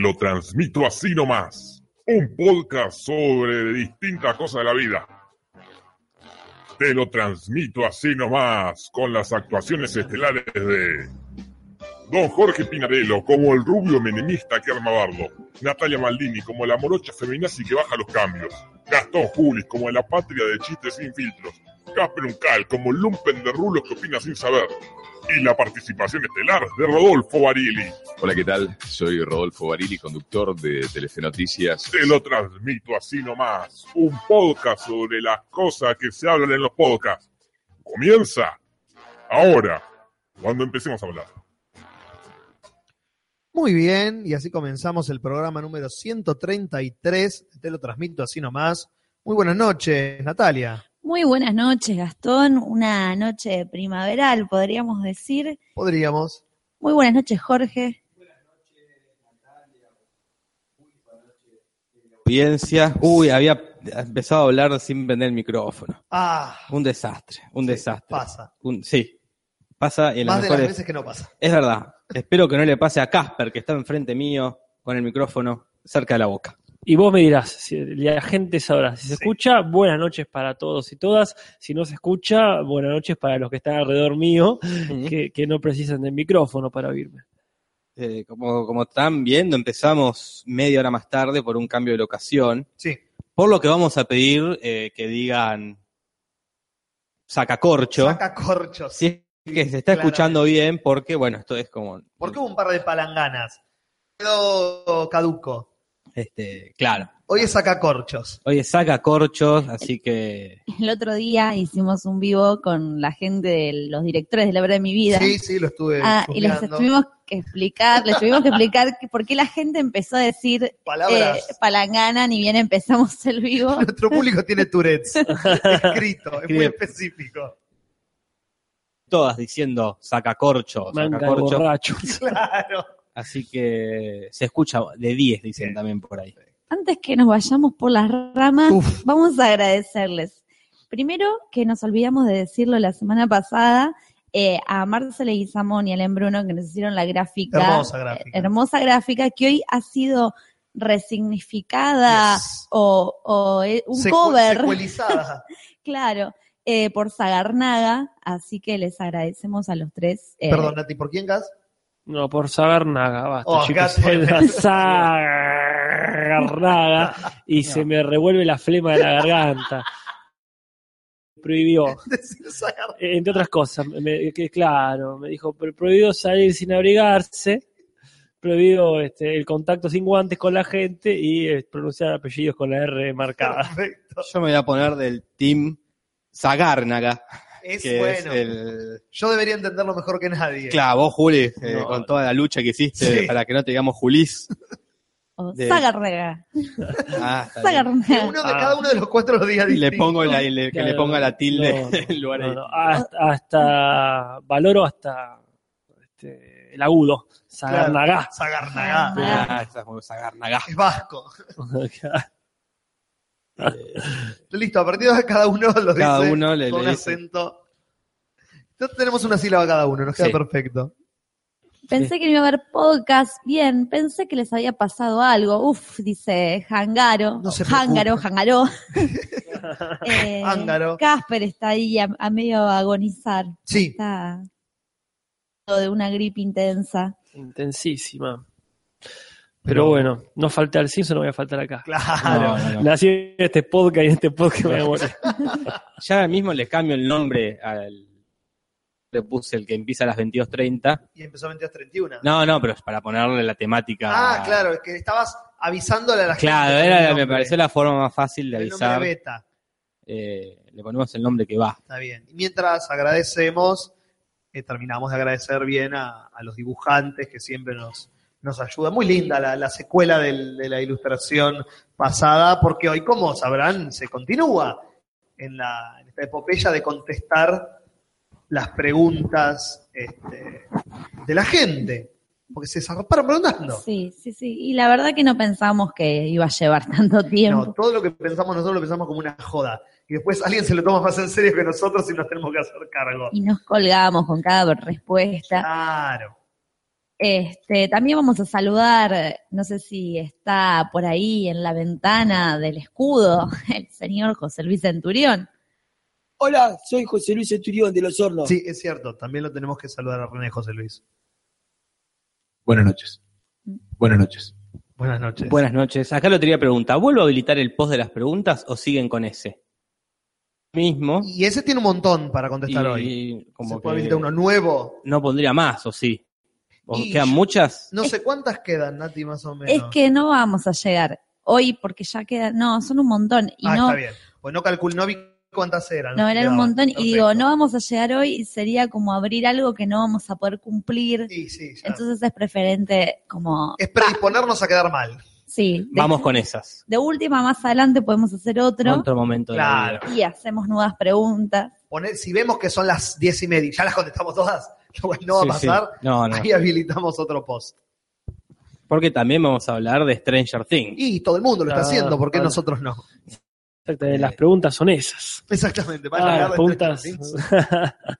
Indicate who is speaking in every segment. Speaker 1: lo transmito así nomás. Un podcast sobre distintas cosas de la vida. Te lo transmito así nomás, con las actuaciones estelares de Don Jorge Pinarello como el rubio menemista que arma bardo, Natalia Maldini como la morocha feminazi que baja los cambios, Gastón Julis como la patria de chistes sin filtros, Casper Uncal como el lumpen de rulos que opina sin saber, y la participación estelar de Rodolfo Barili.
Speaker 2: Hola, ¿qué tal? Soy Rodolfo Barili, conductor de Telefe Noticias.
Speaker 1: Te lo transmito así nomás, un podcast sobre las cosas que se hablan en los podcasts. Comienza ahora, cuando empecemos a hablar.
Speaker 3: Muy bien, y así comenzamos el programa número 133. Te lo transmito así nomás. Muy buenas noches, Natalia.
Speaker 4: Muy buenas noches, Gastón. Una noche primaveral, podríamos decir.
Speaker 3: Podríamos.
Speaker 4: Muy buenas noches, Jorge.
Speaker 5: Audiencia. Uy, había empezado a hablar sin prender el micrófono.
Speaker 3: Ah,
Speaker 5: Un desastre, un
Speaker 3: Sí,
Speaker 5: desastre.
Speaker 3: pasa.
Speaker 5: Un- sí, pasa en las
Speaker 3: más de las
Speaker 5: mejores-
Speaker 3: veces que no pasa.
Speaker 5: Es verdad. Espero que no le pase a Casper, que está enfrente mío, con el micrófono cerca de la boca.
Speaker 6: Y vos me dirás, si la gente sabrá, si se
Speaker 3: Sí.
Speaker 6: escucha, buenas noches para todos y todas. Si no se escucha, buenas noches para los que están alrededor mío, que, que no precisan del micrófono para oírme.
Speaker 5: Eh, como, como están viendo, empezamos media hora más tarde por un cambio de locación.
Speaker 3: Sí.
Speaker 5: Por lo que vamos a pedir eh, que digan sacacorcho.
Speaker 3: Saca corchos.
Speaker 5: Si es que se está
Speaker 3: Claramente.
Speaker 5: escuchando bien, porque bueno, esto es como.
Speaker 3: Porque hubo un par de palanganas. Quedó caduco.
Speaker 5: Este, claro.
Speaker 3: Hoy es saca corchos.
Speaker 5: Oye, saca corchos, así que.
Speaker 4: El otro día hicimos un vivo con la gente de los directores de la verdad de mi vida.
Speaker 3: Sí, sí, lo estuve
Speaker 4: Ah, y les
Speaker 3: chusmeando.
Speaker 4: tuvimos que explicar, les tuvimos que explicar que por qué la gente empezó a decir eh,
Speaker 3: Palabras.
Speaker 4: palangana ni bien empezamos el vivo.
Speaker 3: Nuestro público tiene Tourette's escrito, es muy
Speaker 5: Escribe.
Speaker 3: específico.
Speaker 5: Todas diciendo saca corchos, saca
Speaker 6: Manga de borrachos.
Speaker 3: Claro.
Speaker 5: Así que se escucha de 10, dicen también por ahí.
Speaker 4: Antes que nos vayamos por las ramas,
Speaker 3: Uf.
Speaker 4: vamos a agradecerles. Primero, que nos olvidamos de decirlo la semana pasada, eh, a Marcel Leguizamón y a Len Bruno que nos hicieron la gráfica. Eh,
Speaker 3: Hermosa gráfica.
Speaker 4: hermosa gráfica que hoy ha sido resignificada
Speaker 3: Yes.
Speaker 4: o, o, eh, un
Speaker 3: Secu-
Speaker 4: cover,
Speaker 3: Secuelizada.
Speaker 4: claro, eh, por Sagarnaga, así que les agradecemos a los tres. eh,
Speaker 3: Perdón, Nati, ¿por quién gas?
Speaker 6: No, por Sagarnaga, basta,
Speaker 3: Oh,
Speaker 6: chicos.
Speaker 3: gato.
Speaker 6: La Sagarnaga. Y se me revuelve la flema de la garganta. Prohibió.
Speaker 3: Decir sacar-
Speaker 6: Eh, entre otras cosas, me- que, claro, me dijo "Pero prohibido salir sin abrigarse, prohibido este, el contacto sin guantes con la gente y eh, pronunciar apellidos con la R marcada.
Speaker 3: Perfecto.
Speaker 5: Yo me voy a poner del team Zagárnaga,
Speaker 3: Es
Speaker 5: que es
Speaker 3: bueno.
Speaker 5: el.
Speaker 3: Yo debería entenderlo mejor que nadie.
Speaker 5: Claro, vos, Juli, eh,
Speaker 6: No.
Speaker 5: con toda la lucha que hiciste
Speaker 3: Sí.
Speaker 5: para que no te digamos Julis.
Speaker 4: o
Speaker 5: de-
Speaker 4: Sagarnaga,
Speaker 5: Ah, está bien.
Speaker 3: Que
Speaker 4: Sagarnaga.
Speaker 3: uno de
Speaker 6: Ah.
Speaker 3: cada uno de los cuatro los diga
Speaker 5: Y le
Speaker 3: distinto.
Speaker 5: pongo la, y le- que le
Speaker 6: Claro,
Speaker 5: ponga la tilde
Speaker 6: no,
Speaker 5: en lugar
Speaker 6: No,
Speaker 5: de.
Speaker 6: no, hasta, hasta- valoro hasta este, el agudo, Sagarnagá.
Speaker 3: Sagarnagá.
Speaker 4: Ah.
Speaker 5: Ah, esa es muy Zagárnaga.
Speaker 3: Es vasco. Listo, a partir de ahora cada uno lo
Speaker 5: Cada
Speaker 3: dice
Speaker 5: uno le,
Speaker 3: con
Speaker 5: le
Speaker 3: un
Speaker 5: dice-
Speaker 3: acento. Entonces tenemos una sílaba cada uno, nos queda
Speaker 5: Sí.
Speaker 3: perfecto.
Speaker 4: Pensé que no iba a haber podcast, bien, pensé que les había pasado algo, uf, dice Jangaro,
Speaker 3: No se
Speaker 4: Jangaro,
Speaker 3: preocupe.
Speaker 4: Jangaró. Eh,
Speaker 3: Ángaro.
Speaker 4: Casper está ahí a, a medio agonizar,
Speaker 3: Sí,
Speaker 4: está de una gripe intensa.
Speaker 6: Intensísima.
Speaker 3: Pero-
Speaker 6: Pero bueno, no falté al Simpson, no voy a faltar acá.
Speaker 3: claro.
Speaker 5: No, no, no.
Speaker 6: Nací en este podcast y en este podcast me voy a morir.
Speaker 5: Ya mismo le cambio el nombre al. Le puse el que empieza a las 22.30.
Speaker 3: Y empezó a 22.31.
Speaker 5: No, no, pero es para ponerle la temática.
Speaker 3: Ah, claro, es que estabas avisándole a la
Speaker 5: Claro,
Speaker 3: gente.
Speaker 5: era,
Speaker 3: el
Speaker 5: la- me
Speaker 3: nombre,
Speaker 5: pareció la forma más fácil de
Speaker 3: el nombre
Speaker 5: avisar.
Speaker 3: beta.
Speaker 5: Eh, le ponemos el nombre que va.
Speaker 3: Está bien. Y mientras agradecemos, eh, terminamos de agradecer bien a, a los dibujantes que siempre nos, nos ayudan. Muy linda la, la secuela del- de la ilustración pasada, porque hoy, como sabrán, se continúa en, la, en esta epopeya de contestar las preguntas este, de la gente. Porque se zarparon preguntando.
Speaker 4: Sí, sí, sí. Y la verdad que no pensamos que iba a llevar tanto tiempo.
Speaker 3: No, todo lo que pensamos nosotros lo pensamos como una joda. Y después alguien se lo toma más en serio que nosotros y nos tenemos que hacer cargo.
Speaker 4: Y nos colgamos con cada respuesta.
Speaker 3: Claro.
Speaker 4: Este, también vamos a saludar, no sé si está por ahí en la ventana del escudo, el señor José Luis Centurión.
Speaker 7: Hola, soy José Luis Esturión de Los Hornos.
Speaker 3: Sí, es cierto, también lo tenemos que saludar a René José Luis.
Speaker 8: Buenas noches. Buenas noches.
Speaker 3: Buenas noches.
Speaker 5: Buenas noches. Acá lo tenía pregunta. ¿Vuelvo a habilitar el post de las preguntas o siguen con ese? Mismo.
Speaker 3: Y ese tiene un montón para
Speaker 5: Y,
Speaker 3: contestar hoy.
Speaker 5: como
Speaker 3: ¿Se puede
Speaker 5: que
Speaker 3: habilitar uno nuevo?
Speaker 5: No pondría más, ¿o sí? ¿O
Speaker 3: Y
Speaker 5: quedan
Speaker 3: yo-
Speaker 5: muchas?
Speaker 3: No
Speaker 4: Es-
Speaker 3: sé cuántas quedan, Nati, más o menos.
Speaker 4: Es que no vamos a llegar hoy porque ya queda, no, son un montón y
Speaker 3: ah,
Speaker 4: no,
Speaker 3: está bien. Pues no calculo, no vi cuántas eran.
Speaker 4: no eran un
Speaker 3: Quedaban.
Speaker 4: montón y
Speaker 3: Perfecto.
Speaker 4: digo, no vamos a llegar hoy y sería como abrir algo que no vamos a poder cumplir.
Speaker 3: Sí, sí, ya.
Speaker 4: Entonces es preferente como,
Speaker 3: es predisponernos a quedar mal.
Speaker 4: sí, de,
Speaker 5: Vamos con esas.
Speaker 4: de última más adelante podemos hacer otro
Speaker 5: Otro momento de la
Speaker 3: Claro.
Speaker 5: vida.
Speaker 4: y hacemos nuevas preguntas.
Speaker 3: Poner, si vemos que son las diez y media y ya las contestamos todas, lo cual no va a
Speaker 5: Sí, sí.
Speaker 3: pasar,
Speaker 5: No, no.
Speaker 3: ahí habilitamos otro post.
Speaker 5: Porque también vamos a hablar de Stranger Things.
Speaker 3: Y todo el mundo lo está
Speaker 6: Ah,
Speaker 3: haciendo, ¿por qué
Speaker 6: vale.
Speaker 3: nosotros no?
Speaker 6: Exactamente, las preguntas son esas.
Speaker 3: Exactamente. van a
Speaker 6: Ah,
Speaker 3: hablar
Speaker 6: las
Speaker 3: de
Speaker 6: preguntas.
Speaker 3: Stranger Things.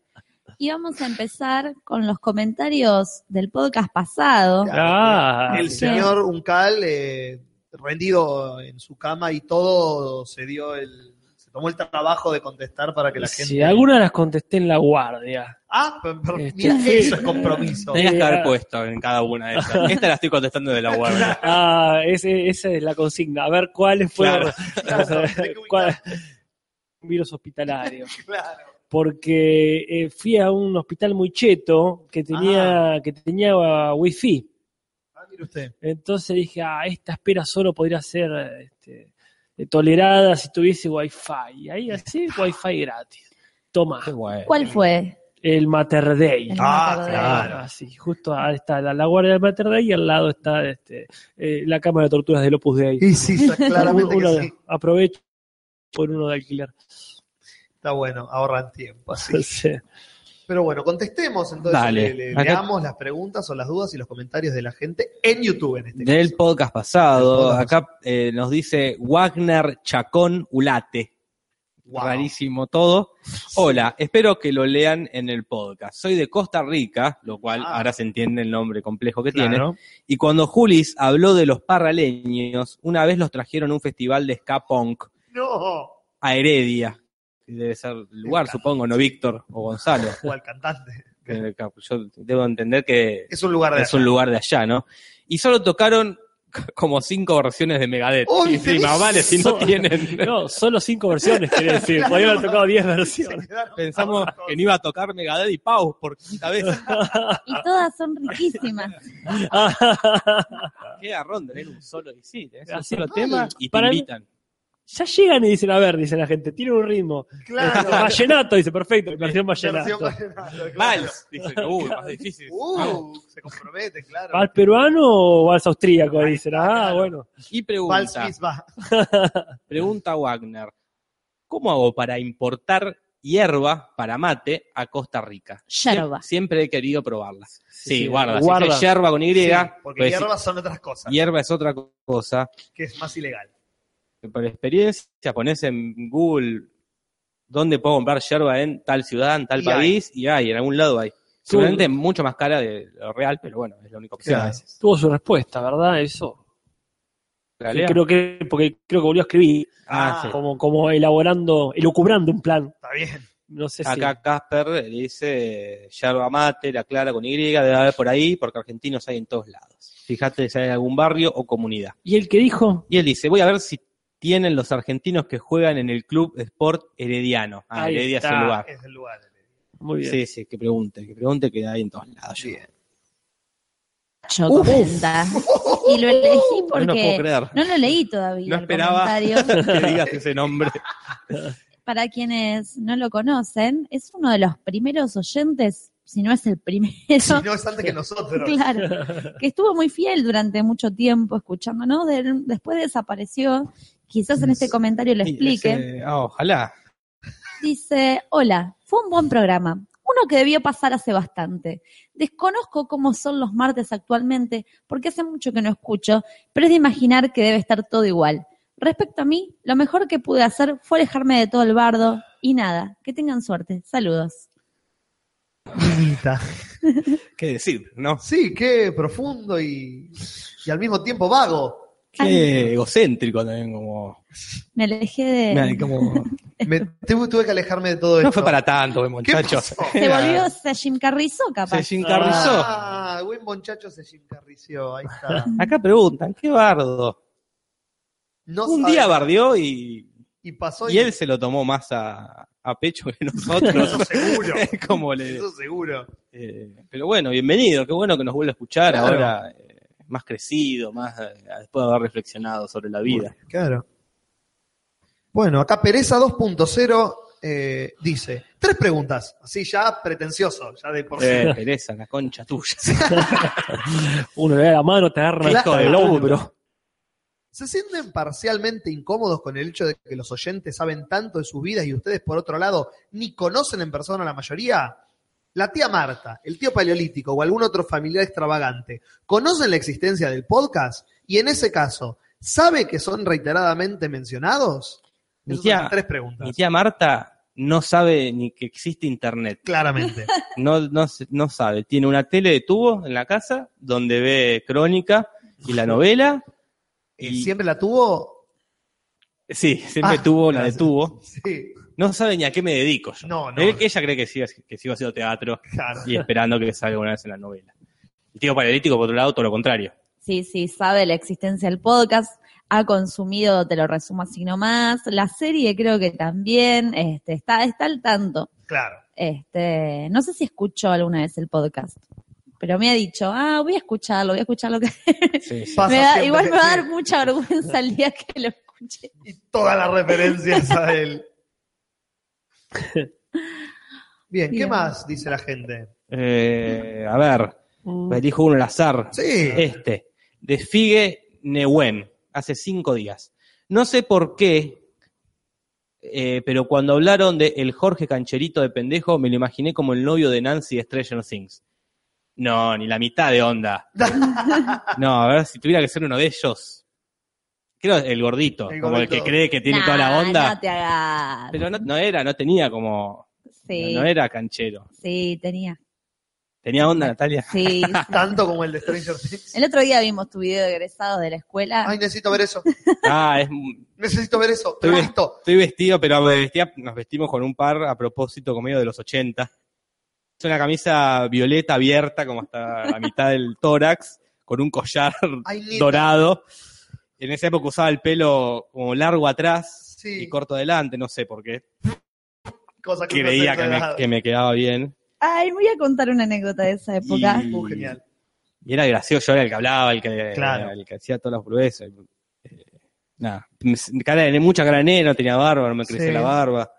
Speaker 4: Y vamos a empezar con los comentarios del podcast pasado.
Speaker 6: ah,
Speaker 3: El
Speaker 4: sí.
Speaker 3: señor Uncal, eh, rendido en su cama y todo, se dio el. Se tomó el trabajo de contestar para que la gente.
Speaker 6: si alguna las contesté en la guardia.
Speaker 3: Ah, pero- pero
Speaker 6: Este,
Speaker 3: mira,
Speaker 6: sí.
Speaker 3: eso es compromiso.
Speaker 5: Tenías que haber
Speaker 6: Ah.
Speaker 5: puesto en cada una de esas. Esta la estoy contestando de la guardia.
Speaker 6: Ah, ese- esa es la consigna. A ver cuáles fueron.
Speaker 3: Claro, tenés que ubicar.
Speaker 6: ¿Cuál- virus hospitalario.
Speaker 3: Claro.
Speaker 6: Porque eh, fui a un hospital muy cheto que tenía, que tenía ah, wifi.
Speaker 3: Ah, mire usted.
Speaker 6: Entonces dije, ah, esta espera solo podría ser este, eh, tolerada si tuviese wifi. Y ahí así,
Speaker 3: Ah.
Speaker 6: wifi gratis. Toma,
Speaker 5: Qué bueno.
Speaker 4: ¿Cuál fue?
Speaker 6: el Mater Day.
Speaker 4: El
Speaker 3: Ah,
Speaker 4: Mater Dei?
Speaker 3: claro.
Speaker 6: Así, justo ahí está la, la guardia del Mater Day y al lado está este, eh, la cámara de torturas del Opus Dei.
Speaker 3: Y sí, está- claramente
Speaker 6: Uno-
Speaker 3: que
Speaker 6: uno-
Speaker 3: sí.
Speaker 6: Aprovecho por uno de alquiler.
Speaker 3: Está bueno, ahorran tiempo. así.
Speaker 6: Sí.
Speaker 3: Pero bueno, contestemos entonces.
Speaker 5: Dale.
Speaker 3: le- le-
Speaker 5: Acá-
Speaker 3: leamos las preguntas o las dudas y los comentarios de la gente en YouTube en este
Speaker 5: Del
Speaker 3: caso.
Speaker 5: podcast pasado,
Speaker 3: Del podcast
Speaker 5: acá eh, nos dice Wagner Chacón Ulate.
Speaker 3: Wow.
Speaker 5: Rarísimo todo. Hola, espero que lo lean en el podcast. Soy de Costa Rica, lo cual
Speaker 3: Ah.
Speaker 5: ahora se entiende el nombre complejo que tiene.
Speaker 6: Claro.
Speaker 5: Y cuando Julis habló de los parraleños, una vez los trajeron a un festival de ska punk
Speaker 3: No,
Speaker 5: a Heredia. que Debe ser el lugar,
Speaker 3: Claro.
Speaker 5: supongo, no Víctor o Gonzalo.
Speaker 3: o al cantante.
Speaker 5: Que- que Yo debo entender que
Speaker 3: Es un lugar de.
Speaker 5: es un lugar de allá, ¿no? Y solo tocaron c- como cinco versiones de Megadeth.
Speaker 3: Uy,
Speaker 5: Y encima,
Speaker 3: tenés-
Speaker 5: vale, si no
Speaker 6: so-
Speaker 5: tienen.
Speaker 6: No, solo cinco versiones, quería decir. Podría haber tocado diez versiones.
Speaker 5: Pensamos que no iba a tocar Megadeth y Pau por quinta vez.
Speaker 4: Y todas son riquísimas.
Speaker 5: Queda ronda, tener un solo y sí, tenés un
Speaker 6: Así
Speaker 5: solo
Speaker 6: mal.
Speaker 5: tema y te
Speaker 6: Para mí-
Speaker 5: invitan.
Speaker 6: Ya llegan y dicen, a ver, dice la gente, tiene un ritmo. Este,
Speaker 3: Ah, Claro.
Speaker 6: vallenato, dice, perfecto, versión vallenato.
Speaker 3: Versión vallenato, claro.
Speaker 5: Vals, dicen, uy, más difícil.
Speaker 3: Uh, se compromete, claro.
Speaker 6: ¿Vals peruano o vals austríaco? Dicen, ah, bueno.
Speaker 5: Y pregunta,
Speaker 3: Vals va.
Speaker 5: pregunta Wagner, ¿cómo hago para importar hierba para mate a Costa Rica? Siem-
Speaker 4: Yerba.
Speaker 5: Siempre he querido probarla. Sí,
Speaker 6: sí,
Speaker 5: guarda,
Speaker 6: guarda.
Speaker 5: Si es hierba con Y,
Speaker 3: porque
Speaker 5: pues,
Speaker 3: hierbas son otras cosas,
Speaker 5: hierba es otra cosa.
Speaker 3: que es más ilegal.
Speaker 5: por experiencia, pones en Google dónde puedo comprar yerba en tal ciudad, en tal
Speaker 3: Y
Speaker 5: país, y hay, en algún lado hay. Seguramente mucho más cara de lo real, pero bueno, es la única opción
Speaker 3: Claro.
Speaker 5: a veces.
Speaker 6: Tuvo su respuesta, ¿verdad? Eso.
Speaker 5: ¿La lea?
Speaker 6: Creo que, porque creo que volvió a escribir,
Speaker 5: Ah,
Speaker 3: Ah,
Speaker 5: sí.
Speaker 6: como, como elaborando, elucubrando un plan.
Speaker 3: Está bien.
Speaker 6: No sé si.
Speaker 5: Acá Casper le dice yerba mate, la clara con Y, debe haber por ahí, porque argentinos hay en todos lados. Fíjate si hay algún barrio o comunidad.
Speaker 6: ¿Y el que dijo?
Speaker 5: Y él dice, voy a ver si tienen los argentinos que juegan en el club Sport Herediano. Ah,
Speaker 6: Ahí
Speaker 5: Heredia es
Speaker 6: está.
Speaker 5: el lugar.
Speaker 3: Es el lugar.
Speaker 6: Muy bien.
Speaker 5: Sí, sí, que pregunte, que pregunte que hay en todos lados. Yo-
Speaker 3: Bien.
Speaker 4: Yo comenta. Y lo elegí
Speaker 5: Yo no puedo
Speaker 4: porque
Speaker 5: creer.
Speaker 4: no lo leí todavía.
Speaker 5: No
Speaker 4: el
Speaker 5: esperaba.
Speaker 4: comentario.
Speaker 5: que digas ese nombre.
Speaker 4: Para quienes no lo conocen, es uno de los primeros oyentes, si no es el primero,
Speaker 3: Si no es antes que nosotros.
Speaker 4: claro, que estuvo muy fiel durante mucho tiempo escuchándonos, de- después desapareció. Quizás en este comentario lo explique.
Speaker 5: Ah, ojalá.
Speaker 4: Dice, hola, fue un buen programa, uno que debió pasar hace bastante. Desconozco cómo son los martes actualmente, porque hace mucho que no escucho, pero es de imaginar que debe estar todo igual. Respecto a mí, lo mejor que pude hacer fue alejarme de todo el bardo y nada, que tengan suerte. Saludos.
Speaker 3: Minita.
Speaker 5: ¿Qué decir? ¿No?
Speaker 3: Sí, qué profundo y, y al mismo tiempo vago.
Speaker 5: Qué egocéntrico también, como.
Speaker 4: Me alejé de...
Speaker 5: Mira, como-
Speaker 3: Me- tuve, tuve que alejarme de todo esto.
Speaker 5: No fue para tanto, eh,
Speaker 3: ¿Qué
Speaker 5: muchachos.
Speaker 3: pasó?
Speaker 4: Se volvió Sejim Carrizo, capaz.
Speaker 5: Se encarrizó.
Speaker 3: Ah, buen muchacho se chincarrició, ahí está.
Speaker 5: Acá preguntan, ¿qué bardo?
Speaker 3: No
Speaker 5: Un
Speaker 3: sabe-
Speaker 5: día bardeó y,
Speaker 3: y pasó
Speaker 5: y él se lo tomó más a, a pecho que
Speaker 3: Eso
Speaker 5: nosotros.
Speaker 3: seguro.
Speaker 5: Es como le,
Speaker 3: Eso seguro.
Speaker 5: eh, pero bueno, bienvenido, qué bueno que nos vuelva a escuchar
Speaker 3: Claro.
Speaker 5: ahora, eh, más crecido, más eh, después de haber reflexionado sobre la vida.
Speaker 3: Claro. Bueno, acá Pereza 2.0 eh, dice, tres preguntas, así ya pretencioso, ya de por sí.
Speaker 5: Eh, pereza, la concha tuya.
Speaker 6: Uno le da la mano, te agarra
Speaker 3: Claro.
Speaker 6: hasta el hombro.
Speaker 3: ¿Se sienten parcialmente incómodos con el hecho de que los oyentes saben tanto de sus vidas y ustedes, por otro lado, ni conocen en persona a la mayoría? La tía Marta, el tío Paleolítico o algún otro familiar extravagante, ¿conocen la existencia del podcast? Y en ese caso, ¿sabe que son reiteradamente mencionados?
Speaker 5: Mi
Speaker 3: Esas
Speaker 5: tía-
Speaker 3: son las tres preguntas.
Speaker 5: Mi tía Marta no sabe ni que existe internet.
Speaker 3: Claramente.
Speaker 5: No, no, se- no sabe. Tiene una tele de tubo en la casa donde ve crónica y la novela.
Speaker 3: Eh,
Speaker 5: Y-
Speaker 3: ¿Siempre la tuvo?
Speaker 5: Sí, siempre
Speaker 3: Ah,
Speaker 5: tuvo, la de
Speaker 3: gracias.
Speaker 5: tubo.
Speaker 3: Sí,
Speaker 5: No sabe ni a qué me dedico yo.
Speaker 3: No, no.
Speaker 5: Él- ella cree que sigo, que sigo haciendo teatro
Speaker 3: claro.
Speaker 5: y esperando que salga una vez en la novela. El tío paralítico, por otro lado, todo lo contrario.
Speaker 4: Sí, sí, sabe la existencia del podcast, ha consumido, te lo resumo así nomás, la serie creo que también, este, está, está al tanto.
Speaker 3: Claro.
Speaker 4: Este, no sé si escuchó alguna vez el podcast, pero me ha dicho, ah, voy a escucharlo, voy a escucharlo.
Speaker 5: Sí, sí.
Speaker 3: Pasa
Speaker 4: Me da-
Speaker 3: siempre,
Speaker 4: igual me va a
Speaker 3: sí.
Speaker 4: dar mucha vergüenza el día que lo escuche.
Speaker 3: Y todas las referencias a él. Bien, ¿qué
Speaker 4: Bien.
Speaker 3: más dice la gente?
Speaker 5: Eh, a ver,
Speaker 6: Mm,
Speaker 5: elijo uno al azar.
Speaker 3: Sí.
Speaker 5: Este, de Figue Neuen, hace cinco días. No sé por qué, eh, pero cuando hablaron de el Jorge Cancherito de pendejo, me lo imaginé como el novio de Nancy de Stranger Things. No, ni la mitad de onda. No, a ver, si tuviera que ser uno de ellos. Creo el gordito,
Speaker 3: El
Speaker 5: como el que
Speaker 3: gordito.
Speaker 5: cree que tiene
Speaker 4: Nah,
Speaker 5: toda la onda.
Speaker 4: No te hagas.
Speaker 5: Pero no, no era, no tenía como...
Speaker 4: Sí,
Speaker 5: No era canchero.
Speaker 4: sí, tenía.
Speaker 5: Tenía onda, Natalia.
Speaker 4: Sí.
Speaker 3: Tanto como el de Stranger Things.
Speaker 4: El otro día vimos tu video de egresados de la escuela.
Speaker 3: Ay, necesito ver eso.
Speaker 5: Ah, es,
Speaker 3: Necesito ver eso. Pero
Speaker 5: Estoy-
Speaker 3: esto.
Speaker 5: Estoy vestido, pero me vestía- nos vestimos con un par a propósito como medio de los 80. Es una camisa violeta abierta como hasta la mitad del tórax, con un collar
Speaker 3: Ay, neta.
Speaker 5: dorado. En esa época usaba el pelo como largo atrás
Speaker 3: Sí.
Speaker 5: y corto adelante, no sé por qué.
Speaker 3: Cosa que uno
Speaker 5: Creía
Speaker 3: hace
Speaker 5: que me,
Speaker 3: enredado.
Speaker 5: que me quedaba bien.
Speaker 4: Ay, voy a contar una anécdota de esa época.
Speaker 5: Y-
Speaker 3: Uh, genial.
Speaker 5: Y era gracioso, yo era el que hablaba, el que,
Speaker 3: Claro.
Speaker 5: el que hacía todas las burguesas. Nada, Me- cara de- mucha cara de nena, no tenía barba, no me crecía
Speaker 3: Sí.
Speaker 5: la barba.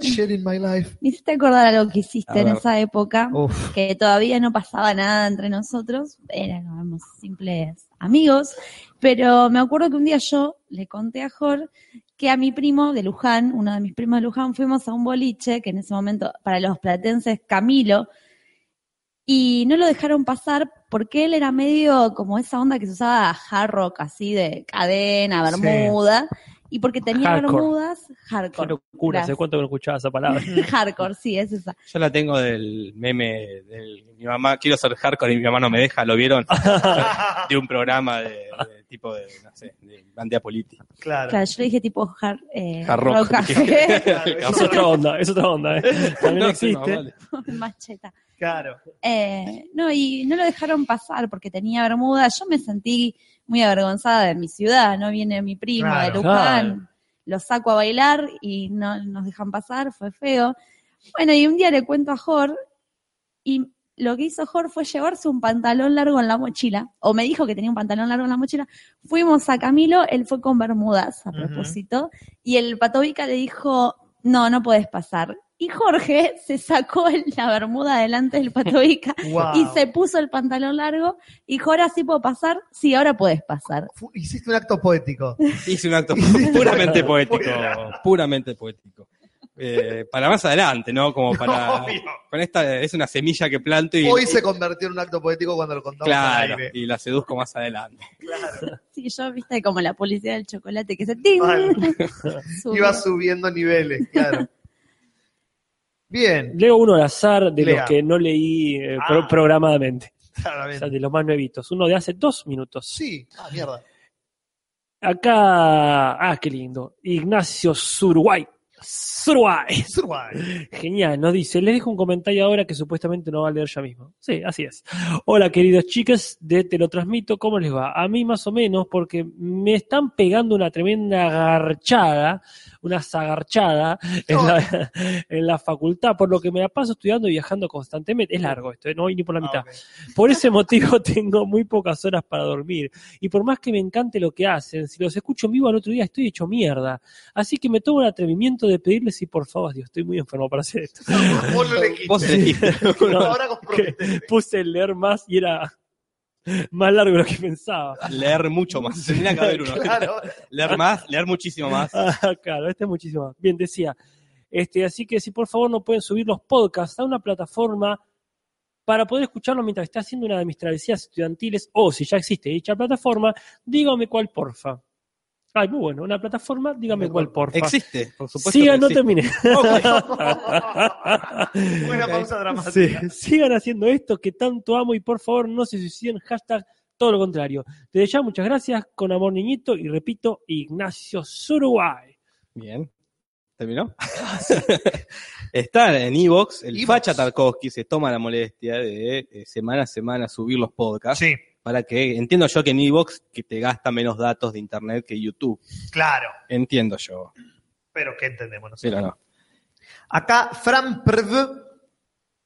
Speaker 3: Shit in my life.
Speaker 4: Me hiciste acordar algo que hiciste
Speaker 5: A
Speaker 4: en
Speaker 5: ver.
Speaker 4: esa época,
Speaker 3: Uf.
Speaker 4: que todavía no pasaba nada entre nosotros, éramos simples amigos, pero me acuerdo que un día yo le conté a Jor que a mi primo de Luján, uno de mis primos de Luján, fuimos a un boliche, que en ese momento para los platenses Camilo, y no lo dejaron pasar porque él era medio como esa onda que se usaba hard rock, así de cadena,
Speaker 3: Sí.
Speaker 4: bermuda, y porque tenía
Speaker 6: Hardcore.
Speaker 4: bermudas,
Speaker 6: Qué
Speaker 4: hardcore.
Speaker 6: locura, hace
Speaker 4: Gracias.
Speaker 6: cuánto que no escuchaba esa palabra.
Speaker 4: Hardcore, sí, es esa.
Speaker 5: Yo la tengo del meme del mi mamá, quiero ser hardcore y mi mamá no me deja, ¿lo vieron? de un programa de, de tipo de, no sé, de Bandea Politi.
Speaker 3: Claro.
Speaker 4: Claro, yo le dije tipo hard, eh,
Speaker 5: Hard rock.
Speaker 4: rock café,
Speaker 3: Claro, eso
Speaker 6: Es otra onda, es otra onda. ¿eh? También
Speaker 5: No, sí, no,
Speaker 6: existe.
Speaker 5: vale.
Speaker 4: macheta.
Speaker 3: Claro.
Speaker 4: Eh, no, y no lo dejaron pasar porque tenía bermuda. Yo me sentí muy avergonzada de mi ciudad, no viene mi primo de
Speaker 3: Claro.
Speaker 4: Luján.
Speaker 6: Claro.
Speaker 4: Lo saco a bailar y no nos dejan pasar, fue feo. Bueno, y un día le cuento a Jor y lo que hizo Jor fue llevarse un pantalón largo en la mochila, o me dijo que tenía un pantalón largo en la mochila. Fuimos a Camilo, él fue con bermudas a
Speaker 3: Ujú.
Speaker 4: propósito, y el patovica le dijo, no, no podés pasar. Y Jorge se sacó el- la bermuda delante del patovica
Speaker 3: Wow.
Speaker 4: y se puso el pantalón largo y dijo, ahora sí puedo pasar, sí, ahora podés pasar.
Speaker 3: Fu- Hiciste un acto poético.
Speaker 5: Hice un acto puramente poético, puramente poético. Eh, para más adelante, ¿no? Como para...
Speaker 3: Obvio.
Speaker 5: Con esta es una semilla que planto y...
Speaker 3: Hoy se convirtió en un acto poético cuando lo contamos
Speaker 5: Claro,
Speaker 3: al aire.
Speaker 5: y la seduzco más adelante.
Speaker 4: Sí, yo, viste, como la policía del chocolate que se... ting.
Speaker 3: Mal.
Speaker 4: Sube.
Speaker 3: Iba subiendo niveles, claro. Bien,
Speaker 6: Leo uno al azar de
Speaker 3: Lea.
Speaker 6: los que no leí eh,
Speaker 3: Ah.
Speaker 6: pro- programadamente. O sea,
Speaker 3: claramente.
Speaker 6: de los más nuevitos. Uno de hace dos minutos.
Speaker 3: Sí, ah, mierda.
Speaker 6: Acá, ah, qué lindo. Ignacio Zuruguay. Zuruguay.
Speaker 3: Es Uruguay.
Speaker 6: Genial, nos dice, les dejo un comentario ahora que supuestamente no va a leer ya mismo. Sí, así es. Hola, queridos chicas, de Te lo transmito, ¿cómo les va? A mí más o menos, porque me están pegando una tremenda garchada, una zagarchada en la, en la facultad, por lo que me la paso estudiando y viajando constantemente. Es largo esto, ¿eh? no voy ni por la mitad.
Speaker 3: Ah, ok.
Speaker 6: Por ese motivo tengo muy pocas horas para dormir. Y por más que me encante lo que hacen, si los escucho en vivo al otro día estoy hecho mierda. Así que me tomo el atrevimiento de pedirles si por favor, Dios, estoy muy enfermo para hacer esto.
Speaker 3: Vos lo elegiste.
Speaker 5: Vos elegiste.
Speaker 6: No,
Speaker 3: Ahora este. comprometete.
Speaker 6: Puse el leer más y era más largo de lo que pensaba.
Speaker 5: Leer mucho más. Tendría que haber uno.
Speaker 3: Claro.
Speaker 5: Leer más, leer muchísimo más.
Speaker 6: Ah, claro, este es muchísimo más. Bien, decía. Este, así que si por favor no pueden subir los podcasts a una plataforma para poder escucharlos mientras está haciendo una de mis travesías estudiantiles, o si ya existe dicha plataforma, dígame cuál porfa. Ay, muy bueno, una plataforma, dígame cuál porfa.
Speaker 5: Existe, por supuesto. que
Speaker 6: Sigan, no
Speaker 5: existe.
Speaker 6: terminé.
Speaker 3: Buena pausa dramática.
Speaker 6: Sí, sigan haciendo esto que tanto amo y por favor no se suiciden. Hashtag todo lo contrario. Desde ya, muchas gracias. Con amor, niñito. Y repito, Ignacio Zuruguay.
Speaker 5: Bien. ¿Terminó? Está en Evox. El
Speaker 3: Ah, Evox.
Speaker 5: facha Tarkovsky se toma la molestia de eh, semana a semana subir los podcasts.
Speaker 3: Ah, Sí,
Speaker 5: Para que, entiendo yo que en Evox que te gasta menos datos de internet que YouTube.
Speaker 3: claro.
Speaker 5: Entiendo yo.
Speaker 3: Pero ¿qué entendemos nosotros?
Speaker 5: Pero no.
Speaker 3: Acá Fran Prv,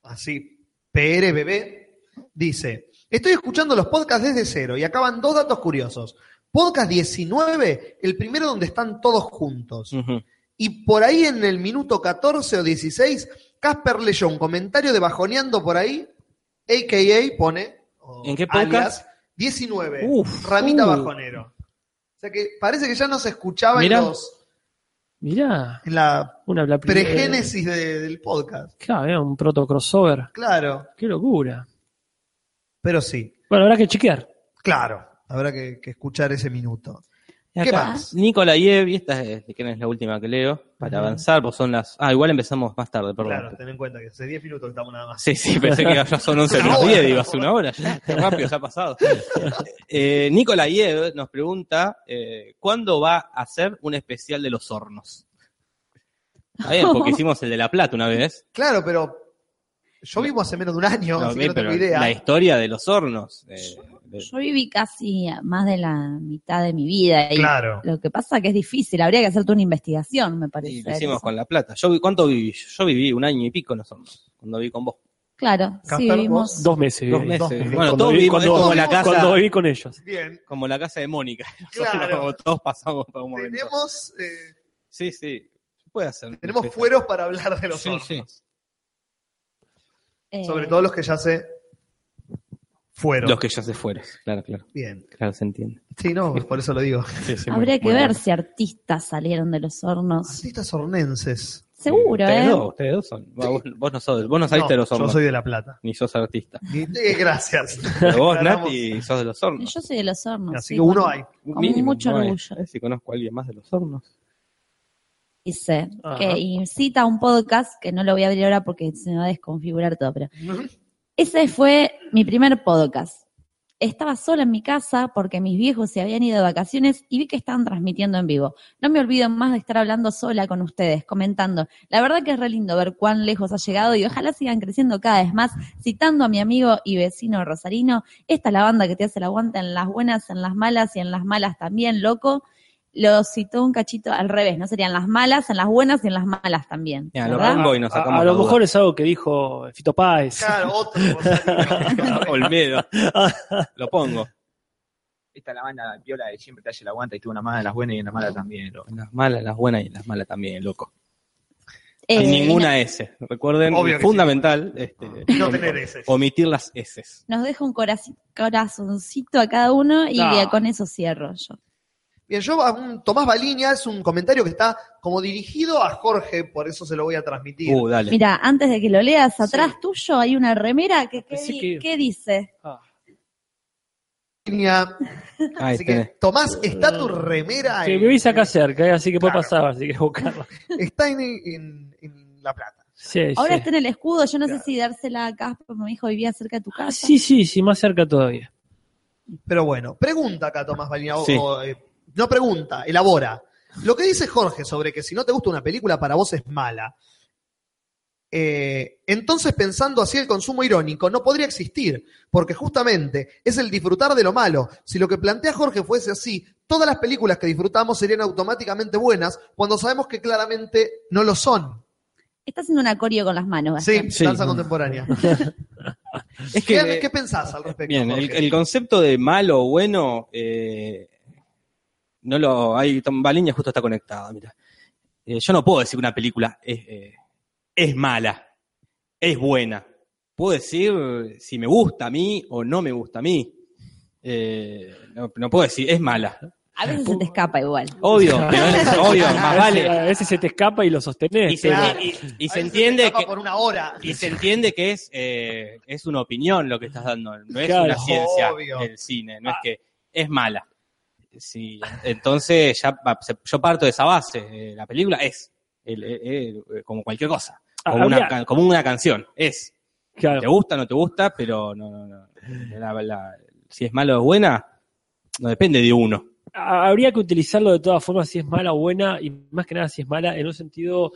Speaker 3: así, PRBB, dice, estoy escuchando los podcasts desde cero y acaban dos datos curiosos. Podcast 19, el primero donde están todos juntos.
Speaker 5: Ujú.
Speaker 3: Y por ahí en el minuto 14 o 16, Casper leyó un comentario de Bajoneando por ahí, a.k.a. pone, o
Speaker 5: ¿En qué
Speaker 3: alias,
Speaker 5: podcast?
Speaker 3: 19,
Speaker 6: Uf,
Speaker 3: Ramita
Speaker 6: uh.
Speaker 3: Bajonero. O sea que parece que ya no se escuchaba en,
Speaker 6: Mirá.
Speaker 3: los-
Speaker 6: Mirá,
Speaker 3: en la
Speaker 6: una la primera-
Speaker 3: pregénesis de- del podcast.
Speaker 6: Claro, era un proto crossover.
Speaker 3: Claro.
Speaker 6: Qué locura.
Speaker 3: Pero sí,
Speaker 6: Bueno, habrá que chequear.
Speaker 3: claro, habrá que, que escuchar ese minuto.
Speaker 5: Y
Speaker 3: ¿Qué
Speaker 5: acá,
Speaker 3: más?
Speaker 5: Nicola Yevi, esta es, que no es la última que leo, para
Speaker 6: Ajá.
Speaker 5: avanzar, pues son las... Ah, igual empezamos más tarde, perdón.
Speaker 3: Claro, ten en cuenta que hace 10 minutos que estamos nada más.
Speaker 5: Sí, sí, pensé que ya son 11
Speaker 3: Una
Speaker 5: menos
Speaker 3: hora.
Speaker 5: 10, digo, hace una hora. ya, Qué rápido, ya ha pasado. Eh, Nicola Yev nos pregunta, eh, ¿cuándo va a hacer un especial de los hornos? Está bien, porque hicimos el de La Plata una vez.
Speaker 3: Claro, pero yo vivo hace menos de un año,
Speaker 5: No,
Speaker 3: así que no
Speaker 5: pero
Speaker 3: tengo idea.
Speaker 5: La historia de los hornos. eh, de-
Speaker 4: Yo viví casi más de la mitad de mi vida y
Speaker 3: Claro.
Speaker 4: lo que pasa que es difícil, habría que hacerte una investigación, me parece.
Speaker 5: y lo hicimos con La Plata. Yo, vi- ¿Cuánto viví? Yo viví un año y pico en los hornos, cuando viví con vos.
Speaker 4: Claro, sí
Speaker 3: Casper,
Speaker 4: vivimos.
Speaker 6: Dos meses.
Speaker 5: Dos
Speaker 6: eh.
Speaker 5: meses.
Speaker 6: meses.
Speaker 5: Bueno,
Speaker 6: Cuando
Speaker 5: todos
Speaker 6: vi-
Speaker 5: vivimos es
Speaker 6: cuando-
Speaker 5: como la casa...
Speaker 6: Cuando viví con ellos.
Speaker 3: Bien,
Speaker 5: Como la casa de Mónica.
Speaker 3: Claro.
Speaker 5: Nosotros todos pasamos por un momento.
Speaker 3: tenemos, eh,
Speaker 5: Sí, sí. Se Puede hacer.
Speaker 3: tenemos fueros para hablar de los
Speaker 5: Sí,
Speaker 3: hornos.
Speaker 5: sí.
Speaker 4: eh,
Speaker 3: Sobre todo los que ya se fueron.
Speaker 5: Los que ya se fueron. Claro, claro.
Speaker 3: Bien.
Speaker 5: Claro, se entiende.
Speaker 3: Sí, no, por eso lo digo.
Speaker 4: Habría que ver si artistas salieron de los hornos.
Speaker 3: Artistas hornenses.
Speaker 4: Seguro,
Speaker 5: ustedes
Speaker 4: ¿eh?
Speaker 5: Dos, ustedes dos son. Va, Vos, vos no sos, vos no saliste de
Speaker 3: No,
Speaker 5: los hornos.
Speaker 3: Yo soy de La Plata.
Speaker 5: Ni sos artista.
Speaker 3: Y- eh, gracias.
Speaker 5: Pero vos,
Speaker 3: Aclaramos.
Speaker 5: Nati, sos de los hornos.
Speaker 4: Yo soy de los hornos.
Speaker 3: Así
Speaker 4: sí,
Speaker 3: que uno
Speaker 4: con-
Speaker 3: hay.
Speaker 4: Con
Speaker 5: Mínimo,
Speaker 4: mucho
Speaker 5: no hay.
Speaker 4: orgullo.
Speaker 5: A ver si conozco a alguien más de los hornos.
Speaker 4: Dice
Speaker 6: Ajá.
Speaker 4: que y cita un podcast que no lo voy a abrir ahora porque se me va a desconfigurar todo, pero ese fue mi primer podcast. Estaba sola en mi casa porque mis viejos se habían ido de vacaciones y vi que estaban transmitiendo en vivo. No me olvido más de estar hablando sola con ustedes, comentando. La verdad que es re lindo ver cuán lejos ha llegado y ojalá sigan creciendo cada vez más. Citando a mi amigo y vecino Rosarino, esta es la banda que te hace la aguanta en las buenas, en las malas y en las malas también, loco. Lo citó un cachito al revés, no serían las malas, en las buenas y en las malas también.
Speaker 5: Ya, lo
Speaker 4: ¿verdad?
Speaker 5: Rambo y nos
Speaker 6: A,
Speaker 5: sacamos.
Speaker 6: a
Speaker 5: la
Speaker 6: lo
Speaker 5: duda.
Speaker 6: mejor es algo que dijo eh, Fito Páez.
Speaker 3: Claro, otro. Rosario.
Speaker 5: Olmedo. lo pongo.
Speaker 9: Esta es la banda viola de siempre te hace la aguanta y tuvo una mala en las buenas y en las malas también. loco.
Speaker 5: En las malas, en las buenas y en las malas también, loco.
Speaker 4: Eh,
Speaker 5: Sin ninguna S. Recuerden,
Speaker 3: Obvio que sí.
Speaker 5: fundamental. este,
Speaker 3: No
Speaker 5: om-
Speaker 3: tener ese.
Speaker 5: Omitir las S.
Speaker 4: nos deja un coraci- corazoncito a cada uno y eh,
Speaker 6: No.
Speaker 4: con eso cierro yo.
Speaker 3: Bien, yo a un Tomás Baliña es un comentario que está como dirigido a Jorge, por eso se lo voy a transmitir.
Speaker 5: Uh, dale.
Speaker 4: Mira, antes de que lo leas, atrás tuyo hay una remera que, que
Speaker 6: Pensé
Speaker 4: di-
Speaker 6: que-
Speaker 4: ¿qué dice.
Speaker 6: Ah,
Speaker 3: Baliña.
Speaker 5: Ahí
Speaker 3: Así que,
Speaker 5: tenés.
Speaker 3: Tomás, está tu remera
Speaker 6: que
Speaker 3: en-
Speaker 6: vivís acá cerca, eh, así que puede
Speaker 3: Claro.
Speaker 6: pasar, así que buscarla.
Speaker 3: está en, en- en La Plata.
Speaker 6: Sí,
Speaker 4: Ahora
Speaker 6: sí.
Speaker 4: está en el escudo, yo no sé si dársela a Casper, me dijo vivía cerca de tu casa.
Speaker 6: Ah, Sí, sí, sí, más cerca todavía.
Speaker 3: Pero bueno, pregunta acá Tomás Balina. o-
Speaker 5: Sí.
Speaker 3: o, eh, no pregunta, elabora. Lo que dice Jorge sobre que si no te gusta una película, para vos es mala. Eh, entonces, pensando así, el consumo irónico no podría existir, porque justamente es el disfrutar de lo malo. Si lo que plantea Jorge fuese así, todas las películas que disfrutamos serían automáticamente buenas cuando sabemos que claramente no lo son.
Speaker 4: Está haciendo una acorio con las manos.
Speaker 3: Sí,
Speaker 4: Gastón.
Speaker 5: Sí.
Speaker 3: danza contemporánea.
Speaker 5: Es que,
Speaker 3: ¿Qué, qué pensás al respecto?
Speaker 5: bien, el,
Speaker 3: Jorge?
Speaker 5: el concepto de malo o bueno, eh, no lo hay. Tom Baliña justo está conectada, mira. Eh, yo no puedo decir que una película es, eh, es mala, es buena. Puedo decir eh, si me gusta a mí o no me gusta a mí. Eh, no, no puedo decir, es mala.
Speaker 4: A veces se te escapa igual.
Speaker 5: Obvio, pero es- obvio, más
Speaker 6: A veces-
Speaker 5: vale.
Speaker 6: A veces se te escapa y lo sostenés.
Speaker 5: Y se,
Speaker 3: Claro.
Speaker 5: y- y
Speaker 3: A
Speaker 5: se
Speaker 3: veces
Speaker 5: entiende
Speaker 3: escapa
Speaker 5: que,
Speaker 3: por una hora.
Speaker 5: y se entiende que es, eh, es una opinión lo que estás dando, no es
Speaker 6: Claro.
Speaker 5: una ciencia
Speaker 3: Obvio.
Speaker 5: el cine, no es que es mala. Sí, entonces ya va- se- yo parto de esa base, eh, la película es el- eh, eh, eh, como cualquier cosa,
Speaker 6: Ah,
Speaker 5: como, una,
Speaker 6: había-
Speaker 5: can- como una canción, es.
Speaker 6: Claro.
Speaker 5: Te gusta, no te gusta, pero no, no, no. La- la- si es mala o es buena, no depende de uno.
Speaker 6: Ha- Habría que utilizarlo de todas formas si es mala o buena, y más que nada si es mala en un sentido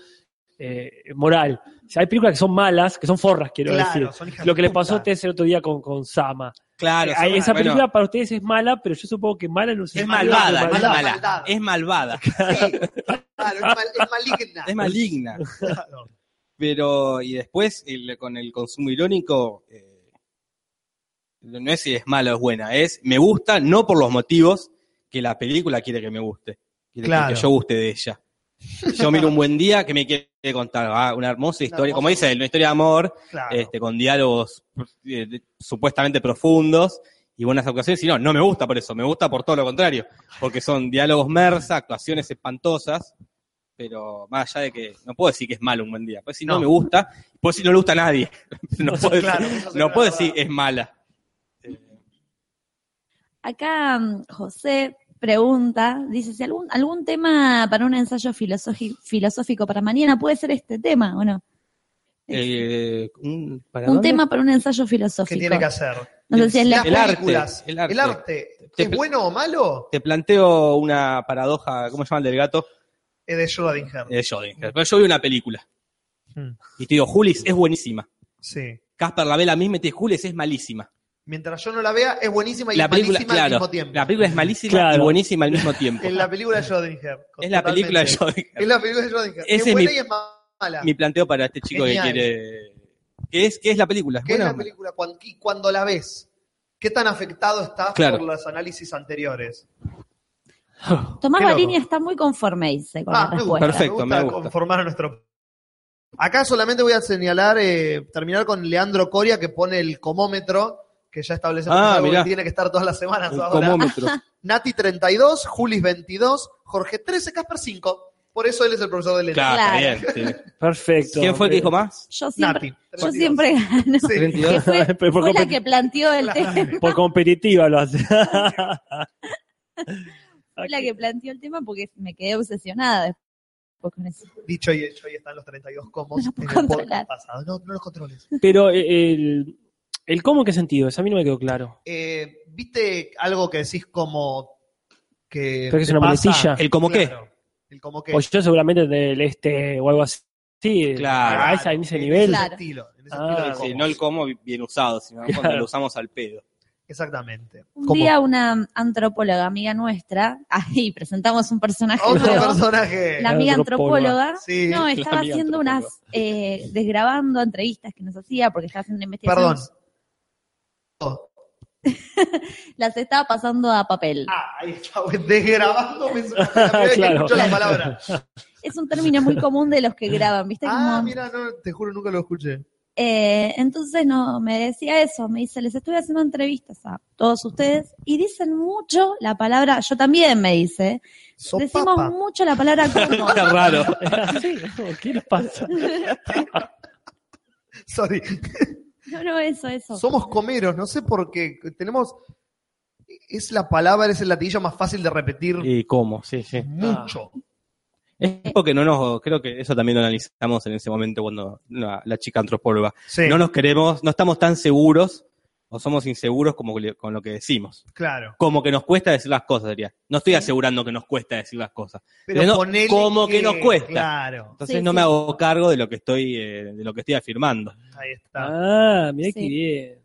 Speaker 6: eh, moral. O sea, hay películas que son malas, que son forras, quiero decir.
Speaker 3: son hijas
Speaker 6: Lo que le
Speaker 3: de
Speaker 6: pasó a
Speaker 3: puta.
Speaker 6: ustedes el otro día con, con Sama.
Speaker 5: Claro,
Speaker 6: Eh, esa película para ustedes es mala, pero yo supongo que mala no
Speaker 5: es malvada, no es
Speaker 3: maldad,
Speaker 5: mala,
Speaker 3: maldad.
Speaker 5: es malvada,
Speaker 3: Sí, claro, es, mal- es maligna.
Speaker 5: es maligna.
Speaker 3: Claro.
Speaker 5: Pero, y después, el- con el consumo irónico, eh, no es si es mala o es buena, es me gusta no por los motivos que la película quiere que me guste, quiere
Speaker 3: Claro.
Speaker 5: que yo guste de ella. Yo miro un buen día que me quiere contar ah, una hermosa historia, como
Speaker 3: hermosa-
Speaker 5: dice, él, una historia de amor,
Speaker 3: Claro.
Speaker 5: este, con diálogos eh, de- supuestamente profundos y buenas actuaciones. Y no, no me gusta por eso, me gusta por todo lo contrario, porque son diálogos mersa, actuaciones espantosas, pero más allá de que no puedo decir que es malo un buen día, pues si no,
Speaker 3: No.
Speaker 5: me gusta, pues si no le gusta a nadie, no puedo decir,
Speaker 3: Claro, eso sí
Speaker 5: no
Speaker 3: es
Speaker 5: puedo
Speaker 3: verdad.
Speaker 5: decir es mala.
Speaker 4: Acá mm, José pregunta, dice, si algún, algún tema para un ensayo filosofi- filosófico para mañana puede ser este tema, ¿o no?
Speaker 5: Eh, un ¿para
Speaker 4: un
Speaker 5: dónde?
Speaker 4: tema para un ensayo filosófico.
Speaker 3: ¿Qué tiene que hacer?
Speaker 4: No sé si es la...
Speaker 3: Las
Speaker 5: El arte,
Speaker 3: películas,
Speaker 5: el arte.
Speaker 3: El arte.
Speaker 5: Te-
Speaker 3: ¿Es bueno o malo?
Speaker 5: Te planteo una paradoja, ¿cómo se llama el del gato?
Speaker 3: Es de Schrödinger.
Speaker 5: Eh, yo, pero yo vi una película
Speaker 3: Mm.
Speaker 5: y te digo, Julis es buenísima.
Speaker 3: Sí.
Speaker 5: Casper la ve la misma y te dice, Julis es malísima.
Speaker 3: Mientras yo no la vea, es buenísima y
Speaker 5: la
Speaker 3: es
Speaker 5: película,
Speaker 3: malísima al
Speaker 5: claro,
Speaker 3: mismo tiempo.
Speaker 5: la película es malísima y
Speaker 6: Claro.
Speaker 5: buenísima al mismo tiempo.
Speaker 3: En la película de Schrödinger.
Speaker 5: es la película de
Speaker 3: Totalmente.
Speaker 5: Johnny.
Speaker 3: Es la película de Schrödinger.
Speaker 5: Ese
Speaker 3: Es,
Speaker 5: es
Speaker 3: buena
Speaker 5: mi-
Speaker 3: y es mala.
Speaker 5: Mi planteo para este chico
Speaker 3: Genial.
Speaker 5: que quiere. ¿Qué es, qué es la película?
Speaker 3: ¿Qué es
Speaker 5: Bueno,
Speaker 3: la película? Cuando, y cuando la ves, ¿qué tan afectado estás
Speaker 5: Claro.
Speaker 3: por los análisis anteriores?
Speaker 4: Tomás
Speaker 3: Qué loco.
Speaker 4: Barini está muy conforme, dice, con la
Speaker 3: Ah, me gusta.
Speaker 4: respuesta.
Speaker 5: Perfecto,
Speaker 3: me gusta
Speaker 5: me gusta.
Speaker 3: conformar a nuestro. Acá solamente voy a señalar, eh, terminar con Leandro Coria que pone el comómetro, que ya establecemos
Speaker 5: Ah,
Speaker 3: algo que
Speaker 5: mirá.
Speaker 3: tiene que estar todas las semanas
Speaker 5: Un
Speaker 3: ahora.
Speaker 5: comómetro.
Speaker 3: Nati 32, Julis 22, Jorge 13, Casper 5. Por eso él es el profesor de letras.
Speaker 5: Claro,
Speaker 4: Claro.
Speaker 5: está bien. sí.
Speaker 6: Perfecto.
Speaker 5: ¿Quién fue el que dijo más?
Speaker 4: Yo siempre,
Speaker 3: Nati.
Speaker 4: yo siempre gano.
Speaker 3: Sí.
Speaker 4: Que fue,
Speaker 6: Pero por
Speaker 4: fue la
Speaker 6: compet-
Speaker 4: que planteó el tema,
Speaker 6: Por competitiva lo hace.
Speaker 4: fue la que planteó el tema porque me quedé obsesionada después con eso.
Speaker 3: Dicho y hecho, ahí están los 32 comos
Speaker 4: No los
Speaker 3: en el
Speaker 4: puedo
Speaker 3: podcast
Speaker 4: controlar.
Speaker 3: pasado. No, no los controles.
Speaker 6: Pero eh, el, el cómo en qué sentido, eso a mí no me quedó claro.
Speaker 3: Eh, ¿Viste algo que decís como que.
Speaker 6: Creo que es
Speaker 3: te
Speaker 6: una
Speaker 3: pasa?
Speaker 6: muletilla.
Speaker 5: El como qué.
Speaker 3: Claro. El como que.
Speaker 6: O Pues yo seguramente del este o algo así.
Speaker 5: Claro.
Speaker 6: A, esa- Ah, en ese
Speaker 3: en
Speaker 6: nivel.
Speaker 3: ese
Speaker 4: Claro.
Speaker 3: estilo, en ese
Speaker 6: Ah,
Speaker 3: estilo de
Speaker 5: Sí,
Speaker 3: comos.
Speaker 5: no el cómo bien usado, sino cuando
Speaker 6: Claro.
Speaker 5: lo usamos al pedo.
Speaker 3: Exactamente.
Speaker 4: Un
Speaker 3: Como
Speaker 4: día una antropóloga amiga nuestra, ahí presentamos un personaje
Speaker 3: Otro
Speaker 4: nuevo.
Speaker 3: personaje.
Speaker 4: la amiga
Speaker 6: Antropóloga.
Speaker 4: antropóloga,
Speaker 3: Sí.
Speaker 4: no, estaba
Speaker 5: amiga
Speaker 4: haciendo unas, eh, desgrabando entrevistas que nos hacía porque estaba haciendo una investigación.
Speaker 3: Perdón. Oh.
Speaker 4: Las estaba pasando a papel.
Speaker 3: Ah, ahí está, güey, desgrabando. me suena la primera vez que
Speaker 6: Claro.
Speaker 3: escucho la palabra.
Speaker 4: Es un término muy común de los que graban, ¿viste?
Speaker 3: Ah,
Speaker 4: Como-
Speaker 3: mira, no, te juro, nunca lo escuché.
Speaker 4: Eh, entonces no, me decía eso, me dice, les estoy haciendo entrevistas a todos ustedes y dicen mucho la palabra, yo también me dice, decimos
Speaker 3: Sopapa.
Speaker 4: mucho la palabra como.
Speaker 5: Qué raro.
Speaker 6: Sí, no, ¿Qué les pasa?
Speaker 3: Sorry.
Speaker 4: No, no, eso, eso.
Speaker 3: Somos comeros, no sé por qué. Tenemos. Es la palabra, es el latillo más fácil de repetir
Speaker 5: ¿Y cómo? Sí, sí.
Speaker 3: mucho.
Speaker 5: Es porque no nos, creo que eso también lo analizamos en ese momento cuando la, la chica antropóloga.
Speaker 3: Sí,
Speaker 5: No nos queremos, no estamos tan seguros o somos inseguros como le- con lo que decimos.
Speaker 3: claro.
Speaker 5: Como que nos cuesta decir las cosas, sería. No estoy asegurando que nos cuesta decir las cosas.
Speaker 3: Pero
Speaker 5: Pero no,
Speaker 3: ponele
Speaker 5: como que nos cuesta.
Speaker 3: Claro,
Speaker 5: Entonces
Speaker 4: Sí,
Speaker 5: no
Speaker 4: sí.
Speaker 5: me hago cargo de lo que estoy, eh, de lo que estoy afirmando.
Speaker 3: ahí está.
Speaker 6: Ah, mirá
Speaker 4: Sí.
Speaker 6: qué bien.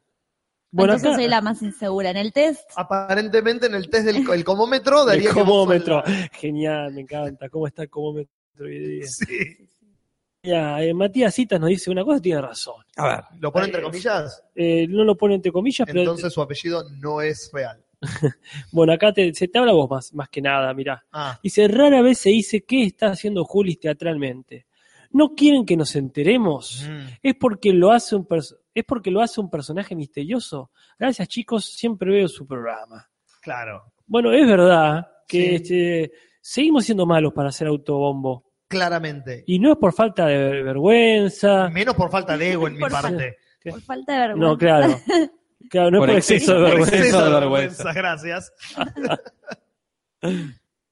Speaker 6: Bueno,
Speaker 4: Entonces
Speaker 6: acá-
Speaker 4: soy la más insegura en el test.
Speaker 3: Aparentemente en el test del el comómetro daría
Speaker 6: el
Speaker 3: que vos
Speaker 6: comómetro.
Speaker 3: sos
Speaker 6: Genial, me encanta. ¿Cómo está el comómetro hoy día?
Speaker 3: la- Sí.
Speaker 6: Mira, eh, Matías Citas nos dice una cosa, y tiene razón.
Speaker 5: A ver.
Speaker 3: ¿Lo pone entre comillas?
Speaker 6: Eh, no eh. lo pone entre comillas, pero
Speaker 3: Entonces su apellido no es real.
Speaker 6: bueno, acá te, se te habla vos más, más que nada, mirá.
Speaker 3: Ah,
Speaker 6: Dice, rara vez se dice qué está haciendo Julis teatralmente. ¿No quieren que nos enteremos?
Speaker 3: mm,
Speaker 6: Es porque lo hace un perso- es porque lo hace un personaje misterioso. Gracias, chicos, siempre veo su programa.
Speaker 3: claro.
Speaker 6: Bueno, es verdad que
Speaker 3: Sí.
Speaker 6: este, seguimos siendo malos para hacer autobombo.
Speaker 3: Claramente.
Speaker 6: Y ah. no es por falta de ver- vergüenza.
Speaker 3: Menos por falta de ego en mi
Speaker 4: Por fa-
Speaker 3: parte.
Speaker 4: Por falta de vergüenza.
Speaker 6: No, claro. Claro, no es
Speaker 5: Por
Speaker 6: por exceso
Speaker 5: exceso.
Speaker 6: de vergüenza.
Speaker 5: Exceso de
Speaker 3: de
Speaker 5: vergüenza.
Speaker 3: vergüenza, gracias.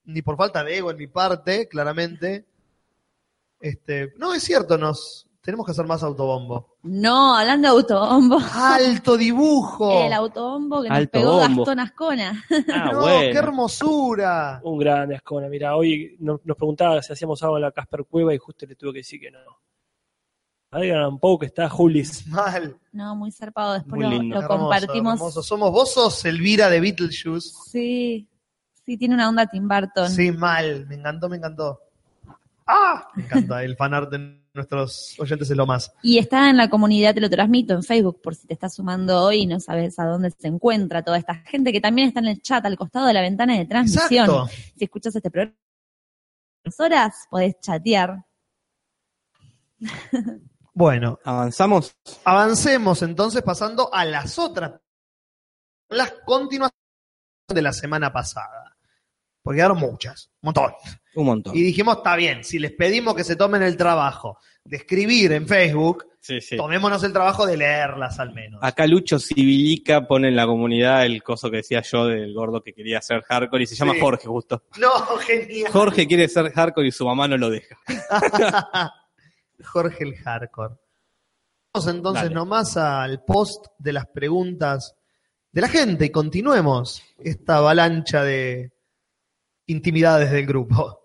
Speaker 3: Ni por falta de ego en mi parte, claramente. Este, no, es cierto, nos tenemos que hacer más autobombo.
Speaker 4: No, hablando de autobombo.
Speaker 3: ¡Alto dibujo!
Speaker 4: El autobombo que nos
Speaker 5: Alto
Speaker 4: pegó
Speaker 5: bombo.
Speaker 4: Gastón Ascona.
Speaker 5: Ah,
Speaker 3: no,
Speaker 5: bueno.
Speaker 3: ¡Qué hermosura!
Speaker 6: Un grande Ascona. Mira, hoy no- nos preguntaba si hacíamos algo en la Casper Cueva y justo le tuve que decir que no. Adrian Pou que está Julis.
Speaker 3: Mal.
Speaker 4: No, muy zarpado. Después
Speaker 5: Muy
Speaker 4: lo,
Speaker 5: lindo.
Speaker 4: lo
Speaker 3: Hermoso,
Speaker 4: compartimos.
Speaker 3: hermoso. Somos vos sos Elvira de Beetlejuice.
Speaker 4: Sí, sí, tiene una onda Tim Burton.
Speaker 3: Sí, mal. Me encantó, me encantó. ¡Ah! Me encanta. El fanart de nuestros oyentes es lo más.
Speaker 4: Y está en la comunidad, te lo transmito en Facebook, por si te estás sumando hoy y no sabes a dónde se encuentra toda esta gente que también está en el chat al costado de la ventana de transmisión.
Speaker 3: Exacto.
Speaker 4: Si escuchas este programa en unas horas, podés chatear.
Speaker 3: Bueno,
Speaker 5: Avanzamos.
Speaker 3: Avancemos entonces pasando a las otras, las continuaciones de la semana pasada. Porque quedaron muchas, un montón.
Speaker 5: Un montón.
Speaker 3: Y dijimos, está bien, si les pedimos que se tomen el trabajo de escribir en Facebook,
Speaker 5: Sí, Ah. sí.
Speaker 3: tomémonos el trabajo de leerlas al menos.
Speaker 5: Acá Lucho Civilica pone en la comunidad el coso que decía yo del gordo que quería ser hardcore y se llama
Speaker 3: Sí.
Speaker 5: Jorge justo.
Speaker 3: No, genial.
Speaker 5: Jorge quiere ser hardcore y su mamá no lo deja.
Speaker 3: Jorge el Hardcore. Vamos entonces
Speaker 5: Dale.
Speaker 3: nomás al post de las preguntas de la gente y continuemos esta avalancha de intimidades del grupo.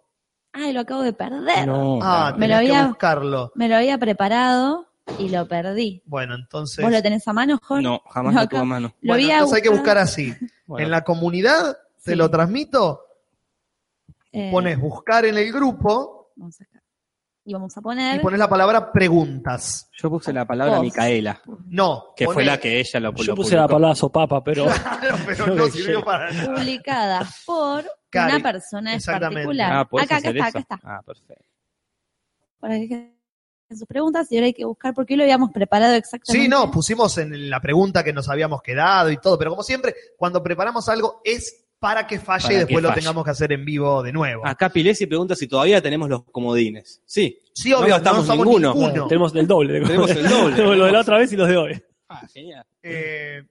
Speaker 4: Ay, lo acabo de perder.
Speaker 5: No.
Speaker 3: Ah,
Speaker 4: Me
Speaker 3: me
Speaker 4: lo había-
Speaker 3: que buscarlo.
Speaker 4: Me lo había preparado y lo perdí.
Speaker 3: Bueno, entonces,
Speaker 4: ¿Vos lo tenés a mano, Jorge?
Speaker 5: No, jamás
Speaker 4: No,
Speaker 5: lo tuvo
Speaker 4: acá-
Speaker 5: a mano.
Speaker 4: Lo
Speaker 3: Bueno,
Speaker 4: había
Speaker 3: entonces hay que buscar
Speaker 4: buscado,
Speaker 3: así.
Speaker 5: Bueno,
Speaker 3: En la comunidad, te
Speaker 4: Sí.
Speaker 3: lo transmito,
Speaker 4: eh,
Speaker 3: pones buscar en el grupo
Speaker 4: vamos acá. Y vamos a
Speaker 3: y
Speaker 4: poner.
Speaker 3: pones la palabra preguntas.
Speaker 5: Yo puse la palabra
Speaker 4: Vos.
Speaker 5: Micaela,
Speaker 3: No.
Speaker 5: que fue
Speaker 3: ponés-
Speaker 5: la que ella lo, lo
Speaker 6: Yo puse la
Speaker 5: publicó.
Speaker 6: palabra sopapa, pero
Speaker 3: Claro, pero no sirvió para nada.
Speaker 4: publicada por
Speaker 3: Cari,
Speaker 4: una persona en
Speaker 3: exactamente.
Speaker 4: particular.
Speaker 5: Ah, ¿podés
Speaker 4: acá, acá
Speaker 5: hacer
Speaker 4: está,
Speaker 5: eso?
Speaker 4: acá está.
Speaker 5: Ah, perfecto.
Speaker 4: Para que queden sus preguntas y ahora hay que buscar por qué lo habíamos preparado exactamente.
Speaker 3: Sí, no, pusimos en la pregunta que nos habíamos quedado y todo, pero como siempre, cuando preparamos algo es para que falle
Speaker 5: Para
Speaker 3: y después
Speaker 5: que
Speaker 3: lo
Speaker 5: falle. Ah,
Speaker 3: tengamos que hacer en vivo de nuevo.
Speaker 5: Acá Pilesi pregunta si todavía tenemos los comodines. Sí,
Speaker 3: Sí, obvio, no,
Speaker 5: gastamos
Speaker 3: somos
Speaker 5: ninguno.
Speaker 3: ninguno.
Speaker 6: tenemos el doble. de-
Speaker 5: tenemos el doble.
Speaker 6: lo de la otra vez y los de hoy.
Speaker 5: Ah, genial.
Speaker 3: Eh,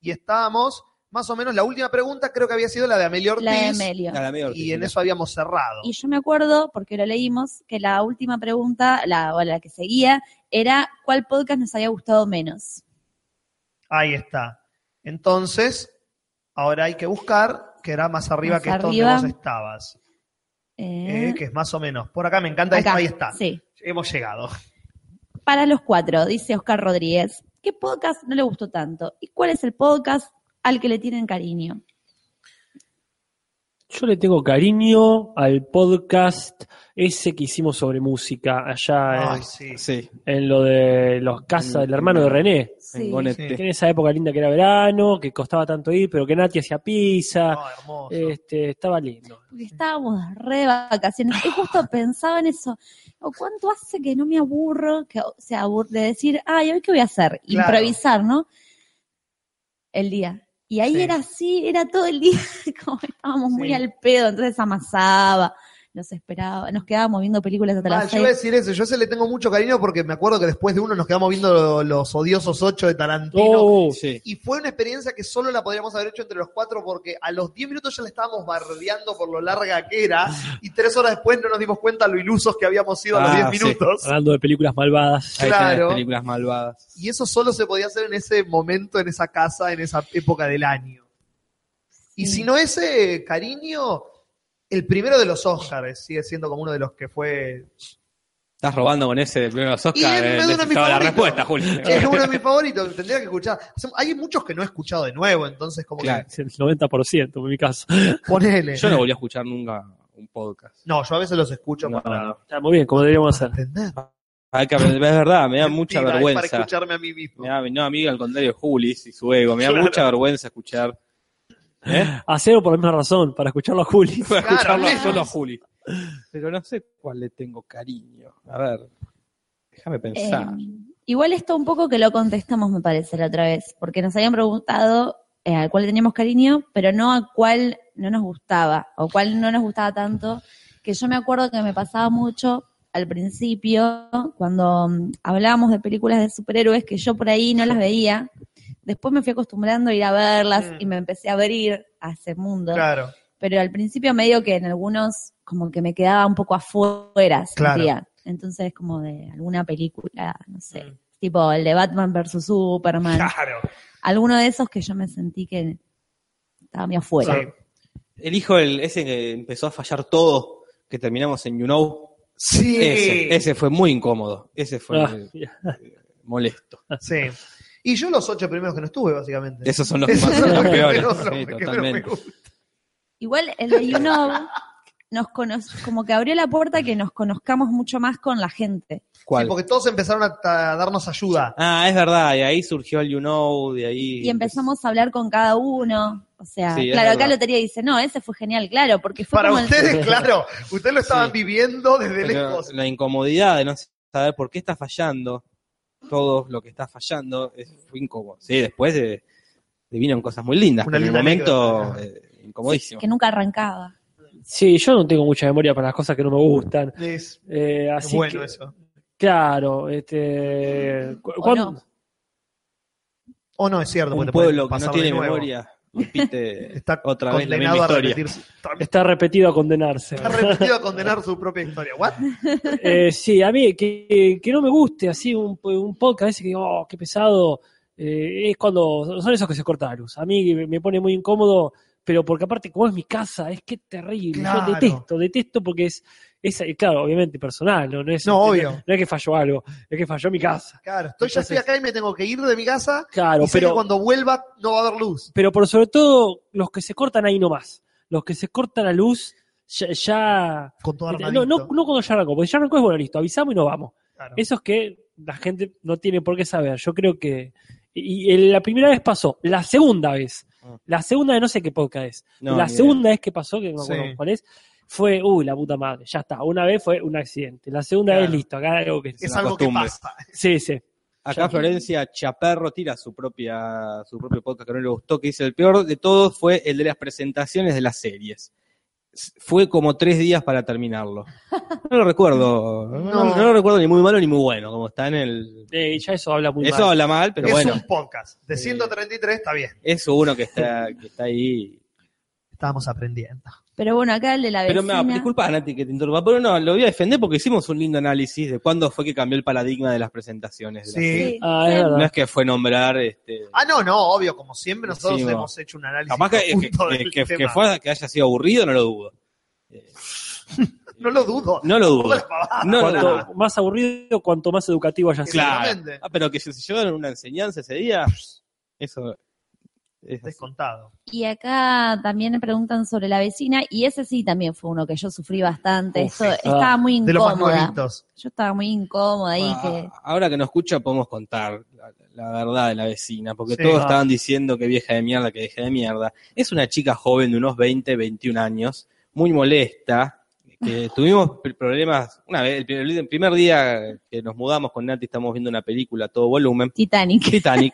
Speaker 3: y estábamos, más o menos, la última pregunta creo que había sido la de Amelia Ortiz.
Speaker 4: La de Melio.
Speaker 5: A la media
Speaker 3: y en
Speaker 5: ortiz,
Speaker 3: eso habíamos cerrado.
Speaker 4: Y yo me acuerdo, porque lo leímos, que la última pregunta, la, o la que seguía, era ¿cuál podcast nos había gustado menos?
Speaker 3: Ahí está. Entonces, ahora hay que buscar, que era más arriba
Speaker 4: Más
Speaker 3: que esto
Speaker 4: arriba.
Speaker 3: donde vos estabas,
Speaker 4: Eh,
Speaker 3: eh, que es más o menos. Por acá me encanta esto,
Speaker 4: acá.
Speaker 3: ahí está.
Speaker 4: Sí.
Speaker 3: Hemos llegado.
Speaker 4: Para los cuatro, dice Oscar Rodríguez, ¿qué podcast no le gustó tanto? ¿Y cuál es el podcast al que le tienen cariño?
Speaker 6: Yo le tengo cariño al podcast ese que hicimos sobre música allá
Speaker 3: Ay,
Speaker 6: en,
Speaker 3: sí.
Speaker 5: ya. Sí,
Speaker 6: en lo de los casas del hermano de René.
Speaker 4: Sí.
Speaker 5: Gonete.
Speaker 6: Que en esa época linda que era verano, que costaba tanto ir, pero que Nati hacía pizza.
Speaker 3: No, hermoso.
Speaker 5: Eh,
Speaker 6: Este, estaba lindo.
Speaker 4: porque estábamos re de vacaciones. Y justo pensaba en eso. O cuánto hace que no me aburro, que, o sea, abur- de decir, ay, ¿hoy qué voy a hacer?
Speaker 3: Claro.
Speaker 4: Improvisar, ¿no? El día. Y ahí
Speaker 3: Sí.
Speaker 4: era así, era todo el día, como estábamos muy
Speaker 3: Sí.
Speaker 4: al pedo, entonces amasaba, los esperaba, nos quedábamos viendo películas hasta
Speaker 3: Ah,
Speaker 4: las
Speaker 3: yo iba a
Speaker 4: seis.
Speaker 3: decir eso, yo a ese le tengo mucho cariño porque me acuerdo que después de uno nos quedamos viendo lo- los odiosos ocho de Tarantino.
Speaker 6: Oh,
Speaker 5: Sí.
Speaker 3: Y fue una experiencia que solo la podríamos haber hecho entre los cuatro porque a los 10 minutos ya la estábamos bardeando por lo larga que era y tres horas después no nos dimos cuenta lo ilusos que habíamos sido a
Speaker 5: Ah,
Speaker 3: los 10
Speaker 5: sí.
Speaker 3: minutos.
Speaker 6: hablando de películas malvadas.
Speaker 5: Ahí están las
Speaker 3: Claro.
Speaker 5: películas malvadas.
Speaker 3: Y eso solo se podía hacer en ese momento, en esa casa, en esa época del año. Y
Speaker 4: Sí.
Speaker 3: si no ese cariño, el primero de los Oscars sigue siendo como uno de los que fue...
Speaker 5: Estás robando con ese del premio Oscar.
Speaker 3: Y es
Speaker 5: eh,
Speaker 3: uno de mis
Speaker 5: necesitaba la
Speaker 3: favoritos.
Speaker 5: respuesta, Julio.
Speaker 3: Es uno de mis favoritos, tendría que escuchar. Hay muchos que no he escuchado de nuevo, entonces como
Speaker 5: Claro.
Speaker 6: El 90% en mi caso.
Speaker 3: que ponele.
Speaker 5: Yo no volví a escuchar nunca un podcast.
Speaker 3: No, yo a veces los escucho
Speaker 5: No,
Speaker 3: para
Speaker 5: no.
Speaker 6: Está muy bien, como deberíamos hacer.
Speaker 3: entender.
Speaker 5: Hay que aprender- es verdad, me da mucha
Speaker 3: Mentira, es Para
Speaker 5: vergüenza.
Speaker 3: escucharme a mí mismo.
Speaker 5: Me da, no, amiga, al contrario, Julis y su ego. Me da mucha vergüenza escuchar. ¿Eh?
Speaker 6: Hacerlo por la misma razón, para escucharlo a Juli.
Speaker 5: Para
Speaker 3: Claro,
Speaker 5: escucharlo
Speaker 3: lejos.
Speaker 5: solo a Juli. Pero no sé cuál le tengo cariño. A ver, déjame pensar.
Speaker 4: Eh, igual esto un poco que lo contestamos, me parece, la otra vez, porque nos habían preguntado eh, al cual le teníamos cariño, pero no a cuál no nos gustaba, o cuál no nos gustaba tanto, que yo me acuerdo que me pasaba mucho al principio, cuando mm, hablábamos de películas de superhéroes, que yo por ahí no las veía, después me fui acostumbrando a ir a verlas
Speaker 3: Mm.
Speaker 4: y me empecé a abrir a ese mundo
Speaker 3: Claro.
Speaker 4: pero al principio medio que en algunos como que me quedaba un poco afuera,
Speaker 3: Claro.
Speaker 4: sentía. Entonces como de alguna película, no sé,
Speaker 5: Mm.
Speaker 4: tipo el de Batman versus Superman,
Speaker 3: Claro.
Speaker 4: alguno de esos que yo me sentí que estaba muy afuera.
Speaker 5: El hijo del- ese que empezó a fallar todo, que terminamos en You Know.
Speaker 3: Sí.
Speaker 5: Ese, ese fue muy incómodo. Ese fue
Speaker 6: Ah,
Speaker 5: eh,
Speaker 6: ya.
Speaker 5: molesto.
Speaker 3: Sí. Y yo los ocho primeros que no estuve, básicamente.
Speaker 5: Esos son los
Speaker 3: Esos
Speaker 5: más
Speaker 3: son
Speaker 5: los
Speaker 3: que
Speaker 5: peores.
Speaker 3: menos- los
Speaker 5: Sí,
Speaker 3: que menos
Speaker 5: totalmente.
Speaker 3: me gustan.
Speaker 4: Igual el de You Know nos cono- como que abrió la puerta a que nos conozcamos mucho más con la gente.
Speaker 5: ¿Cuál?
Speaker 3: Sí, porque todos empezaron a, ta- a darnos ayuda.
Speaker 5: Ah, es verdad, y ahí surgió el You Know, de ahí.
Speaker 4: Y empezamos a hablar con cada uno. O sea,
Speaker 5: Sí, es
Speaker 4: claro, acá
Speaker 5: verdad.
Speaker 4: Lotería dice, no, ese fue genial, claro, porque fue
Speaker 3: Para
Speaker 4: como
Speaker 3: ustedes,
Speaker 4: el-
Speaker 3: claro, ustedes lo estaban
Speaker 5: Sí.
Speaker 3: viviendo desde
Speaker 5: Pero
Speaker 3: lejos.
Speaker 5: La incomodidad de no saber por qué está fallando todo lo que está fallando es, fue incómodo. Sí, después eh, vinieron cosas muy lindas,
Speaker 3: Una
Speaker 5: pero en el
Speaker 3: linda
Speaker 5: momento
Speaker 3: anécdota.
Speaker 5: eh, incomodísimo.
Speaker 4: que nunca arrancaba.
Speaker 6: Sí, yo no tengo mucha memoria para las cosas que no me gustan.
Speaker 3: Es,
Speaker 6: Eh,
Speaker 3: es
Speaker 6: así
Speaker 3: bueno
Speaker 6: que-
Speaker 3: eso.
Speaker 6: Claro, este. cu-
Speaker 4: ¿O
Speaker 6: cuando-
Speaker 4: no?
Speaker 3: O no, es cierto.
Speaker 5: Un
Speaker 3: porque te pueden
Speaker 5: pueblo que
Speaker 3: pasar
Speaker 5: no
Speaker 3: de
Speaker 5: tiene
Speaker 3: nuevo.
Speaker 5: memoria repite
Speaker 3: Está
Speaker 5: otra vez la misma
Speaker 3: condenado a
Speaker 5: historia.
Speaker 3: repetirse. Está
Speaker 6: Está repetido a condenarse.
Speaker 3: repetido a condenar su propia historia. ¿What?
Speaker 6: Eh, sí, a mí que, que no me guste así un, un podcast ese que digo, oh, qué pesado, eh, es cuando son esos que se corta la luz. A mí me pone muy incómodo, pero porque aparte como es mi casa, es que es terrible.
Speaker 3: Claro.
Speaker 6: Yo detesto, detesto porque es, es, eh, claro, obviamente personal, no, no es,
Speaker 3: No, obvio.
Speaker 6: no es que falló algo, es que falló mi casa.
Speaker 3: Claro, estoy, ya estoy
Speaker 6: Entonces-
Speaker 3: acá y me tengo que ir de mi casa.
Speaker 6: Claro,
Speaker 3: y sé que
Speaker 6: pero,
Speaker 3: cuando vuelva no va a haber luz.
Speaker 6: pero por sobre todo los que se cortan ahí nomás, los que se cortan la luz ya... ya-
Speaker 3: Con todo
Speaker 6: no,
Speaker 3: armadito.
Speaker 6: no, no cuando ya arrancó, porque ya arrancó es bueno, listo, avisamos y nos vamos.
Speaker 3: Claro.
Speaker 6: Eso es que la gente no tiene por qué saber. Yo creo que. Y, y la primera vez pasó, la segunda vez,
Speaker 5: Ah.
Speaker 6: la segunda de no sé qué podcast es,
Speaker 5: No,
Speaker 6: la
Speaker 5: ni idea.
Speaker 6: segunda vez que pasó, que no me acuerdo
Speaker 3: Sí.
Speaker 6: cuál es, fue, uy, la puta madre, ya está. Una vez fue un accidente, la segunda
Speaker 3: Claro.
Speaker 6: vez listo, acá hay algo que.
Speaker 3: es
Speaker 5: una
Speaker 3: algo que
Speaker 5: costumbre.
Speaker 3: pasa.
Speaker 6: Sí, sí.
Speaker 5: Acá Florencia Chaperro tira su propia su propio podcast que no le gustó, que dice el peor de todos fue el de las presentaciones de las series. S- Fue como tres días para terminarlo. No lo recuerdo, no,
Speaker 3: No.
Speaker 5: no lo recuerdo ni muy malo ni muy bueno, como está en el...
Speaker 6: Eh, ya eso habla muy
Speaker 5: Eso
Speaker 6: mal.
Speaker 5: habla mal, pero
Speaker 3: es
Speaker 5: bueno,
Speaker 3: un podcast. De
Speaker 5: Eh.
Speaker 3: 133 está bien.
Speaker 5: es uno que está, que está ahí.
Speaker 3: Estábamos aprendiendo.
Speaker 4: Pero bueno, acá el de la
Speaker 5: Pero
Speaker 4: vecina...
Speaker 5: me disculpa, Nati, que te interrumpa, pero no, lo voy a defender porque hicimos un lindo análisis de cuándo fue que cambió el paradigma de las presentaciones. de las
Speaker 3: Sí.
Speaker 5: series.
Speaker 4: Sí,
Speaker 6: Ah, es
Speaker 4: sí.
Speaker 6: verdad.
Speaker 5: No es que fue nombrar... Este,
Speaker 3: Ah, no, no, obvio, como siempre, nosotros
Speaker 5: Sí, va.
Speaker 3: hemos hecho un análisis.
Speaker 5: Capaz que, que,
Speaker 3: profundo
Speaker 5: que-
Speaker 3: del
Speaker 5: que- que
Speaker 3: tema.
Speaker 5: fuera que haya sido aburrido, no lo dudo. Eh,
Speaker 3: No lo dudo.
Speaker 5: No lo dudo.
Speaker 3: Todas las pavadas.
Speaker 5: No lo dudo.
Speaker 6: Cuanto más aburrido, cuanto más educativo haya sido.
Speaker 5: Claro.
Speaker 3: Seguramente.
Speaker 5: Ah, pero que si se llevaron una enseñanza ese día, eso es así.
Speaker 3: Descontado.
Speaker 4: Y acá también preguntan sobre la vecina, y ese sí también fue uno que yo sufrí bastante.
Speaker 3: Uf,
Speaker 4: Esto-
Speaker 3: sí.
Speaker 4: estaba muy
Speaker 3: De los más
Speaker 4: incómoda.
Speaker 3: nuevitos.
Speaker 4: Yo estaba muy incómoda ahí que.
Speaker 5: Ah, Ahora que nos escucha podemos contar la, la verdad de la vecina, porque
Speaker 3: Sí,
Speaker 5: todos
Speaker 3: ah.
Speaker 5: estaban diciendo que vieja de mierda, que vieja de mierda. Es una chica joven de unos 20, 21 años, muy molesta, que tuvimos pr- problemas, una vez, el primer, el primer día que nos mudamos con Nati, estamos viendo una película a todo volumen,
Speaker 4: Titanic.
Speaker 5: Titanic,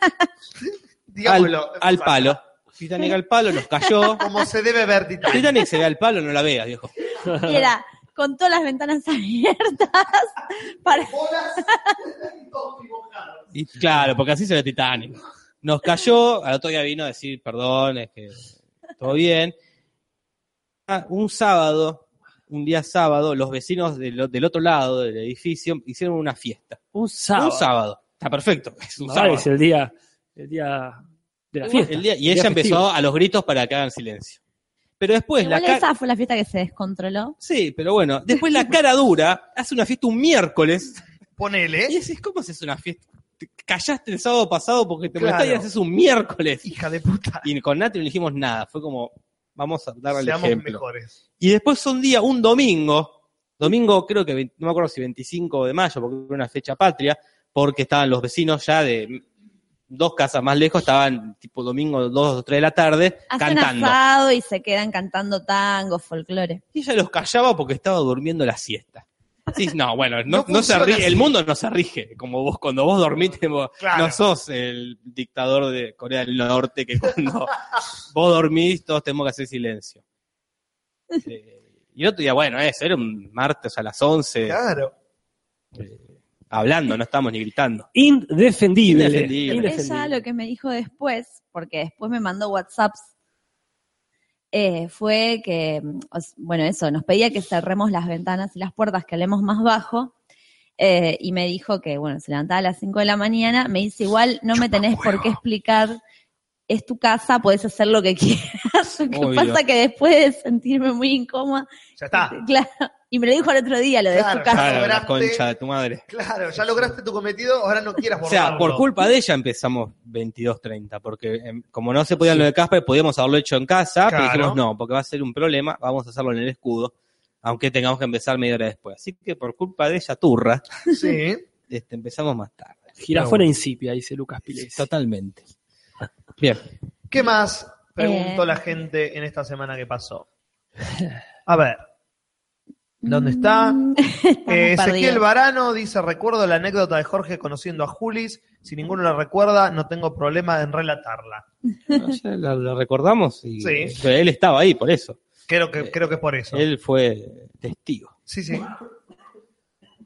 Speaker 3: Digámoslo.
Speaker 5: al palo. Titanic al palo, nos cayó.
Speaker 3: Como se debe ver Titanic.
Speaker 5: Titanic se ve al palo, no la veas, viejo.
Speaker 4: Era con todas las ventanas abiertas para
Speaker 5: Y claro, porque así se ve Titanic. Nos cayó, al otro día vino a decir, perdón, es que todo bien. Ah, Un sábado, un día sábado, los vecinos del, del otro lado del edificio hicieron una fiesta.
Speaker 6: Un sábado.
Speaker 5: Un sábado. Está perfecto, es un
Speaker 6: Ah,
Speaker 5: sábado.
Speaker 6: es el día, el día de la fiesta.
Speaker 5: El día- y
Speaker 6: el
Speaker 5: ella
Speaker 6: día
Speaker 5: empezó
Speaker 6: festivo.
Speaker 5: a los gritos para que hagan silencio. Pero después
Speaker 4: Igual
Speaker 5: la ca-
Speaker 4: esa fue la fiesta que se descontroló.
Speaker 5: Sí, pero bueno, después la cara dura hace una fiesta un miércoles y
Speaker 3: Ponele,
Speaker 5: decís, ¿cómo haces una fiesta? Te callaste el sábado pasado porque te
Speaker 3: Claro.
Speaker 5: molestaste y haces un miércoles.
Speaker 3: hija de puta.
Speaker 5: Y con Nati no dijimos nada, fue como, vamos a darle el
Speaker 3: Seamos
Speaker 5: ejemplo.
Speaker 3: mejores.
Speaker 5: Y después un día, un domingo, domingo creo que, vein- no me acuerdo si 25 de mayo, porque era una fecha patria, porque estaban los vecinos ya de dos casas más lejos, estaban tipo domingo 2 o 3 de la tarde
Speaker 4: Hacen
Speaker 5: cantando.
Speaker 4: asado y se quedan cantando tango, folclore.
Speaker 5: Y ella los callaba porque estaba durmiendo la siesta. Sí, no, bueno, no,
Speaker 3: No
Speaker 5: no se
Speaker 3: funciona
Speaker 5: rige- el
Speaker 3: así.
Speaker 5: mundo no se rige como vos cuando vos dormís, te- vos-
Speaker 3: Claro.
Speaker 5: no sos el dictador de Corea del Norte que cuando vos dormís todos tenemos que hacer silencio. Eh, y el otro día, bueno, eso, era un martes a las 11,
Speaker 3: Claro.
Speaker 5: hablando, no estamos ni gritando.
Speaker 6: Indefendible.
Speaker 5: Indefendible.
Speaker 4: Ella lo que me dijo después, porque después me mandó WhatsApps, eh, fue que, mm, os- bueno, eso, nos pedía que cerremos las ventanas y las puertas, que hablemos más bajo. eh, y me dijo que, bueno, se levantaba a las 5 de la mañana, me dice igual, no me tenés por qué explicar, es tu casa, podés hacer lo que quieras. Lo que
Speaker 5: Obvio.
Speaker 4: pasa que después de sentirme muy incómoda,
Speaker 3: Ya está.
Speaker 4: claro, y me lo dijo el otro día, lo de
Speaker 3: Claro.
Speaker 4: tu casa.
Speaker 5: Claro, Ah, la
Speaker 3: lograste.
Speaker 5: concha de tu madre.
Speaker 3: Claro, ya lograste tu cometido, ahora no quieras
Speaker 5: O
Speaker 3: borrarlo.
Speaker 5: sea, por culpa de ella empezamos 22.30, porque em, como no se podía lo de Casper, podíamos haberlo hecho en casa, pero
Speaker 3: Claro.
Speaker 5: dijimos no, porque va a ser un problema, vamos a hacerlo en el escudo, aunque tengamos que empezar media hora después. Así que por culpa de ella, turra,
Speaker 3: Sí.
Speaker 5: este, empezamos más tarde.
Speaker 6: Girafona incipia, dice Lucas Piles.
Speaker 5: Totalmente. Bien,
Speaker 3: ¿Qué más preguntó
Speaker 4: Eh.
Speaker 3: la gente en esta semana que pasó? A ver. ¿Dónde está? Eh,
Speaker 4: Mm,
Speaker 3: Ezequiel
Speaker 4: estamos perdidos.
Speaker 3: Varano dice, recuerdo la anécdota de Jorge conociendo a Julis. Si ninguno la recuerda, no tengo problema en relatarla.
Speaker 5: Ya la, la recordamos y
Speaker 3: Sí.
Speaker 5: pero él estaba ahí, por eso.
Speaker 3: Creo que,
Speaker 5: Eh,
Speaker 3: creo que es por eso.
Speaker 5: Él fue testigo.
Speaker 3: Sí, sí.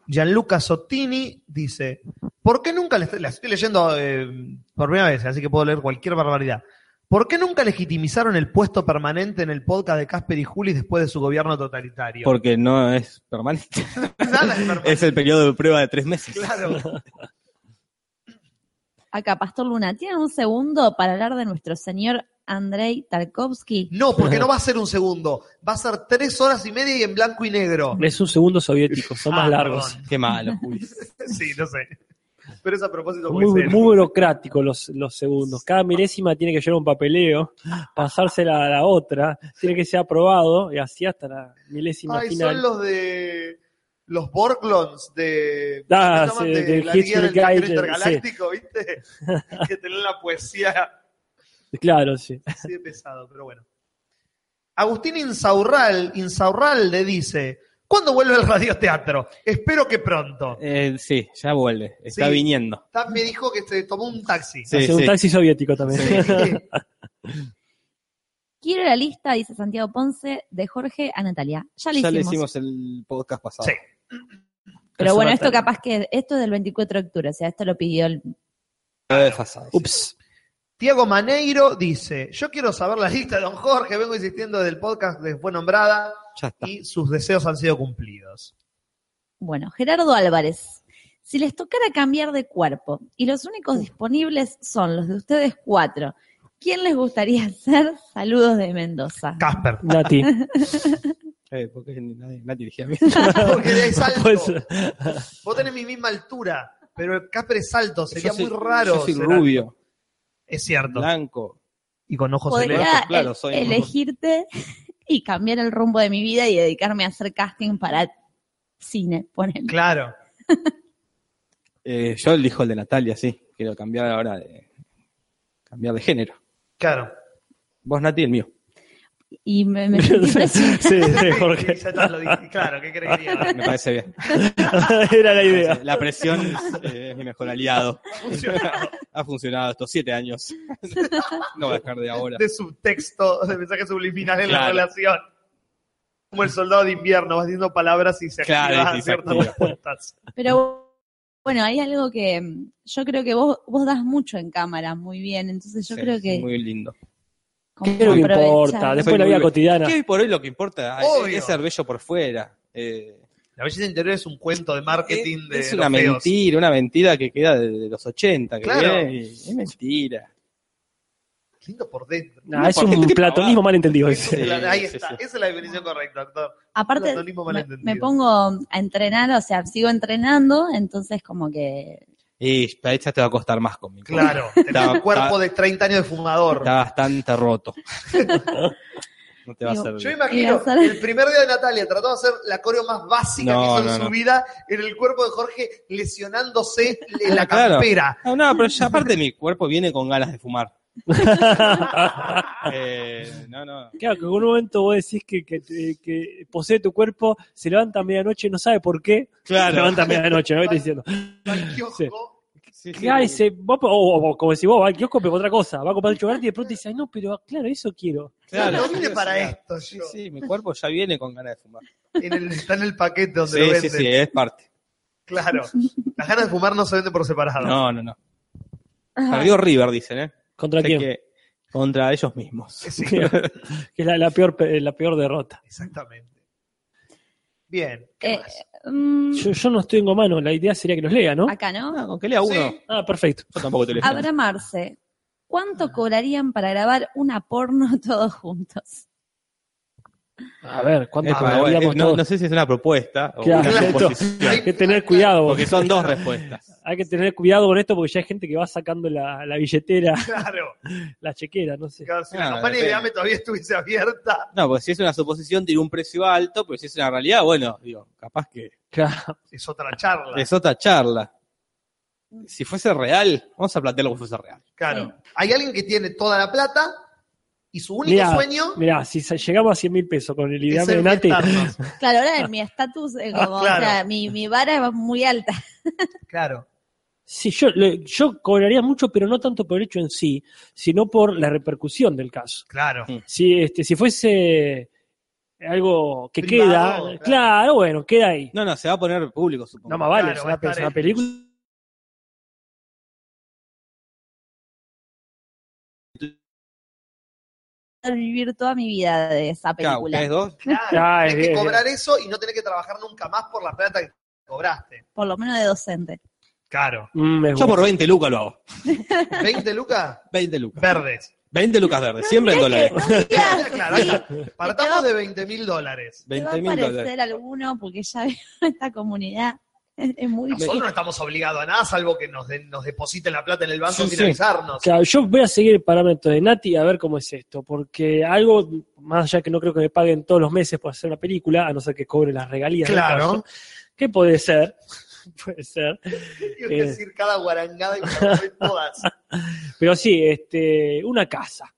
Speaker 3: Gianluca Sottini dice, ¿por qué nunca, les- la estoy leyendo eh, por primera vez, así que puedo leer cualquier barbaridad. ¿Por qué nunca legitimizaron el puesto permanente en el podcast de Casper y Julis después de su gobierno totalitario?
Speaker 5: Porque no es permanente.
Speaker 3: Nada es permanente.
Speaker 5: es el periodo de prueba de tres meses.
Speaker 3: Claro.
Speaker 4: Acá, Pastor Luna, ¿tienen un segundo para hablar de nuestro señor Andrei Tarkovsky?
Speaker 3: No, porque no va a ser un segundo. Va a ser tres horas y media y en blanco y negro.
Speaker 6: Es un segundo soviético, son
Speaker 3: Ah,
Speaker 6: más largos.
Speaker 3: perdón.
Speaker 5: Qué malo, Julis.
Speaker 3: Sí, no sé. Pero es a propósito. porque
Speaker 6: Muy,
Speaker 3: se-
Speaker 6: muy burocrático los, los segundos. Cada milésima tiene que llevar un papeleo, pasársela a la otra, tiene que ser aprobado y así hasta la milésima
Speaker 3: Ay,
Speaker 6: final.
Speaker 3: son los de. Los Borglons de.
Speaker 6: Ah,
Speaker 3: ¿cómo se
Speaker 6: sí,
Speaker 3: llaman?
Speaker 6: de
Speaker 3: la Liga
Speaker 6: Hitchhiker
Speaker 3: del Viajero
Speaker 6: Guide,
Speaker 3: Intergaláctico, ¿viste? que tienen la poesía
Speaker 6: Claro, sí.
Speaker 3: así de pesado, pero bueno. Agustín Insaurral, Insaurral le dice: ¿Cuándo vuelve el radioteatro? Espero que pronto.
Speaker 5: Eh, sí, ya vuelve. Está
Speaker 3: Sí.
Speaker 5: viniendo.
Speaker 3: Ta- Me dijo que se tomó un taxi.
Speaker 5: Sí,
Speaker 6: Hace un
Speaker 5: sí.
Speaker 6: taxi soviético también.
Speaker 4: Quiero la lista, dice Santiago Ponce, de Jorge a Natalia. Ya le
Speaker 5: ya
Speaker 4: hicimos.
Speaker 5: le hicimos el podcast pasado.
Speaker 3: Sí.
Speaker 4: Pero bueno,
Speaker 6: Hace
Speaker 4: esto
Speaker 6: bastante.
Speaker 4: capaz que, esto es del 24 de octubre, o sea, esto lo pidió el...
Speaker 5: Lo he desfasado.
Speaker 6: Ups.
Speaker 3: Tiago Maneiro dice: Yo quiero saber la lista de don Jorge, vengo insistiendo desde el podcast de Fue Nombrada
Speaker 5: Ya está.
Speaker 3: y sus deseos han sido cumplidos.
Speaker 4: Bueno, Gerardo Álvarez. Si les tocara cambiar de cuerpo y los
Speaker 5: Uh.
Speaker 4: únicos disponibles son los de ustedes cuatro, ¿quién les gustaría ser? Saludos de Mendoza.
Speaker 3: Casper.
Speaker 6: Nati.
Speaker 5: Eh, porque nadie, nadie dirigía a mí.
Speaker 3: Porque es alto.
Speaker 6: Pues,
Speaker 3: Vos tenés mi misma altura, pero el Casper es alto, sería
Speaker 5: Yo soy-
Speaker 3: muy raro.
Speaker 5: Yo soy
Speaker 3: ser
Speaker 5: rubio,
Speaker 3: alto. Es cierto.
Speaker 5: blanco.
Speaker 3: Y con ojos
Speaker 4: Podría
Speaker 3: celestes.
Speaker 5: Claro, claro,
Speaker 4: el-
Speaker 5: soy-
Speaker 4: elegirte y cambiar el rumbo de mi vida y dedicarme a hacer casting para cine, ponen.
Speaker 3: Claro.
Speaker 5: Eh, yo elijo el de Natalia, sí. Quiero cambiar ahora de. cambiar de género.
Speaker 3: Claro.
Speaker 5: Vos, Nati, el mío.
Speaker 4: Y me, me sentí presi-
Speaker 6: sí, sí,
Speaker 3: Sí,
Speaker 6: Jorge.
Speaker 3: ya está, lo dije. Claro, ¿qué crees que diga?
Speaker 5: Me parece bien.
Speaker 6: Era la idea.
Speaker 5: La presión eh, es mi mejor aliado. ha funcionado estos siete años. no voy a dejar de ahora.
Speaker 3: De subtexto, de mensaje subliminal en la
Speaker 5: Claro.
Speaker 3: relación. Como el soldado de invierno, vas diciendo palabras y se
Speaker 5: Claro,
Speaker 3: activan
Speaker 5: y se
Speaker 3: ciertas
Speaker 5: activa.
Speaker 3: respuestas.
Speaker 4: Pero bueno, hay algo que mm, yo creo que vos, vos das mucho en cámara, muy bien. Entonces yo
Speaker 5: Sí,
Speaker 4: creo
Speaker 5: es
Speaker 4: que...
Speaker 5: Muy lindo.
Speaker 4: como
Speaker 6: ¿Qué es lo que
Speaker 4: aprovechar.
Speaker 6: importa? Después
Speaker 5: Soy
Speaker 6: la
Speaker 5: muy
Speaker 6: vida
Speaker 5: be-
Speaker 6: cotidiana.
Speaker 5: ¿Qué hoy por hoy lo que importa?
Speaker 3: Obvio.
Speaker 5: Es ser bello por fuera. Eh,
Speaker 3: La belleza interior es un cuento de marketing de
Speaker 5: es
Speaker 3: los
Speaker 5: una
Speaker 3: feos.
Speaker 5: mentira, una mentira que queda de, de los 80. Que
Speaker 3: Claro.
Speaker 5: viene y- es mentira.
Speaker 3: Lindo por dentro.
Speaker 6: Nah, es
Speaker 5: ¿Por
Speaker 6: un
Speaker 5: qué te
Speaker 6: platonismo malentendido.
Speaker 3: Es un
Speaker 5: Sí,
Speaker 3: plan- Ahí
Speaker 5: sí,
Speaker 3: está,
Speaker 5: sí.
Speaker 3: esa es la definición correcta, doctor.
Speaker 4: Aparte,
Speaker 3: Platonismo
Speaker 4: me,
Speaker 3: malentendido.
Speaker 4: me pongo a entrenar, o sea, sigo entrenando, entonces como que...
Speaker 5: Y para esta te va a costar más conmigo.
Speaker 3: Claro, tenés
Speaker 5: Está-
Speaker 3: un cuerpo
Speaker 5: está-
Speaker 3: de 30 años de fumador.
Speaker 5: Está bastante roto. no te va a
Speaker 4: Digo,
Speaker 5: hacer
Speaker 3: Yo
Speaker 5: bien.
Speaker 3: imagino,
Speaker 4: Y hacer-
Speaker 3: el primer día de Natalia trató de hacer la coreo más básica
Speaker 5: No,
Speaker 3: que hizo en
Speaker 5: no,
Speaker 3: su
Speaker 5: no.
Speaker 3: vida en el cuerpo de Jorge lesionándose en la
Speaker 5: Ah, claro.
Speaker 3: campera.
Speaker 5: No, no, pero ya aparte mi cuerpo viene con ganas de fumar. Eh, no, no.
Speaker 6: Claro, que en algún momento vos decís que, que, que posee tu cuerpo, se levanta a medianoche, no sabe por qué, se
Speaker 5: Claro.
Speaker 6: levanta a medianoche, ¿no? Vete diciendo.
Speaker 3: Al kiosco,
Speaker 6: Sí.
Speaker 5: Sí, sí.
Speaker 6: Claro, ese, vos- o, o- o como decís vos, va al kiosco, pero otra cosa, va a comprar un chocolate y de pronto dice, ay, no, pero claro, eso quiero.
Speaker 5: Claro.
Speaker 3: No vine para esto
Speaker 5: Sí,
Speaker 3: yo.
Speaker 5: sí, mi cuerpo ya viene con ganas de fumar.
Speaker 3: En el- está en el paquete donde lo
Speaker 5: Sí, sí,
Speaker 3: venden.
Speaker 5: sí, es parte.
Speaker 3: Claro. Las ganas de fumar no se venden por separado.
Speaker 5: No, no, no.
Speaker 4: Ajá.
Speaker 5: Perdió River, dicen, ¿eh?
Speaker 6: ¿Contra
Speaker 5: Sé
Speaker 6: quién?
Speaker 5: que contra ellos mismos.
Speaker 3: Sí,
Speaker 6: que es la, la peor, pe- la peor derrota.
Speaker 3: exactamente. Bien. ¿qué
Speaker 4: eh,
Speaker 3: más?
Speaker 4: mm,
Speaker 6: Yo, yo no estoy en mano, la idea sería que los lea, ¿no?
Speaker 4: acá, ¿no?
Speaker 5: Ah, con que lea uno.
Speaker 3: Sí.
Speaker 6: Ah, perfecto.
Speaker 5: Yo tampoco te leo.
Speaker 4: Abraham Arce, ¿cuánto cobrarían para grabar una porno todos juntos?
Speaker 6: A ver, ¿cuánto
Speaker 5: Es como,
Speaker 6: pagaríamos
Speaker 5: eh, no,
Speaker 6: todos?
Speaker 5: no sé si es una propuesta o
Speaker 6: Claro,
Speaker 5: una
Speaker 3: claro.
Speaker 5: suposición.
Speaker 6: Hay que tener cuidado, vos.
Speaker 5: Porque son dos respuestas.
Speaker 6: hay que tener cuidado con esto porque ya hay gente que va sacando la, la billetera,
Speaker 3: Claro.
Speaker 6: la chequera, no sé.
Speaker 3: Claro, si
Speaker 5: Ah,
Speaker 3: la campaña de
Speaker 5: depende.
Speaker 3: Dame todavía estuviese abierta.
Speaker 5: No, porque si es una suposición tiene un precio alto, pero si es una realidad, bueno, digo, capaz que
Speaker 6: Claro.
Speaker 3: Es otra charla.
Speaker 5: es otra charla. Si fuese real, vamos a plantearlo como si fuese real.
Speaker 3: Claro. Hay alguien que tiene toda la plata y su único
Speaker 6: Mirá,
Speaker 3: sueño
Speaker 6: Mirá, si sa- llegamos a 100 mil pesos con el
Speaker 3: es
Speaker 6: ideal de
Speaker 3: ser
Speaker 6: Nati,
Speaker 3: fiestarnos.
Speaker 4: Claro, ahora mi estatus, eh, como,
Speaker 3: Claro.
Speaker 4: o sea, mi, mi vara es muy alta.
Speaker 3: Claro.
Speaker 6: sí, yo, le- yo cobraría mucho, pero no tanto por el hecho en sí, sino por la repercusión del caso.
Speaker 3: Claro.
Speaker 6: Si, este, si fuese algo que queda,
Speaker 3: Privado,
Speaker 6: claro.
Speaker 3: claro.
Speaker 6: bueno, queda ahí.
Speaker 5: No, no, se va a poner público,
Speaker 6: No eh,
Speaker 5: supongo.
Speaker 6: más vale,
Speaker 3: Claro,
Speaker 6: es
Speaker 3: va a
Speaker 6: una,
Speaker 3: estar
Speaker 6: es una
Speaker 3: él.
Speaker 6: película.
Speaker 4: vivir toda mi vida de esa
Speaker 5: Acá,
Speaker 4: película.
Speaker 5: ustedes dos,
Speaker 3: Claro.
Speaker 6: Ah, es
Speaker 3: Tenés que
Speaker 6: bien,
Speaker 3: cobrar eso y no tener que trabajar nunca más por la plata que cobraste.
Speaker 4: Por lo menos de docente.
Speaker 3: Claro.
Speaker 6: Mm, es
Speaker 5: yo
Speaker 6: bueno.
Speaker 5: por 20 lucas lo hago.
Speaker 3: 20 lucas
Speaker 5: 20 lucas.
Speaker 3: verdes.
Speaker 5: 20 lucas verdes, siempre en dólares.
Speaker 3: Claro, ahí está. partamos
Speaker 4: Te
Speaker 3: de 20 mil dólares.
Speaker 4: ¿Te va a
Speaker 5: 20 mil dólares.
Speaker 4: aparecer alguno? Porque ya veo esta comunidad. Es muy
Speaker 3: Nosotros no estamos obligados a nada, salvo que nos, den- nos depositen la plata en el banco
Speaker 6: Sí,
Speaker 3: sin
Speaker 6: sí.
Speaker 3: avisarnos.
Speaker 6: Claro, yo voy a seguir el parámetro de Nati a ver cómo es esto, porque algo, más allá que no creo que me paguen todos los meses por hacer una película, a no ser que cobre las regalías. del
Speaker 3: Claro.
Speaker 6: caso, que puede ser, puede ser.
Speaker 3: Iba a decir cada guarangada y me la doy todas.
Speaker 6: Pero sí, este, una casa.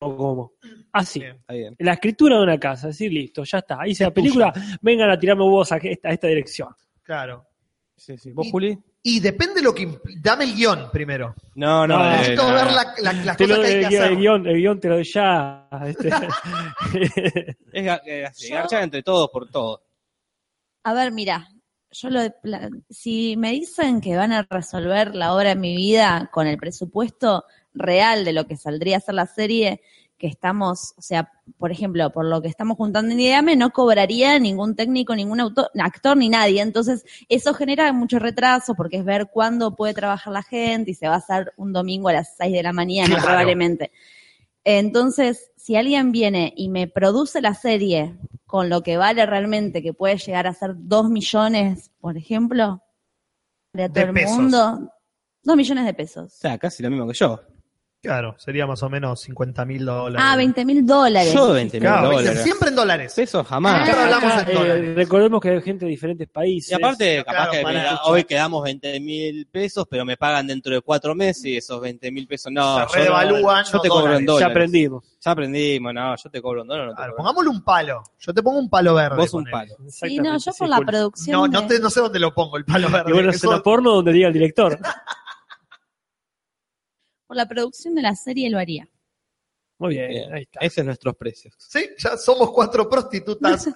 Speaker 6: ¿O cómo? Así.
Speaker 3: Bien.
Speaker 5: Está bien.
Speaker 6: La escritura de una casa, decir, listo, ya está. Hice la película, vengan a tirarme huevos a esta, a esta dirección.
Speaker 3: Claro.
Speaker 5: Sí, sí. ¿Vos,
Speaker 3: Y-
Speaker 5: Juli?
Speaker 3: Y depende lo que. impl- Dame el guión primero.
Speaker 5: No, no,
Speaker 6: No,
Speaker 5: eh,
Speaker 3: Necesito
Speaker 5: no,
Speaker 3: ver
Speaker 5: no.
Speaker 3: la- la- las
Speaker 6: Te
Speaker 3: cosas
Speaker 6: lo
Speaker 3: que hay que
Speaker 6: el, guión, el,
Speaker 3: hacer.
Speaker 6: guión, el guión te lo doy ya. este.
Speaker 5: Es ga- eh, así, garchar entre todos por todo.
Speaker 4: A ver, mira, yo lo de pla- si me dicen que van a resolver la obra de mi vida con el presupuesto real de lo que saldría a ser la serie que estamos, o sea, por ejemplo, por lo que estamos juntando en Ideame, no cobraría ningún técnico, ningún auto- actor ni nadie. Entonces, eso genera mucho retraso porque es ver cuándo puede trabajar la gente y se va a hacer un domingo a las 6 de la mañana
Speaker 3: Claro.
Speaker 4: probablemente. Entonces, si alguien viene y me produce la serie con lo que vale realmente, que puede llegar a ser 2 millones, por ejemplo, para todo
Speaker 3: De
Speaker 4: el
Speaker 3: pesos.
Speaker 4: mundo, 2 millones de
Speaker 5: O
Speaker 4: pesos.
Speaker 5: sea, casi lo mismo que yo.
Speaker 3: Claro, sería más o menos 50 mil dólares.
Speaker 4: Ah, 20 mil dólares.
Speaker 5: Yo 20 mil
Speaker 3: Claro,
Speaker 5: dólares.
Speaker 3: siempre en dólares.
Speaker 5: Pesos jamás.
Speaker 3: Claro, hablamos en
Speaker 6: Eh,
Speaker 3: dólares.
Speaker 6: recordemos que hay gente de diferentes países.
Speaker 5: Y aparte, capaz
Speaker 3: claro,
Speaker 5: que
Speaker 3: para
Speaker 5: me da-
Speaker 3: escuchar.
Speaker 5: hoy quedamos 20 mil pesos, pero me pagan dentro de cuatro meses y esos 20 mil pesos no.
Speaker 3: Se
Speaker 5: yo no-
Speaker 3: redevalúan
Speaker 5: Yo
Speaker 3: los
Speaker 5: te cobro en
Speaker 3: dólares.
Speaker 6: ya
Speaker 5: dólares.
Speaker 6: aprendimos.
Speaker 5: Ya aprendimos, no, yo te cobro en dólares. No te
Speaker 3: Claro,
Speaker 5: cobro.
Speaker 3: pongámosle un palo. Yo te pongo un palo verde.
Speaker 5: Vos un
Speaker 3: ponele.
Speaker 5: palo.
Speaker 4: Sí, no, yo
Speaker 6: sí,
Speaker 4: por la
Speaker 6: Juli.
Speaker 4: producción.
Speaker 3: No, no,
Speaker 4: de-
Speaker 3: te- no sé dónde lo pongo, el palo verde.
Speaker 6: Y bueno,
Speaker 3: que
Speaker 6: es una
Speaker 3: sos-
Speaker 6: porno donde diga el director.
Speaker 4: Por la producción de la serie lo haría.
Speaker 6: Muy bien,
Speaker 5: Bien. Eh,
Speaker 6: ahí está.
Speaker 5: Ese es nuestros precios.
Speaker 3: Sí, ya somos cuatro prostitutas. Ahí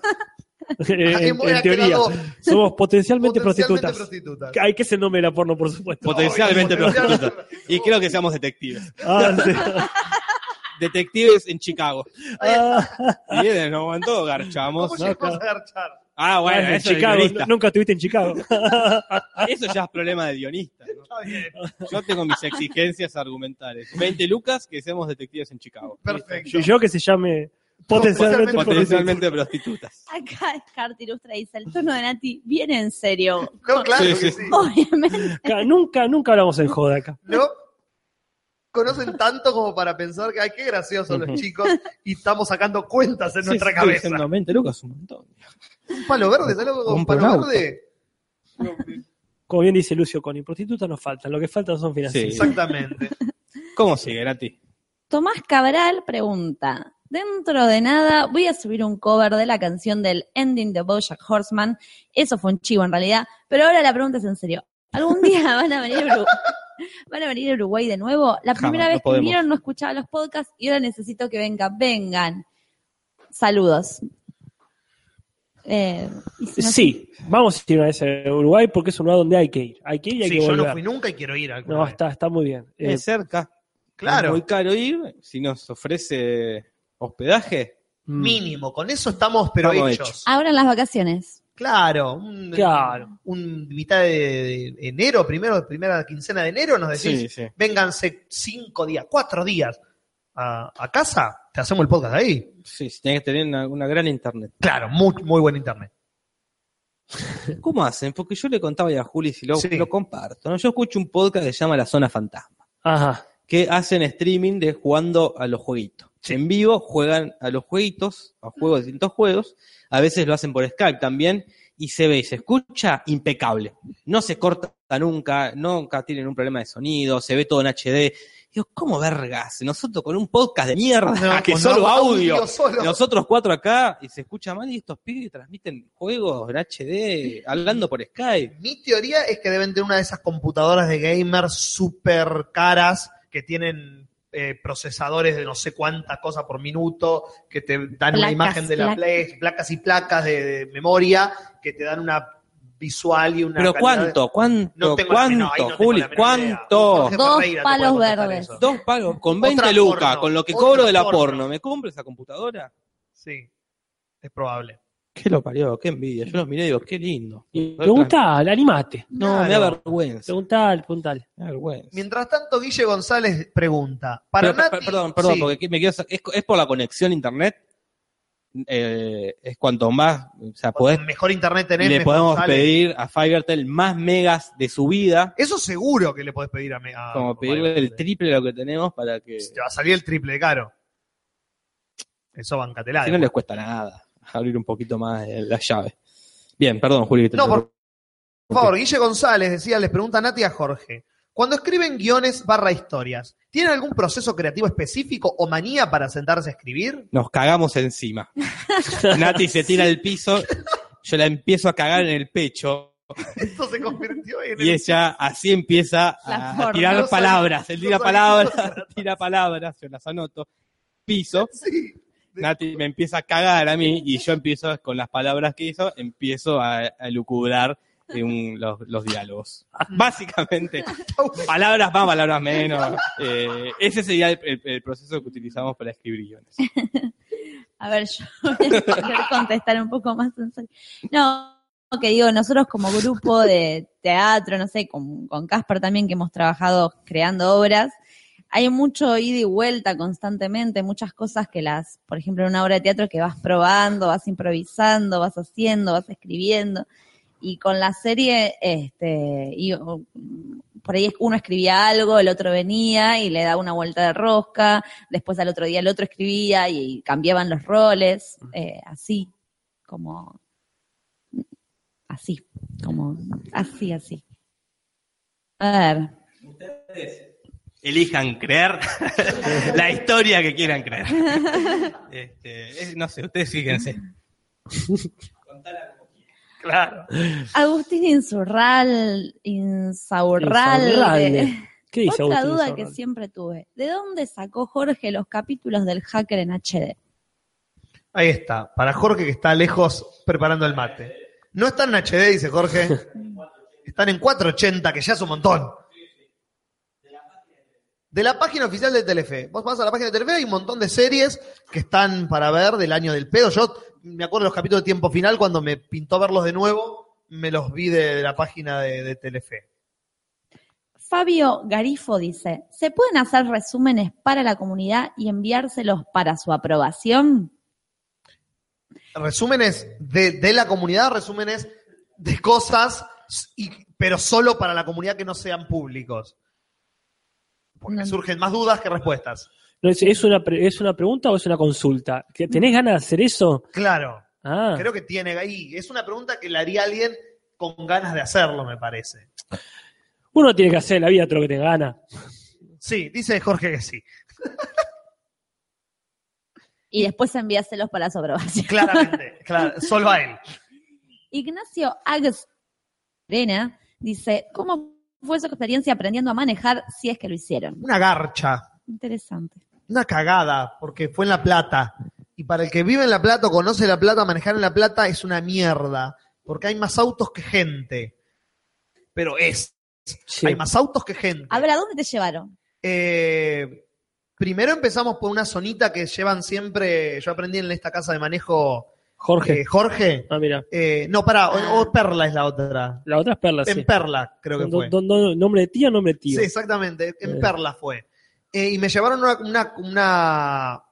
Speaker 6: en,
Speaker 3: me
Speaker 6: en
Speaker 3: ha
Speaker 6: teoría,
Speaker 3: quedado
Speaker 6: somos potencialmente, prostitutas.
Speaker 3: prostitutas.
Speaker 6: Hay que ser el nombre de la porno, por supuesto.
Speaker 5: Potencialmente
Speaker 3: Obvio,
Speaker 5: prostitutas.
Speaker 3: potencialmente.
Speaker 5: Y creo que seamos detectives.
Speaker 6: Ah, sí.
Speaker 5: Detectives en Chicago.
Speaker 6: Ah,
Speaker 5: Bien, nos aguantó, garchamos.
Speaker 3: ¿Cómo
Speaker 6: no,
Speaker 3: llegamos
Speaker 6: claro.
Speaker 3: a garchar?
Speaker 5: Ah, bueno,
Speaker 6: en
Speaker 5: eso, es
Speaker 6: Chicago.
Speaker 5: guionista.
Speaker 6: Nunca estuviste en Chicago.
Speaker 5: eso ya es problema de guionista. ¿no?
Speaker 3: Está bien,
Speaker 5: Yo tengo mis exigencias argumentales. 20 lucas que seamos detectives en Chicago.
Speaker 3: perfecto.
Speaker 6: y yo que se llame potencialmente, prostituta.
Speaker 5: Potencialmente prostitutas.
Speaker 4: Acá Carti Ilustra dice, el tono de Nati viene en serio.
Speaker 3: No, claro
Speaker 5: Sí,
Speaker 3: que
Speaker 5: sí.
Speaker 3: sí.
Speaker 4: Obviamente.
Speaker 6: Ca- Nunca, nunca hablamos en joda acá.
Speaker 3: ¿No? Conocen tanto como para pensar que, ay, qué graciosos
Speaker 5: Ujú.
Speaker 3: los chicos y estamos sacando cuentas en
Speaker 5: Sí,
Speaker 3: nuestra
Speaker 5: sí, estoy
Speaker 3: cabeza.
Speaker 5: diciendo 20 lucas, un montón.
Speaker 3: Un palo verde, ¿sabes lo que- un
Speaker 5: Un
Speaker 3: palo
Speaker 5: pronauta.
Speaker 3: verde?
Speaker 6: Como bien dice Lucio Coni, prostitutas nos faltan. Lo que faltan son finanzas.
Speaker 5: Sí.
Speaker 3: Exactamente.
Speaker 5: ¿Cómo sigue, Nati?
Speaker 4: Tomás Cabral pregunta, dentro de nada voy a subir un cover de la canción del ending de Bojack Horseman. Eso fue un chivo en realidad, pero ahora la pregunta es en serio. ¿Algún día van a venir a Uruguay? ¿Van a venir a Uruguay de nuevo? La primera
Speaker 5: no
Speaker 4: vez que
Speaker 5: podemos.
Speaker 4: vinieron no escuchaba los podcasts y ahora necesito que vengan. Vengan. Saludos. Eh, y si no-
Speaker 6: Sí, vamos a ir a ese Uruguay porque es un lugar donde hay que ir. Hay que ir y hay
Speaker 3: Sí,
Speaker 6: que
Speaker 3: yo
Speaker 6: volver.
Speaker 3: no fui nunca y quiero ir alguna
Speaker 6: No,
Speaker 3: vez.
Speaker 6: está, está muy bien. Eh,
Speaker 5: es cerca. Es
Speaker 3: Claro,
Speaker 5: muy caro ir. Si nos ofrece hospedaje,
Speaker 6: mm,
Speaker 3: mínimo. Con eso estamos, pero
Speaker 5: Estamos
Speaker 3: hechos.
Speaker 5: hechos.
Speaker 4: Ahora en las vacaciones.
Speaker 3: Claro, un,
Speaker 6: Claro.
Speaker 3: un mitad de, de enero, primero, primera quincena de enero, nos decís,
Speaker 5: sí, sí.
Speaker 3: vénganse cinco días, cuatro días a, a casa, te hacemos el podcast ahí.
Speaker 5: Sí, sí, tenés que tener una, una gran internet.
Speaker 3: Claro, muy, muy buen internet.
Speaker 5: ¿Cómo hacen? Porque yo le contaba ya a Juli si lo,
Speaker 3: Sí.
Speaker 5: lo comparto. ¿no? Yo escucho un podcast que se llama La Zona Fantasma,
Speaker 6: Ajá.
Speaker 5: que hacen streaming de jugando a los jueguitos. En vivo juegan a los jueguitos, a juegos de distintos juegos. A veces lo hacen por Skype también. Y se ve y se escucha impecable. No se corta nunca, nunca tienen un problema de sonido, se ve todo en HD. Digo, ¿cómo vergas? Nosotros con un podcast de mierda que
Speaker 3: Con
Speaker 5: solo audio.
Speaker 3: solo.
Speaker 5: Nosotros cuatro acá y se escucha mal y estos pibes transmiten juegos en HD hablando por Skype.
Speaker 3: Mi teoría es que deben tener una de esas computadoras de gamer súper caras que tienen eh, procesadores de no sé cuántas cosas por minuto, que te dan una
Speaker 4: Placas,
Speaker 3: imagen de la
Speaker 4: placas.
Speaker 3: play, placas y placas de, de memoria, que te dan una visual y una...
Speaker 5: Pero
Speaker 3: calidad de-
Speaker 5: cuánto, cuánto,
Speaker 3: No tengo la
Speaker 5: cuánto,
Speaker 3: menor- ahí no tengo
Speaker 5: Juli,
Speaker 3: la menor
Speaker 5: cuánto.
Speaker 3: idea.
Speaker 4: Dos
Speaker 3: Ferreira te
Speaker 4: palos
Speaker 3: puede contestar
Speaker 4: verdes.
Speaker 3: eso.
Speaker 5: Dos pagos con 20
Speaker 3: Otra
Speaker 5: lucas,
Speaker 3: porno,
Speaker 5: con lo que
Speaker 3: otra
Speaker 5: cobro de la
Speaker 3: porno.
Speaker 5: porno. ¿Me compro esa computadora?
Speaker 3: Sí, es probable.
Speaker 5: ¿Qué lo parió? ¿Qué envidia? Yo los miré y digo, qué lindo.
Speaker 6: Y Preguntale, animate.
Speaker 5: No,
Speaker 3: Claro.
Speaker 5: me da vergüenza.
Speaker 6: Preguntale, preguntale.
Speaker 5: Me da vergüenza.
Speaker 3: Mientras tanto, Guille González pregunta, para
Speaker 5: Pero, per-
Speaker 3: Nati-
Speaker 5: perdón, perdón,
Speaker 3: Sí,
Speaker 5: porque me quiero sa- es, es por la conexión a internet. Eh, es cuanto más, o sea,
Speaker 3: cuanto
Speaker 5: podés
Speaker 3: mejor internet tenés,
Speaker 5: le
Speaker 3: mejor
Speaker 5: podemos
Speaker 3: sale.
Speaker 5: pedir a Fivertel más megas de subida,
Speaker 3: Eso seguro que le podés pedir a... me- a-
Speaker 5: como pedirle el triple de lo que tenemos para que
Speaker 3: Te va a salir el triple de caro. Eso bancatela.
Speaker 5: si no
Speaker 3: igual.
Speaker 5: les cuesta nada abrir un poquito más eh, la llave. Bien, perdón, Julio. que te
Speaker 3: No, por
Speaker 5: interrumpí.
Speaker 3: favor, Guille González decía, les pregunta a Nati y a Jorge. Cuando escriben guiones barra historias, ¿tienen algún proceso creativo específico o manía para sentarse a escribir?
Speaker 5: Nos cagamos encima. Nati se tira al piso, yo la empiezo a cagar en el pecho
Speaker 3: Esto se convirtió en...
Speaker 5: y ella así empieza
Speaker 4: La
Speaker 5: a,
Speaker 4: forma.
Speaker 5: tirar
Speaker 3: No sabe-
Speaker 5: palabras. Él
Speaker 3: no
Speaker 5: tira
Speaker 3: sabe-
Speaker 5: palabras, tira palabras, yo las anoto. Piso,
Speaker 3: Sí.
Speaker 5: Nati me empieza a cagar a mí y yo empiezo con las palabras que hizo, empiezo a, a lucubrar en un- los, los diálogos. Básicamente, palabras más, palabras menos. Eh, ese sería el, el- el proceso que utilizamos para escribir guiones.
Speaker 4: A ver, yo voy a poder contestar un poco más en serio. No, que digo, nosotros como grupo de teatro, no sé, con con Casper también, que hemos trabajado creando obras, hay mucho ida y vuelta constantemente, muchas cosas que las, por ejemplo, en una obra de teatro que vas probando, vas improvisando, vas haciendo, vas escribiendo. Y con la serie, este, y, o, por ahí uno escribía algo, el otro venía y le daba una vuelta de rosca, después al otro día el otro escribía y, cambiaban los roles, eh, así, como, así, como, así, así. A ver,
Speaker 5: Elijan creer la historia que quieran creer. Este, es- no sé, ustedes fíjense.
Speaker 3: Claro.
Speaker 4: Agustín Insurral, Insaurral,
Speaker 6: Insaurralde.
Speaker 4: de-
Speaker 6: ¿Qué dice
Speaker 4: Otra
Speaker 6: Agustín
Speaker 4: duda
Speaker 6: Zorralde?
Speaker 4: que siempre tuve. ¿De dónde sacó Jorge los capítulos del hacker en HD?
Speaker 3: Ahí está, para Jorge que está lejos preparando el mate. No están en HD, dice Jorge. Están en 480, que ya es un montón. De la página oficial de Telefe. Vos vas a la página de Telefe, hay un montón de series que están para ver del año del pedo. Yo me acuerdo los capítulos de tiempo final, cuando me pintó verlos de nuevo, me los vi de, de la página de, de Telefe.
Speaker 4: Fabio Garifo dice, ¿se pueden hacer resúmenes para la comunidad y enviárselos para su aprobación?
Speaker 3: Resúmenes de, de la comunidad, resúmenes de cosas, y- pero solo para la comunidad que no sean públicos. Porque
Speaker 4: No.
Speaker 3: surgen más dudas que respuestas.
Speaker 6: No, es, es una pre- ¿Es una pregunta o es una consulta? ¿Que- ¿Tenés ganas de hacer eso?
Speaker 3: Claro.
Speaker 6: Ah,
Speaker 3: Creo que tiene ahí. Es una pregunta que le haría alguien con ganas de hacerlo, me parece.
Speaker 6: uno tiene que hacer en la vida todo lo que tenga ganas.
Speaker 3: Sí, dice Jorge que sí.
Speaker 4: Y después enviárselos para su aprobación.
Speaker 3: Claramente. claro, solo a él.
Speaker 4: Ignacio Agues Arena dice, ¿cómo fue su experiencia aprendiendo a manejar si es que lo hicieron?
Speaker 3: Una garcha,
Speaker 4: Interesante.
Speaker 3: una cagada, porque fue en La Plata. Y para el que vive en La Plata o conoce La Plata, manejar en La Plata es una mierda. Porque hay más autos que gente. Pero es.
Speaker 6: Sí.
Speaker 3: Hay más autos que gente.
Speaker 4: A ver, ¿a dónde te llevaron?
Speaker 3: Eh, primero empezamos por una zonita que llevan siempre. Yo aprendí en esta casa de manejo
Speaker 6: Jorge.
Speaker 3: eh, Jorge.
Speaker 6: Ah, mira.
Speaker 3: Eh, no, pará, o, o Perla es la otra.
Speaker 6: La otra es Perla,
Speaker 3: En
Speaker 6: Ah, sí.
Speaker 3: Perla, creo que
Speaker 6: Don-
Speaker 3: fue.
Speaker 6: don- don- ¿Nombre de tía nombre de tío?
Speaker 3: Sí, exactamente, en
Speaker 6: Eh.
Speaker 3: Perla fue. Eh, y me llevaron a una, una, una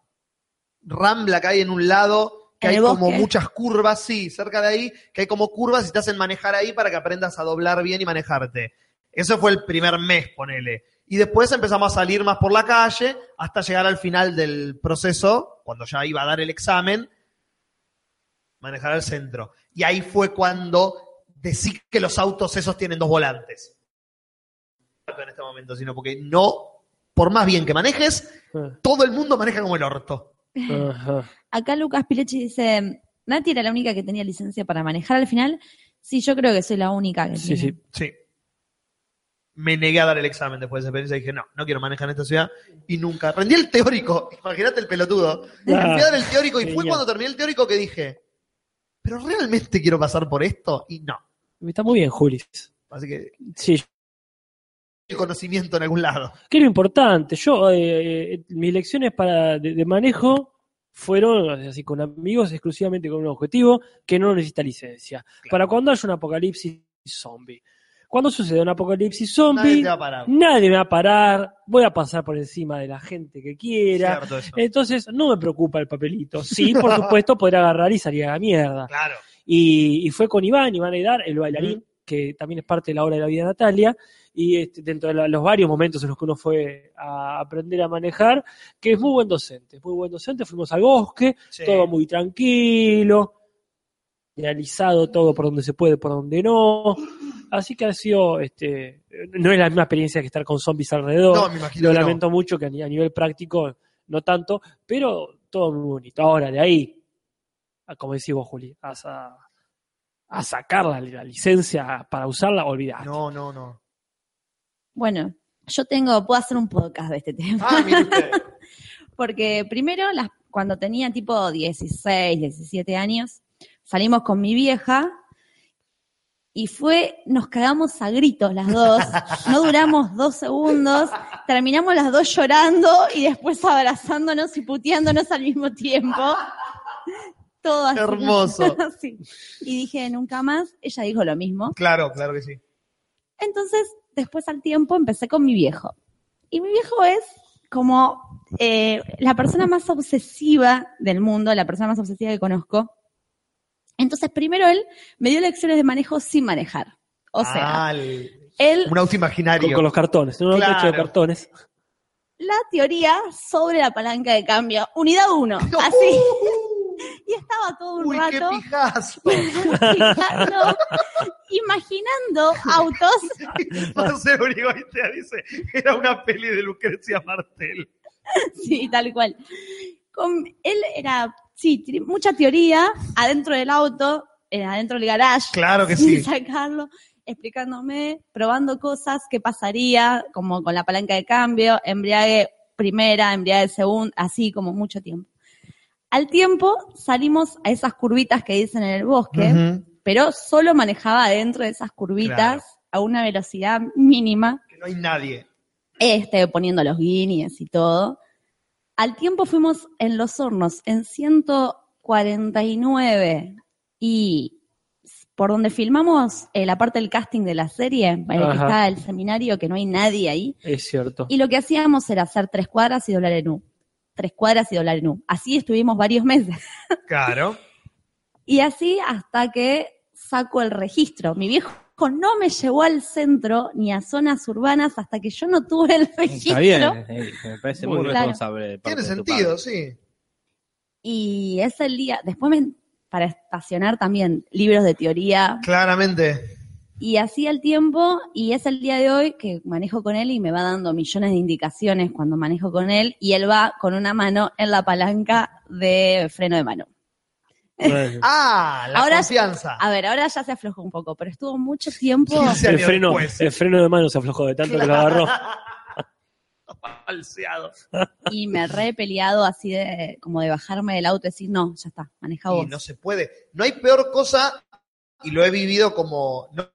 Speaker 3: rambla que hay en un lado, que
Speaker 4: En
Speaker 3: hay
Speaker 4: el
Speaker 3: como
Speaker 4: bosque.
Speaker 3: muchas curvas, sí, cerca de ahí, que hay como curvas y te hacen manejar ahí para que aprendas a doblar bien y manejarte. Eso fue el primer mes, ponele. Y después empezamos a salir más por la calle hasta llegar al final del proceso, cuando ya iba a dar el examen, manejar al centro. Y ahí fue cuando decí que los autos esos tienen dos volantes. En este momento, sino porque no, por más bien que manejes,
Speaker 6: Ah,
Speaker 3: todo el mundo maneja como el orto.
Speaker 6: ajá. Ah,
Speaker 4: Acá Lucas Pilechi dice, Nati era la única que tenía licencia para manejar al final. Sí, yo creo que soy la única que
Speaker 6: Sí,
Speaker 4: tiene.
Speaker 6: sí.
Speaker 3: Sí. Me negué a dar el examen después de esa experiencia y dije, no, no quiero manejar en esta ciudad. Y nunca. Rendí el teórico. Imagínate el pelotudo. Fui
Speaker 6: Ah,
Speaker 3: a dar el teórico y fue
Speaker 6: genial.
Speaker 3: cuando terminé el teórico que dije, ¿pero realmente quiero pasar por esto? Y no.
Speaker 6: Está muy bien, Julis.
Speaker 3: Así que
Speaker 6: Sí,
Speaker 3: el conocimiento en algún lado.
Speaker 6: que es lo importante. Yo, eh, eh, mis lecciones para, de, de manejo fueron así con amigos, exclusivamente con un objetivo que no necesita licencia. Para cuando haya un apocalipsis zombie. Cuando suceda un apocalipsis
Speaker 3: Nadie
Speaker 6: zombie,
Speaker 3: te va a parar.
Speaker 6: nadie me va a parar, voy a pasar por encima de la gente que quiera.
Speaker 3: Cierto eso.
Speaker 6: Entonces, no me preocupa el papelito. Sí, por supuesto, poder agarrar y salir a la mierda.
Speaker 3: Claro.
Speaker 6: Y, y fue con Iván, Iván Edar, el bailarín,
Speaker 3: Ujú.
Speaker 6: que también es parte de la obra de la vida de Natalia, y este, dentro de la- los varios momentos en los que uno fue a aprender a manejar, que es muy buen docente, muy buen docente, fuimos al bosque,
Speaker 3: Sí.
Speaker 6: todo muy tranquilo, realizado todo por donde se puede, por donde no. Así que ha sido, este, no es la misma experiencia que estar con zombies alrededor.
Speaker 3: No, me imagino.
Speaker 6: Lo
Speaker 3: que no.
Speaker 6: lamento mucho que a ni- a nivel práctico no tanto, pero todo muy bonito. Ahora, de ahí, a- como decís vos, Juli, a, sa- a sacar la, la licencia para usarla, olvidar.
Speaker 3: No, no, no.
Speaker 4: Bueno, yo tengo, puedo hacer un podcast de este tema.
Speaker 3: Ah, mire usted.
Speaker 4: Porque primero, las, cuando tenía tipo 16, 17 años, salimos con mi vieja y fue, nos cagamos a gritos las dos. No duramos dos segundos, terminamos las dos llorando y después abrazándonos y puteándonos al mismo tiempo. Todo así.
Speaker 3: Hermoso.
Speaker 4: Sí. Y dije, nunca más. Ella dijo lo mismo.
Speaker 3: Claro, claro que sí.
Speaker 4: Entonces, después al tiempo empecé con mi viejo. Y mi viejo es como eh, la persona más obsesiva del mundo, la persona más obsesiva que conozco. Entonces, primero él me dio lecciones de manejo sin manejar. O sea,
Speaker 3: Ah, el-
Speaker 4: él
Speaker 3: un auto
Speaker 6: Con,
Speaker 3: imaginario.
Speaker 6: con los cartones, no
Speaker 3: Claro.
Speaker 6: techo de cartones.
Speaker 4: la teoría sobre la palanca de cambio. Unidad 1, así. y estaba todo un
Speaker 3: Uh. Uy, qué
Speaker 4: rato
Speaker 3: pijazo.
Speaker 4: fijando, imaginando autos
Speaker 3: Marcelo Urigoitea dice, era una peli de Lucrecia Martel.
Speaker 4: Sí, tal cual. Con, él era, sí, tiene mucha teoría adentro del auto, eh, adentro del garage,
Speaker 3: Claro que
Speaker 4: sin
Speaker 3: sí.
Speaker 4: sacarlo. explicándome, probando cosas, qué pasaría, como con la palanca de cambio, embriague primera, embriague segunda, así como mucho tiempo. Al tiempo salimos a esas curvitas que dicen en el bosque,
Speaker 3: Ujú.
Speaker 4: pero solo manejaba dentro de esas
Speaker 3: Claro.
Speaker 4: curvitas a una velocidad mínima,
Speaker 3: Que no hay nadie.
Speaker 4: este, poniendo los guineas y todo. Al tiempo fuimos en los hornos, en 149. Y por donde filmamos eh, la parte del casting de la serie, en la que
Speaker 6: Ajá.
Speaker 4: está el seminario, que no hay nadie ahí.
Speaker 6: Es cierto.
Speaker 4: Y lo que hacíamos era hacer tres cuadras y doblar en U. Tres cuadras y doblar en U. Así estuvimos varios meses.
Speaker 3: Claro.
Speaker 4: Y así hasta que saco el registro. Mi viejo no me llevó al centro ni a zonas urbanas hasta que yo no tuve el registro.
Speaker 5: Está bien, eh, me parece muy,
Speaker 4: Muy bien.
Speaker 5: responsable. de parte
Speaker 3: Tiene
Speaker 5: de tu
Speaker 3: sentido,
Speaker 5: padre.
Speaker 3: sí.
Speaker 4: Y es el día, después me, para estacionar también libros de teoría.
Speaker 3: Claramente.
Speaker 4: Y así el tiempo, y es el día de hoy que manejo con él y me va dando millones de indicaciones cuando manejo con él, y él va con una mano en la palanca de freno de mano.
Speaker 6: Bueno.
Speaker 3: Ah, la
Speaker 4: Ahora-
Speaker 3: confianza.
Speaker 4: A ver, ahora ya se aflojó un poco, pero estuvo mucho tiempo.
Speaker 3: 15
Speaker 6: el,
Speaker 3: años
Speaker 6: freno,
Speaker 3: después.
Speaker 6: el freno de mano se aflojó de tanto que lo agarró.
Speaker 3: Falseado.
Speaker 4: y me re he peleado así de como de bajarme del auto y decir, no, ya está, maneja
Speaker 3: Y
Speaker 4: vos.
Speaker 3: no se puede. No hay peor cosa, y lo he vivido como. No,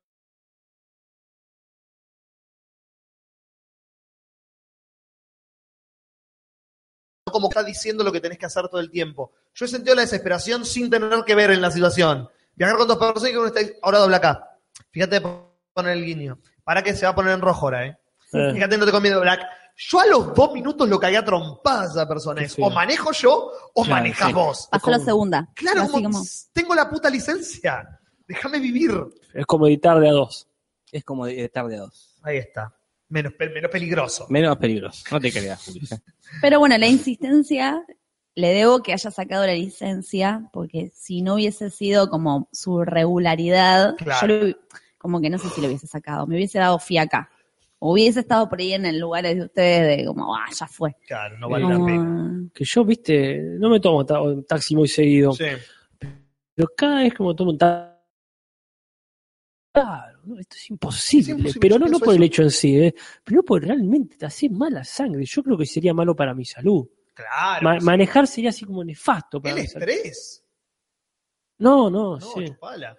Speaker 3: no como está diciendo lo que tenés que hacer todo el tiempo. Yo he sentido la desesperación sin tener que ver en la situación. Viajar con dos personas y que uno está ahí, ahora dobla acá. Fíjate poner el guiño. Para que se va a poner en rojo ahora, eh.
Speaker 6: Eh.
Speaker 3: Fíjate, no te conviene Black. Yo a los dos minutos lo cagué a trompadas a esa persona. Es,
Speaker 6: Sí.
Speaker 3: O manejo yo o
Speaker 6: Claro,
Speaker 3: manejas
Speaker 6: sí.
Speaker 3: vos.
Speaker 4: Pasó la segunda.
Speaker 3: Claro,
Speaker 4: Así
Speaker 3: como,
Speaker 4: como-
Speaker 3: tengo la puta licencia. Déjame vivir.
Speaker 6: Es como editar de a dos.
Speaker 5: Es como de tarde a dos.
Speaker 3: Ahí está. Menos, pe- menos peligroso.
Speaker 5: Menos peligroso, no te creas, Juli.
Speaker 4: Pero bueno, la insistencia le debo que haya sacado la licencia, porque si no hubiese sido como su regularidad,
Speaker 3: Claro.
Speaker 4: yo lo hubi- como que no sé si lo hubiese sacado, me hubiese dado fiaca. O Hubiese estado por ahí en el lugar de ustedes de como, ah, ya fue.
Speaker 3: Claro, no
Speaker 6: vale
Speaker 4: Como-
Speaker 6: Que yo, viste, no me tomo ta- un taxi muy seguido. Pero cada vez que me tomo un taxi. Claro, no, esto es imposible.
Speaker 3: Es imposible,
Speaker 6: Pero
Speaker 3: yo
Speaker 6: no, no
Speaker 3: pienso
Speaker 6: por el
Speaker 3: eso.
Speaker 6: hecho en sí, eh, pero por realmente te hace mala sangre. Yo creo que sería malo para mi salud.
Speaker 3: Claro.
Speaker 6: Ma- manejar sería así como nefasto para
Speaker 3: el
Speaker 6: mi salud.
Speaker 3: estrés.
Speaker 6: No, no,
Speaker 3: No,
Speaker 6: sí.
Speaker 3: chupala.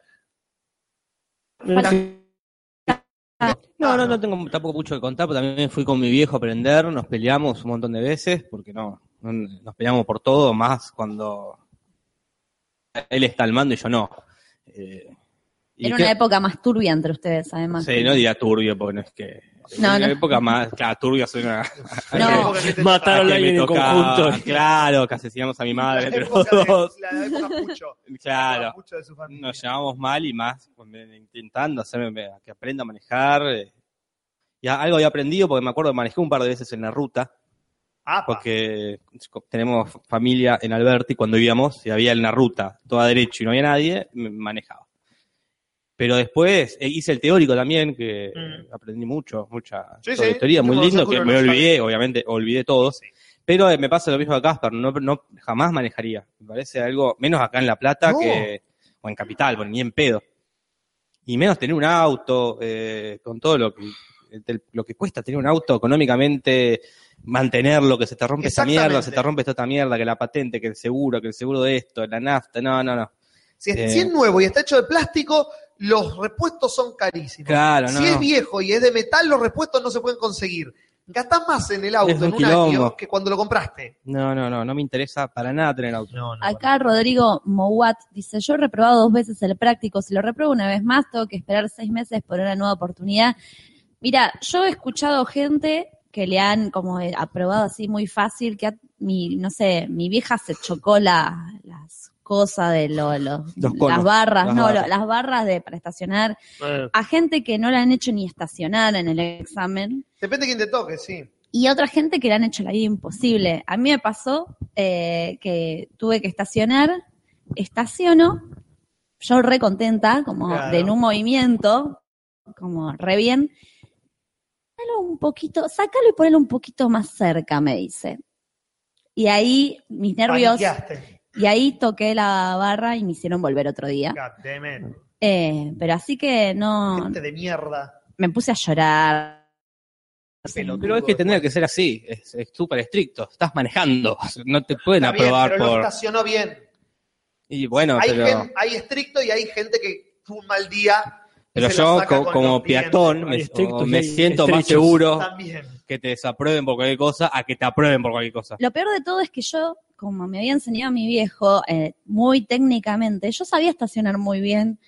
Speaker 5: No, no, no tengo tampoco mucho que contar, pero también fui con mi viejo a aprender, nos peleamos un montón de veces, porque no, no- nos peleamos por todo, más cuando él está al mando y yo no. Eh, y
Speaker 4: Era
Speaker 5: que-
Speaker 4: una época más turbia entre ustedes, además.
Speaker 5: Sí, no diría turbio, porque no es que...
Speaker 4: No,
Speaker 5: en una
Speaker 4: no.
Speaker 5: época más, claro, turbio suena... a
Speaker 4: No.
Speaker 5: que-
Speaker 3: época que te-
Speaker 5: a
Speaker 6: Mataron
Speaker 5: que
Speaker 6: a
Speaker 5: me
Speaker 6: alguien en
Speaker 5: tocaba,
Speaker 6: conjunto.
Speaker 5: Claro, que asesinamos a mi
Speaker 3: La
Speaker 5: madre, entre los
Speaker 3: época de-
Speaker 5: dos.
Speaker 3: la época Pucho.
Speaker 5: Claro.
Speaker 3: Pucho de su familia.
Speaker 5: nos llevamos mal y más con- intentando hacerme me- que aprenda a manejar. eh. Y a- algo había aprendido porque me acuerdo que manejé un par de veces en la ruta,
Speaker 3: Apa.
Speaker 5: porque tenemos familia en Alberti cuando vivíamos y había en la ruta, toda derecho y no había nadie, me manejaba. Pero después eh, hice el teórico también, que
Speaker 3: Mm.
Speaker 5: aprendí mucho, mucha
Speaker 3: Sí,
Speaker 5: sobre
Speaker 3: sí,
Speaker 5: teoría, muy
Speaker 3: tengo
Speaker 5: lindo,
Speaker 3: los
Speaker 5: que
Speaker 3: ángulos
Speaker 5: me
Speaker 3: de los
Speaker 5: olvidé, obviamente, olvidé todos.
Speaker 3: Sí.
Speaker 5: Pero eh, me pasa lo mismo a Casper, no, no, jamás manejaría. Me parece algo, menos acá en La Plata
Speaker 3: No.
Speaker 5: que, o en Capital, bueno, ni en pedo. Y menos tener un auto, eh, con todo lo que, del- lo que cuesta tener un auto económicamente, mantenerlo, que se te rompe esta mierda,
Speaker 3: Exactamente.
Speaker 5: se te rompe esta otra mierda, que la patente, que el seguro, que el seguro de esto, la nafta, no, no, no.
Speaker 3: Si es,
Speaker 5: Eh.
Speaker 3: si es nuevo y está hecho de plástico, los repuestos son carísimos.
Speaker 5: Claro, no.
Speaker 3: si es
Speaker 5: no.
Speaker 3: viejo y es de metal, los repuestos no se pueden conseguir. Gastás más en el auto
Speaker 5: Es un
Speaker 3: en un año
Speaker 5: quilombo.
Speaker 3: que cuando lo compraste.
Speaker 5: No, no, no, no me interesa para nada tener auto.
Speaker 3: No, no.
Speaker 4: Acá Rodrigo Mouat dice, yo he reprobado dos veces el práctico, si lo repruebo una vez más, tengo que esperar seis meses por una nueva oportunidad. Mira, yo he escuchado gente que le han como eh, aprobado así muy fácil, que a- mi, no sé, mi vieja se chocó la- las cosas de lo- lo-
Speaker 5: Los conos,
Speaker 4: las barras,
Speaker 5: las
Speaker 4: no,
Speaker 5: barras.
Speaker 4: lo- las barras de para estacionar,
Speaker 6: Eh,
Speaker 4: a gente que no la han hecho ni estacionar en el examen,
Speaker 3: Depende de quién te toque, sí.
Speaker 4: y otra gente que le han hecho la vida imposible. A mí me pasó eh, que tuve que estacionar, estaciono, yo re contenta, como
Speaker 3: Claro.
Speaker 4: de en un movimiento, como re bien. Sácalo un poquito, sácalo y ponelo un poquito más cerca, me dice. Y ahí mis nervios,
Speaker 3: Paniqueaste.
Speaker 4: y ahí toqué la barra y me hicieron volver otro día.
Speaker 3: God damn it.
Speaker 4: Eh, pero así que no.
Speaker 3: Gente de mierda.
Speaker 4: Me puse a llorar.
Speaker 3: Pelotudo.
Speaker 5: Pero es que tendría que ser así, es es súper estricto. Estás manejando, no te pueden
Speaker 3: Está bien,
Speaker 5: aprobar
Speaker 3: pero
Speaker 5: por.
Speaker 3: lo estacionó bien.
Speaker 5: Y bueno,
Speaker 3: hay,
Speaker 5: pero.
Speaker 3: gen- hay estricto y hay gente que tuvo un mal día. y
Speaker 5: Pero
Speaker 3: se la
Speaker 5: yo,
Speaker 3: saca
Speaker 5: co-
Speaker 3: con
Speaker 5: como
Speaker 3: los dientes.
Speaker 5: peatón, me,
Speaker 6: Hay estrictos
Speaker 5: o me
Speaker 6: y hay
Speaker 5: siento más
Speaker 6: estrechos.
Speaker 5: seguro
Speaker 3: También.
Speaker 5: que te desaprueben por cualquier cosa a que te aprueben por cualquier cosa.
Speaker 4: Lo peor de todo es que yo, como me había enseñado mi viejo, eh, muy técnicamente, yo sabía estacionar muy bien,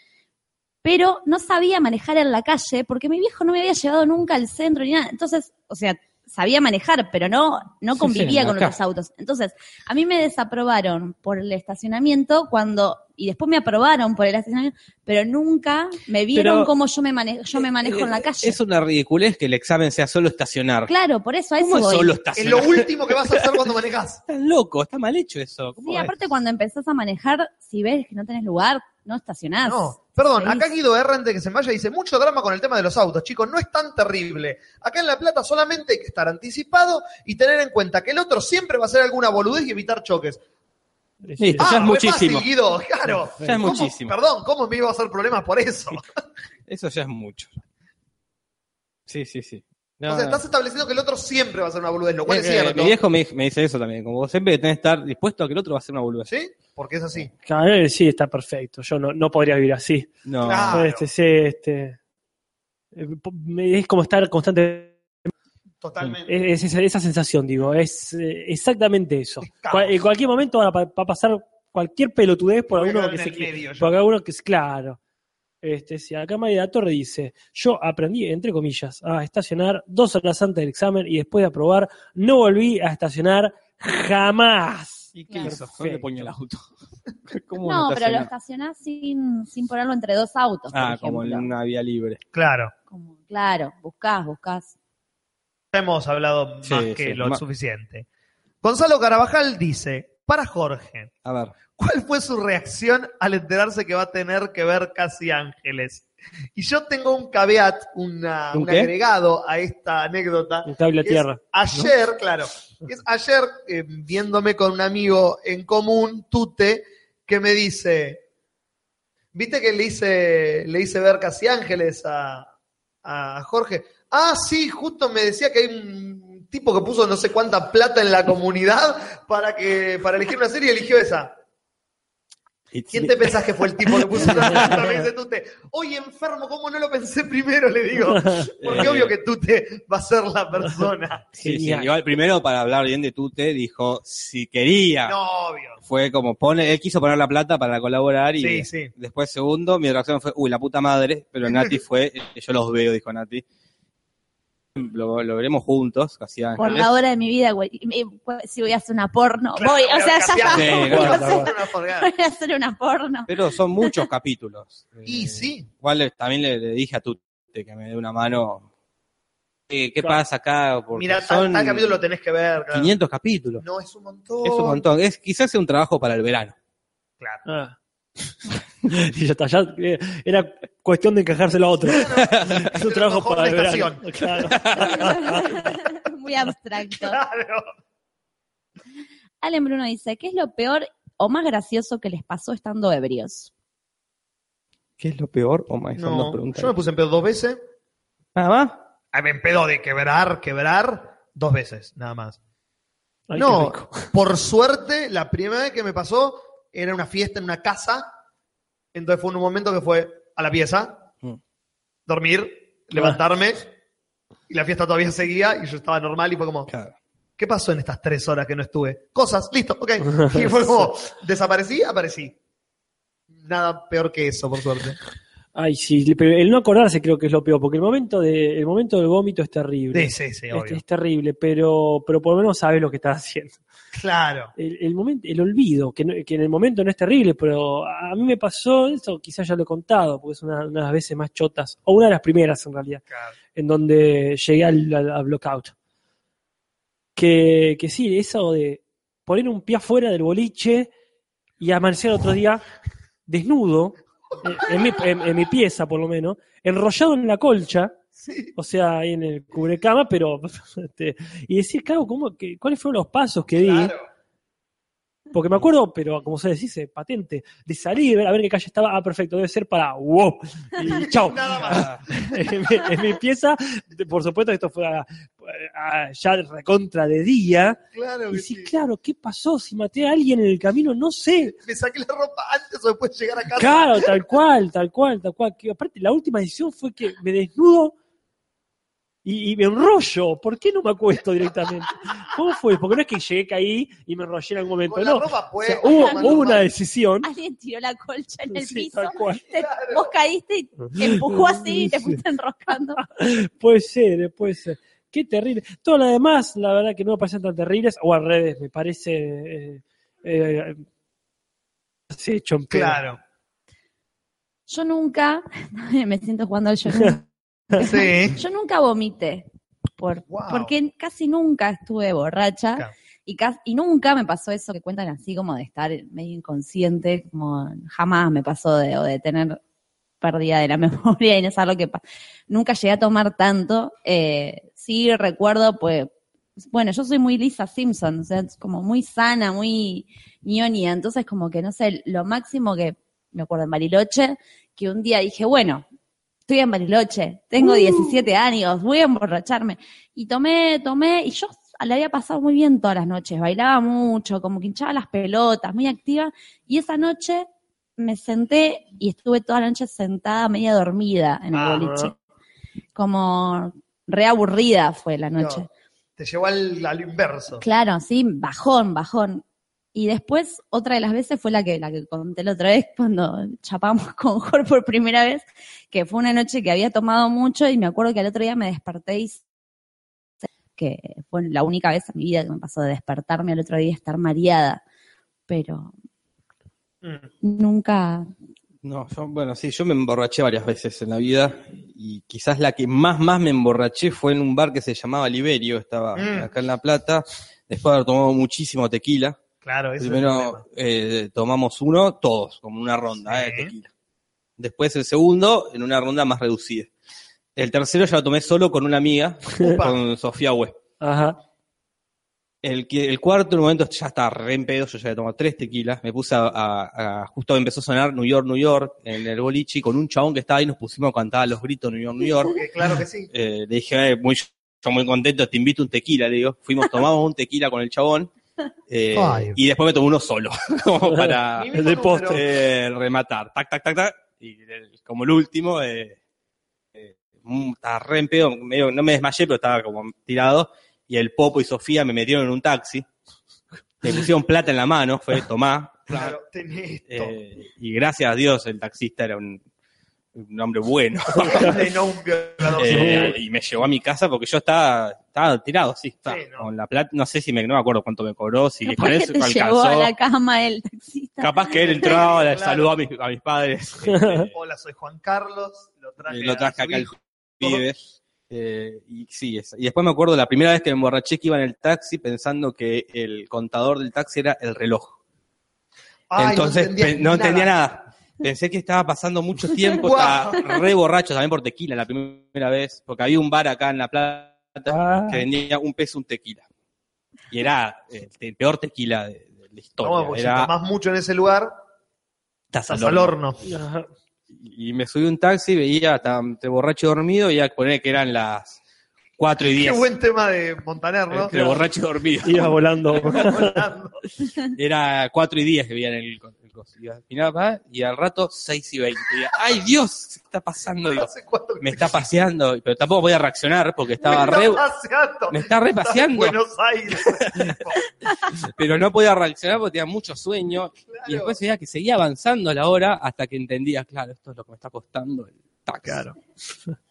Speaker 4: pero no sabía manejar en la calle porque mi viejo no me había llevado nunca al centro ni nada. Entonces, o sea, sabía manejar, pero no, no
Speaker 5: Sí,
Speaker 4: convivía
Speaker 5: sí,
Speaker 4: con
Speaker 5: acá.
Speaker 4: otros autos. Entonces, a mí me desaprobaron por el estacionamiento cuando y después me aprobaron por el estacionamiento, pero nunca me vieron
Speaker 5: Pero- eh,
Speaker 4: cómo yo me manejo, yo me manejo en la calle.
Speaker 5: Es una ridiculez que el examen sea solo estacionar.
Speaker 4: claro, por eso a eso
Speaker 5: ¿Cómo es
Speaker 4: voy.
Speaker 5: solo
Speaker 3: Es
Speaker 5: estacionar?
Speaker 3: lo último que vas a hacer cuando manejas.
Speaker 5: Estás loco, está mal hecho eso. ¿Cómo
Speaker 4: Sí,
Speaker 5: es?
Speaker 4: aparte cuando empezás a manejar, si ves que no tenés lugar, no estacionás.
Speaker 3: No, perdón,
Speaker 4: Sí.
Speaker 3: acá Guido R. antes de que se me vaya dice mucho drama con el tema de los autos, chicos, no es tan terrible. Acá en La Plata solamente hay que estar anticipado y tener en cuenta que el otro siempre va a hacer alguna boludez y evitar choques.
Speaker 5: Listo,
Speaker 3: Ah,
Speaker 5: ya es
Speaker 3: re
Speaker 5: muchísimo.
Speaker 3: fácil, Guido, claro.
Speaker 5: Ya es
Speaker 3: ¿Cómo-
Speaker 5: muchísimo.
Speaker 3: Perdón, ¿cómo me iba a hacer problemas por eso?
Speaker 5: Eso ya es mucho. Sí, sí, sí. No,
Speaker 3: o sea,
Speaker 5: no.
Speaker 3: estás estableciendo que el otro siempre va a hacer una boludez, lo cual
Speaker 5: Eh,
Speaker 3: es
Speaker 5: eh,
Speaker 3: cierto.
Speaker 5: mi viejo me, me dice eso también, como vos siempre tenés que estar dispuesto a que el otro va a hacer una boludez.
Speaker 3: ¿Sí? Porque es así.
Speaker 6: Claro, eh, sí, está perfecto. Yo no, no podría vivir así.
Speaker 5: No.
Speaker 3: Claro.
Speaker 6: Este, sí, este. eh, po- me- Es como estar constante.
Speaker 3: Totalmente.
Speaker 5: Eh,
Speaker 6: Es, es- esa sensación, digo, es eh, exactamente eso.
Speaker 3: Es caos.
Speaker 6: Cual- en cualquier momento va a, pa- va a pasar cualquier pelotudez por
Speaker 3: Voy a
Speaker 6: alguno
Speaker 3: quedar
Speaker 6: que
Speaker 3: en
Speaker 6: se
Speaker 3: el
Speaker 6: equi-
Speaker 3: medio yo.
Speaker 6: por alguno que es claro. Este, si acá María de la Torre dice, yo aprendí, entre comillas, a estacionar dos horas antes del examen y después de aprobar, no volví a estacionar jamás.
Speaker 5: ¿Y
Speaker 4: Claro.
Speaker 5: ¿Dónde ponía el auto? ¿Cómo
Speaker 4: No,
Speaker 5: lo
Speaker 4: pero lo
Speaker 5: estacionás?
Speaker 4: estacionás sin, sin ponerlo entre dos autos. por
Speaker 5: Ah, como en
Speaker 4: ejemplo.
Speaker 5: una vía libre.
Speaker 3: Claro.
Speaker 4: Como, claro, buscás, buscás.
Speaker 3: Ya hemos hablado
Speaker 5: Sí,
Speaker 3: más que
Speaker 5: sí,
Speaker 3: lo
Speaker 5: ma-
Speaker 3: suficiente. Gonzalo Carabajal dice, para Jorge,
Speaker 5: A ver.
Speaker 3: ¿cuál fue su reacción al enterarse que va a tener que ver Casi Ángeles? Y yo tengo un caveat, una-
Speaker 5: ¿Un
Speaker 3: un
Speaker 5: qué?
Speaker 3: agregado a esta anécdota.
Speaker 6: Un cable a
Speaker 3: Es
Speaker 6: tierra.
Speaker 3: Ayer, claro, es ayer eh, viéndome con un amigo en común, Tute, que me dice, ¿viste que le hice, le hice ver casi ángeles a, a Jorge? Ah, sí, justo me decía que hay un tipo que puso no sé cuánta plata en la comunidad para, que, para elegir una serie y eligió esa. ¿Quién te pensás que fue el tipo que puso la plata? Me dice Tute. Hoy enfermo, ¿cómo no lo pensé primero? Le digo. Porque
Speaker 5: Eh.
Speaker 3: obvio que Tute va a ser la persona.
Speaker 5: Sí, sí,
Speaker 6: Genial.
Speaker 5: igual primero para hablar bien de Tute dijo si quería.
Speaker 3: No, obvio.
Speaker 5: Fue como pone, él quiso poner la plata para colaborar y
Speaker 3: Sí, sí.
Speaker 5: después segundo, mi reacción fue, uy, la puta madre, pero Nati fue, eh, yo los veo, dijo Nati. Lo, lo veremos juntos, casi
Speaker 4: Por
Speaker 5: ángeles.
Speaker 4: la hora de mi vida, güey. y me- pues, Si voy a hacer una porno,
Speaker 3: Claro,
Speaker 4: voy. O
Speaker 3: voy a
Speaker 4: sea, ya
Speaker 3: hacer
Speaker 4: está.
Speaker 3: casi
Speaker 5: Sí,
Speaker 4: Voy a
Speaker 5: claro,
Speaker 4: hacer-
Speaker 3: Una forgada.
Speaker 4: voy a hacer una porno.
Speaker 5: Pero son muchos capítulos.
Speaker 3: Y
Speaker 5: Eh,
Speaker 3: sí,
Speaker 5: Igual le- también le, le dije a Tute que me dé una mano. Eh, ¿Qué
Speaker 6: Claro.
Speaker 5: pasa acá? Porque
Speaker 3: mira,
Speaker 5: son
Speaker 3: tal, tal capítulo lo tenés que ver. claro.
Speaker 5: 500 capítulos.
Speaker 3: No, es un montón.
Speaker 5: Es un montón. Es, quizás sea un trabajo para el verano.
Speaker 3: Claro.
Speaker 6: Ah. y ya está, ya eh, era cuestión de encajárselo a otro. es un
Speaker 3: la
Speaker 6: trabajo
Speaker 3: mejor
Speaker 6: para el verano.
Speaker 3: prestación.
Speaker 6: Claro.
Speaker 4: Muy abstracto.
Speaker 3: Claro.
Speaker 4: Allen Bruno dice, ¿qué es lo peor o más gracioso que les pasó estando ebrios?
Speaker 5: ¿Qué es lo peor? Oh my, son dos
Speaker 3: No,
Speaker 5: preguntas.
Speaker 3: yo me puse en pedo dos veces.
Speaker 5: ¿Nada más?
Speaker 3: Ah, me en pedo de quebrar, quebrar, dos veces, nada más.
Speaker 6: Ay, qué
Speaker 3: no,
Speaker 6: rico.
Speaker 3: por suerte, la primera vez que me pasó era una fiesta en una casa. Entonces fue un momento que fue a la pieza,
Speaker 5: Mm. Ah.
Speaker 3: dormir, levantarme. Y la fiesta todavía seguía y yo estaba normal y fue como,
Speaker 5: Claro.
Speaker 3: ¿Qué pasó en estas tres horas que no estuve? Cosas, listo, ok. Y fue como, desaparecí, aparecí. Nada peor que eso, por suerte.
Speaker 6: Ay, sí, pero el no acordarse creo que es lo peor, porque el momento de, el momento del vómito es
Speaker 3: Sí,
Speaker 6: terrible.
Speaker 3: sí, sí,
Speaker 6: Es-
Speaker 3: obvio.
Speaker 6: es terrible, pero, pero por lo menos sabes lo que estás haciendo.
Speaker 3: Claro.
Speaker 6: el, el momento, el olvido, que, no- que en el momento no es terrible, pero a mí me pasó eso, quizás ya lo he contado, porque es una, una de las veces más chotas, o una de las primeras en realidad,
Speaker 3: Claro.
Speaker 6: en donde llegué al, al- al blockout. Que, que sí, eso de poner un pie afuera del boliche y amanecer otro día desnudo, eh, en, en mi, en- en mi pieza por lo menos, enrollado en la colcha,
Speaker 3: Sí.
Speaker 6: o sea, ahí en el cubrecama, pero... este, y decir, claro, ¿cómo, que, ¿cuáles fueron los pasos que di?
Speaker 3: Claro.
Speaker 6: Porque me acuerdo, pero como se dice, patente, de salir, a ver qué calle estaba. Ah, perfecto, debe ser para wow. Y chao.
Speaker 3: Nada más.
Speaker 6: en, mi, en mi pieza, de- por supuesto, esto fue a- a- ya recontra de día.
Speaker 3: Claro
Speaker 6: Y
Speaker 3: que
Speaker 6: sí,
Speaker 3: sí.
Speaker 6: claro, ¿qué pasó? Si maté a alguien en el camino, no sé.
Speaker 3: Me saqué la ropa antes o después de llegar a casa.
Speaker 6: Claro, tal cual, tal cual, tal cual. Que aparte, la última decisión fue que me desnudo y, y me enrollo. ¿Por qué no me acuesto directamente? ¿Cómo fue? Porque no es que llegué caí y me enrollé en algún momento,
Speaker 3: Con la
Speaker 6: no.
Speaker 3: ropa
Speaker 6: O
Speaker 3: puesta.
Speaker 6: sea, hubo,
Speaker 3: cuando-
Speaker 6: hubo una decisión.
Speaker 4: Alguien tiró la colcha en el
Speaker 6: Sí,
Speaker 4: piso.
Speaker 6: tal cual.
Speaker 4: te- Vos caíste y te empujó así y te fuiste enroscando.
Speaker 6: Puede ser, eh, puede ser. Qué terrible. Todo lo demás, la verdad que no me parecen tan terribles, o al revés, me parece. Eh, eh, sí, hecho en pedo.
Speaker 3: Claro.
Speaker 4: Yo nunca, me siento jugando al yo nunca.
Speaker 3: Sí.
Speaker 4: Yo nunca vomité. por-
Speaker 3: Wow.
Speaker 4: Porque casi nunca estuve borracha.
Speaker 3: Claro.
Speaker 4: Y, casi, y nunca me pasó eso que cuentan así como de estar medio inconsciente, como jamás me pasó de, o de tener pérdida de la memoria y no saber lo que pasa. Nunca llegué a tomar tanto. Eh, sí recuerdo, pues, bueno, yo soy muy Lisa Simpson, o sea, es como muy sana, muy ñoña, entonces como que no sé, lo máximo que me acuerdo en Bariloche, que un día dije, bueno, estoy en Bariloche, tengo 17 años, voy a emborracharme. Y tomé, tomé, y yo la había pasado muy bien todas las noches, bailaba mucho, como que hinchaba las pelotas, muy activa, y esa noche me senté y estuve toda la noche sentada, media dormida en el
Speaker 3: Ajá.
Speaker 4: boliche. Como reaburrida fue la noche.
Speaker 3: No, te llevó al, al inverso.
Speaker 4: Claro, sí, bajón, bajón. Y después, otra de las veces fue la que, la que conté la otra vez, cuando chapamos con Jorge por primera vez, que fue una noche que había tomado mucho y me acuerdo que al otro día me desperté y que fue la única vez en mi vida que me pasó de despertarme al otro día y estar mareada. Pero
Speaker 3: Mm.
Speaker 4: nunca,
Speaker 5: No, yo- bueno, sí, yo me emborraché varias veces en la vida y quizás la que más, más me emborraché fue en un bar que se llamaba Liberio, estaba
Speaker 3: Mm.
Speaker 5: acá en La Plata, después de haber tomado muchísimo tequila.
Speaker 3: Claro, ese es el problema.
Speaker 5: Primero eh, tomamos uno, todos, como una ronda
Speaker 3: Sí.
Speaker 5: eh, de tequila. Después el segundo, en una ronda más reducida. El tercero ya lo tomé solo con una amiga,
Speaker 3: Upa.
Speaker 5: con Sofía Hue.
Speaker 6: Ajá.
Speaker 5: El, que- el cuarto, en un momento, ya estaba re en pedo, yo ya había tomado tres tequilas, me puse a, a- a- justo empezó a sonar New York, New York, en el boliche, y con un chabón que estaba ahí, nos pusimos a cantar a los gritos New York, New York.
Speaker 3: Porque claro que sí.
Speaker 5: Eh, le dije, eh, muy, yo muy contento, te invito un tequila, le digo. Fuimos, tomamos un tequila con el chabón, eh,
Speaker 3: Ay.
Speaker 5: y después me tomé uno solo, como para
Speaker 3: Mi mismo
Speaker 6: de postre.
Speaker 3: número.
Speaker 5: eh, rematar, tac, tac, tac, tac, y el- como el último, eh, eh, mm, estaba re en pedo, medio- no me desmayé, pero estaba como tirado, y el Popo y Sofía me metieron en un taxi, me pusieron plata en la mano, fue tomá,
Speaker 3: Claro, tenés esto.
Speaker 5: eh, y gracias a Dios el taxista era un, un hombre bueno,
Speaker 3: De no un violador.
Speaker 5: eh, y me llevó a mi casa porque yo estaba, estaba tirado, sí, estaba
Speaker 3: Sí, ¿no?
Speaker 5: con la plata, no sé si me, no me acuerdo cuánto me cobró, si
Speaker 4: capaz
Speaker 5: con
Speaker 4: que
Speaker 5: eso
Speaker 4: te llevó a
Speaker 5: alcanzó.
Speaker 4: la cama el taxista.
Speaker 5: Capaz que él entraba, le
Speaker 3: Claro.
Speaker 5: saludó a mis, a mis padres. este,
Speaker 3: Hola, soy Juan Carlos. Lo traje,
Speaker 5: eh, lo traje
Speaker 3: a su
Speaker 5: acá el
Speaker 3: hijo.
Speaker 5: pibe. Eh, y sí, es- y después me acuerdo la primera vez que me emborraché que iba en el taxi pensando que el contador del taxi era el reloj.
Speaker 3: Ay, no
Speaker 5: Entonces
Speaker 3: entendía
Speaker 5: pe- no entendía nada. Pensé que estaba pasando mucho tiempo, estaba re borracho también por tequila la primera vez, porque había un bar acá en La Plata
Speaker 6: Ah.
Speaker 5: que vendía un peso un tequila. Y era eh, el peor tequila de, de la historia.
Speaker 3: No, porque si
Speaker 5: era
Speaker 3: tomás mucho en ese lugar,
Speaker 5: Taza
Speaker 3: estás
Speaker 5: al
Speaker 3: al
Speaker 5: horno.
Speaker 3: horno.
Speaker 6: Ajá.
Speaker 5: y me subí a un taxi, veía hasta te borracho dormido, y a poner que eran las 4 y
Speaker 3: Qué
Speaker 5: 10.
Speaker 3: buen tema de Montaner, ¿no?
Speaker 5: Entre borracho y dormido.
Speaker 6: Iba volando.
Speaker 3: Volando.
Speaker 5: Era 4 y 10 que veían el, co- el coso. Y al final va, y al rato 6 y 20. Y, ¡Ay, Dios! ¿Qué está pasando? Digo,
Speaker 3: Hace cuánto que
Speaker 5: me está paseando, pero tampoco podía reaccionar porque estaba
Speaker 3: me está
Speaker 5: re.
Speaker 3: paseando.
Speaker 5: Me está
Speaker 3: Estás en
Speaker 5: repaseando,
Speaker 3: Buenos Aires.
Speaker 5: pero no podía reaccionar porque tenía mucho sueño. Y
Speaker 3: Claro.
Speaker 5: después veía que seguía avanzando la hora hasta que entendía, claro, esto es lo que me está costando el taxi.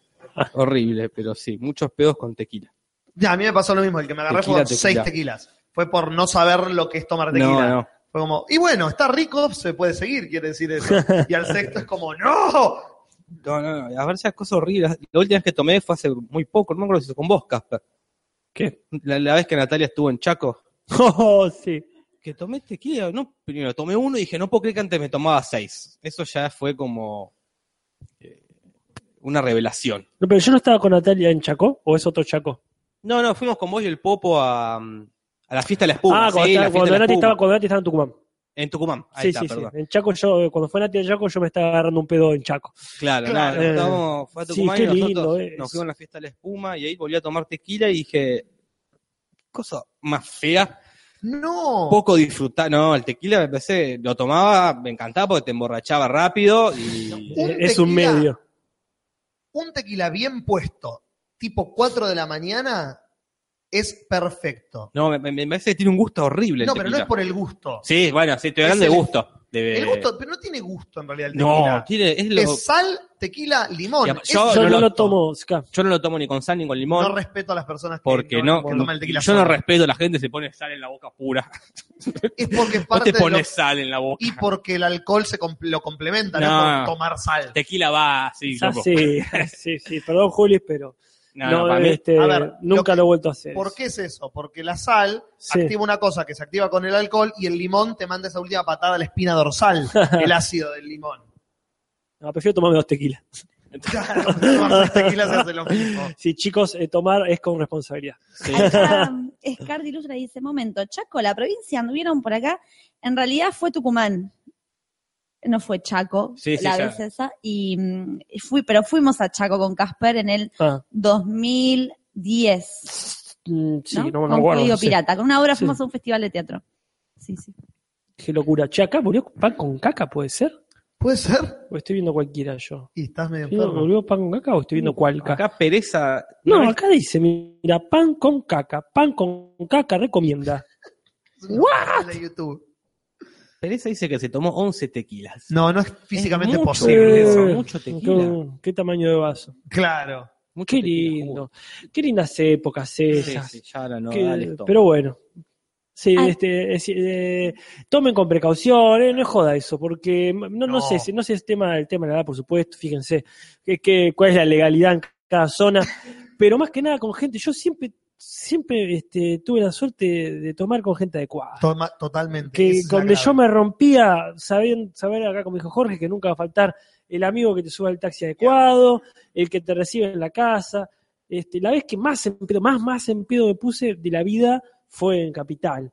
Speaker 5: Horrible, pero sí, muchos pedos con tequila.
Speaker 3: Ya, a mí me pasó lo mismo. El que me agarré
Speaker 5: Tequila,
Speaker 3: fue por seis
Speaker 5: tequila.
Speaker 3: tequilas. Fue por no saber lo que es tomar tequila.
Speaker 5: No, no.
Speaker 3: Fue como, y bueno, está rico, se puede seguir, quiere decir eso. Y al sexto es como, ¡no!
Speaker 5: No, no, no. A ver esas cosas horribles. La última vez que tomé fue hace muy poco, no me acuerdo si fue con vos, Casper.
Speaker 6: ¿Qué?
Speaker 5: La, la vez que Natalia estuvo en Chaco.
Speaker 6: Oh, sí.
Speaker 5: Que tomé tequila, no, primero tomé uno y dije, no puedo creer que antes me tomaba seis. Eso ya fue como eh, una revelación.
Speaker 6: No, pero yo no estaba con Natalia en Chaco, o es otro Chaco.
Speaker 5: No, no, fuimos con vos y el Popo a, mm, A la fiesta de la espuma.
Speaker 6: ah, cuando,
Speaker 5: sí, la
Speaker 6: estaba-
Speaker 5: fiesta
Speaker 6: cuando
Speaker 5: de la
Speaker 6: Nati
Speaker 5: espuma.
Speaker 6: estaba, cuando Nati estaba en Tucumán.
Speaker 5: En Tucumán. Ahí
Speaker 6: sí,
Speaker 5: está,
Speaker 6: sí,
Speaker 5: perdón.
Speaker 6: sí. En Chaco yo, cuando fue Nati de Chaco, yo me estaba agarrando un pedo en Chaco.
Speaker 5: Claro,
Speaker 6: Claro.
Speaker 5: no, nos estábamos- fue a
Speaker 6: Sí,
Speaker 5: Tucumán
Speaker 6: qué
Speaker 5: y nosotros
Speaker 6: lindo es.
Speaker 5: nos fuimos a la fiesta de la espuma y ahí volví a tomar tequila y dije, cosa más fea,
Speaker 3: No.
Speaker 5: poco disfrutar, no, el tequila me parece, lo tomaba, me encantaba porque te emborrachaba rápido y
Speaker 3: Un
Speaker 6: Eh, es un
Speaker 3: tequila.
Speaker 6: medio.
Speaker 3: Un tequila bien puesto, tipo 4 de la mañana, es perfecto.
Speaker 5: no, me, me- me parece que tiene un gusto horrible. el
Speaker 3: No, pero no
Speaker 5: tequila.
Speaker 3: es por el gusto.
Speaker 5: Sí, bueno, sí, estoy hablando
Speaker 3: Es
Speaker 5: de
Speaker 3: el-
Speaker 5: gusto. de-
Speaker 3: El gusto, pero no tiene gusto en realidad el tequila.
Speaker 5: No, tiene, es lo-
Speaker 3: Es sal, tequila, limón.
Speaker 5: Y
Speaker 3: Es-
Speaker 5: apa- yo-
Speaker 6: Yo
Speaker 5: Oh, no
Speaker 6: no,
Speaker 5: lo-
Speaker 6: lo tomo, Ska.
Speaker 5: yo no lo tomo ni con sal ni con limón.
Speaker 3: no respeto a las personas que,
Speaker 5: porque
Speaker 3: que-
Speaker 5: no,
Speaker 3: que toman el tequila
Speaker 5: yo no
Speaker 3: solo.
Speaker 5: respeto a la gente se pone sal en la boca pura.
Speaker 3: Es porque es
Speaker 5: No
Speaker 3: parte
Speaker 5: te
Speaker 3: de lo-
Speaker 5: pones sal en la boca.
Speaker 3: y porque el alcohol se com- lo complementa, no,
Speaker 5: No.
Speaker 3: por tomar sal.
Speaker 5: Tequila va así,
Speaker 6: Ah,
Speaker 5: loco.
Speaker 6: sí, sí, sí. Perdón, Juli, pero
Speaker 5: No,
Speaker 6: no,
Speaker 5: no, para mí
Speaker 6: este,
Speaker 3: A ver,
Speaker 6: nunca
Speaker 3: lo que-
Speaker 6: lo he vuelto a hacer.
Speaker 3: ¿Por qué es eso? Porque la sal
Speaker 6: Sí.
Speaker 3: activa una cosa que se activa con el alcohol y el limón te manda esa última patada a la espina dorsal, el ácido del limón.
Speaker 6: No, prefiero tomarme dos tequilas.
Speaker 3: Claro, tomar tequila se hace lo mismo.
Speaker 6: Sí, chicos, eh, tomar es con responsabilidad.
Speaker 4: Acá, Scardi Lustra dice, momento, Chaco, la provincia anduvieron por acá, en realidad fue Tucumán. No fue Chaco,
Speaker 5: Sí, sí,
Speaker 4: la
Speaker 5: ya.
Speaker 4: vez esa, y mm, fui, pero fuimos a Chaco con Casper en el
Speaker 6: Ah,
Speaker 4: 2010.
Speaker 6: mm, sí, no, no,
Speaker 4: con
Speaker 6: guardo,
Speaker 4: Código
Speaker 6: no sé.
Speaker 4: Pirata. Con una obra
Speaker 6: Sí.
Speaker 4: fuimos a un festival de teatro. Sí, sí.
Speaker 6: Qué locura. Che, acá murió pan con caca, ¿puede ser?
Speaker 3: ¿Puede ser?
Speaker 6: ¿O estoy viendo cualquiera yo?
Speaker 3: Y estás medio
Speaker 6: ¿Murió-
Speaker 3: enfermo.
Speaker 6: ¿Murió pan con caca o estoy viendo cual caca?
Speaker 5: Acá pereza.
Speaker 6: No, acá dice, mira, pan con caca, pan con caca recomienda.
Speaker 3: Es una página de YouTube.
Speaker 5: Pereza dice que se tomó 11 tequilas.
Speaker 3: No, no es físicamente
Speaker 5: mucho.
Speaker 3: posible
Speaker 5: Eh.
Speaker 3: eso.
Speaker 5: mucho tequila.
Speaker 6: Qué, qué tamaño de vaso.
Speaker 3: Claro.
Speaker 5: Mucho
Speaker 6: Qué
Speaker 5: tequila,
Speaker 6: lindo. Qué lindas épocas
Speaker 5: uh. Sí,
Speaker 6: esas.
Speaker 5: sí, ya ahora no,
Speaker 6: Que-
Speaker 5: dale, toma.
Speaker 6: pero bueno. Sí,
Speaker 4: Ay.
Speaker 6: este, es- eh, tomen con precaución, eh, no es joda eso, porque no, no,
Speaker 3: No.
Speaker 6: sé, si- no sé el tema, el tema de la edad, por supuesto, fíjense que, que- cuál es la legalidad en cada zona, pero más que nada con gente, yo siempre, siempre este, tuve la suerte de tomar con gente adecuada.
Speaker 3: Toma- totalmente.
Speaker 6: que
Speaker 3: Esa es la
Speaker 6: donde
Speaker 3: clave.
Speaker 6: yo me rompía, saben, saber acá con mi hijo Jorge que nunca va a faltar el amigo que te suba al taxi adecuado, el que te recibe en la casa. Este, la vez que más en pedo, más, más en pedo me puse de la vida fue en Capital.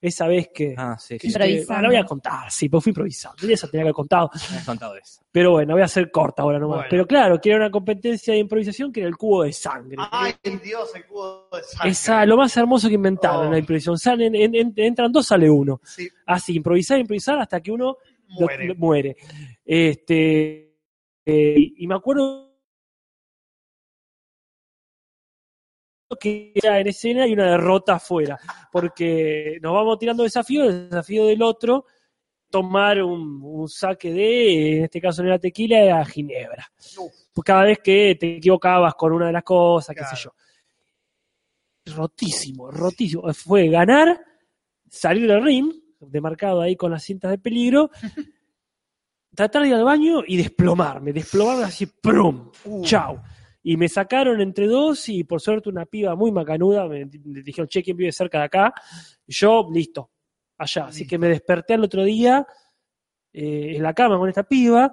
Speaker 6: Esa vez que.
Speaker 5: Ah, sí, sí,
Speaker 6: que este,
Speaker 4: Improvisando.
Speaker 6: ah, la voy a contar, sí, pues fui improvisado. Esa tenía que haber contado.
Speaker 5: me has contado eso.
Speaker 6: Pero bueno, voy a ser corta ahora nomás.
Speaker 3: Bueno.
Speaker 6: Pero claro, que era una competencia de improvisación que era el cubo de sangre.
Speaker 3: Ay, Dios, el cubo de sangre.
Speaker 6: Esa, lo más hermoso que inventaron,
Speaker 3: Oh.
Speaker 6: la improvisación. Salen, en- en- entran dos, sale uno.
Speaker 3: Sí,
Speaker 6: Así, improvisar, improvisar hasta que uno lo-
Speaker 3: muere.
Speaker 6: lo- muere. Este, eh, y me acuerdo que era en escena y una derrota afuera, porque nos vamos tirando desafíos, el desafío del otro, tomar un, un saque de, en este caso no era tequila, era ginebra.
Speaker 3: Uf.
Speaker 6: Pues Cada vez que te equivocabas con una de las cosas, qué sé
Speaker 3: Claro.
Speaker 6: yo. Rotísimo, rotísimo. Fue ganar, salir del ring, demarcado ahí con las cintas de peligro, tratar de ir al baño y desplomarme, desplomarme así, ¡prum!
Speaker 3: Uh.
Speaker 6: ¡Chao! Y me sacaron entre dos y por suerte una piba muy macanuda, me, me dijeron, che, ¿quién vive cerca de acá? Yo, listo, allá. Así
Speaker 3: Listo.
Speaker 6: que me desperté al otro día eh, en la cama con esta piba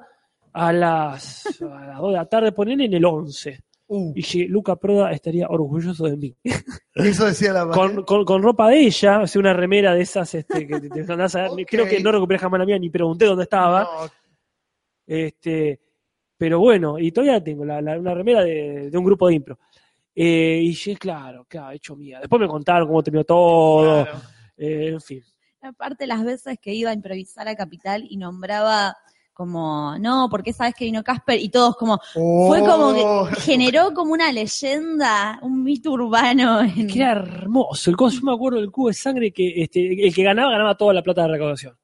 Speaker 6: a las, a las 2 de la tarde, ponen en el 11.
Speaker 3: Uh,
Speaker 6: Y dije, Luca Proda estaría orgulloso de mí
Speaker 3: eso decía la
Speaker 6: con, con- con ropa de ella, o sea, una remera de esas este, que te, te mandás a-
Speaker 3: Ok.
Speaker 6: Creo que no recuperé jamás la mía, ni pregunté dónde estaba.
Speaker 3: No,
Speaker 6: Este, pero bueno, y todavía tengo la, la- una remera de, de un grupo de impro. Eh, y dije, claro, claro, hecho mía. Después me contaron cómo terminó todo,
Speaker 3: claro.
Speaker 6: eh, en fin.
Speaker 4: Aparte, las veces que iba a improvisar a Capital y nombraba como, no, porque sabes que vino Casper y todos como, Fue
Speaker 3: Oh.
Speaker 4: como que generó como una leyenda, un mito urbano. en-
Speaker 6: Es que era hermoso. El coso, yo me acuerdo del cubo de sangre que este, el que ganaba, ganaba toda la plata de recaudación.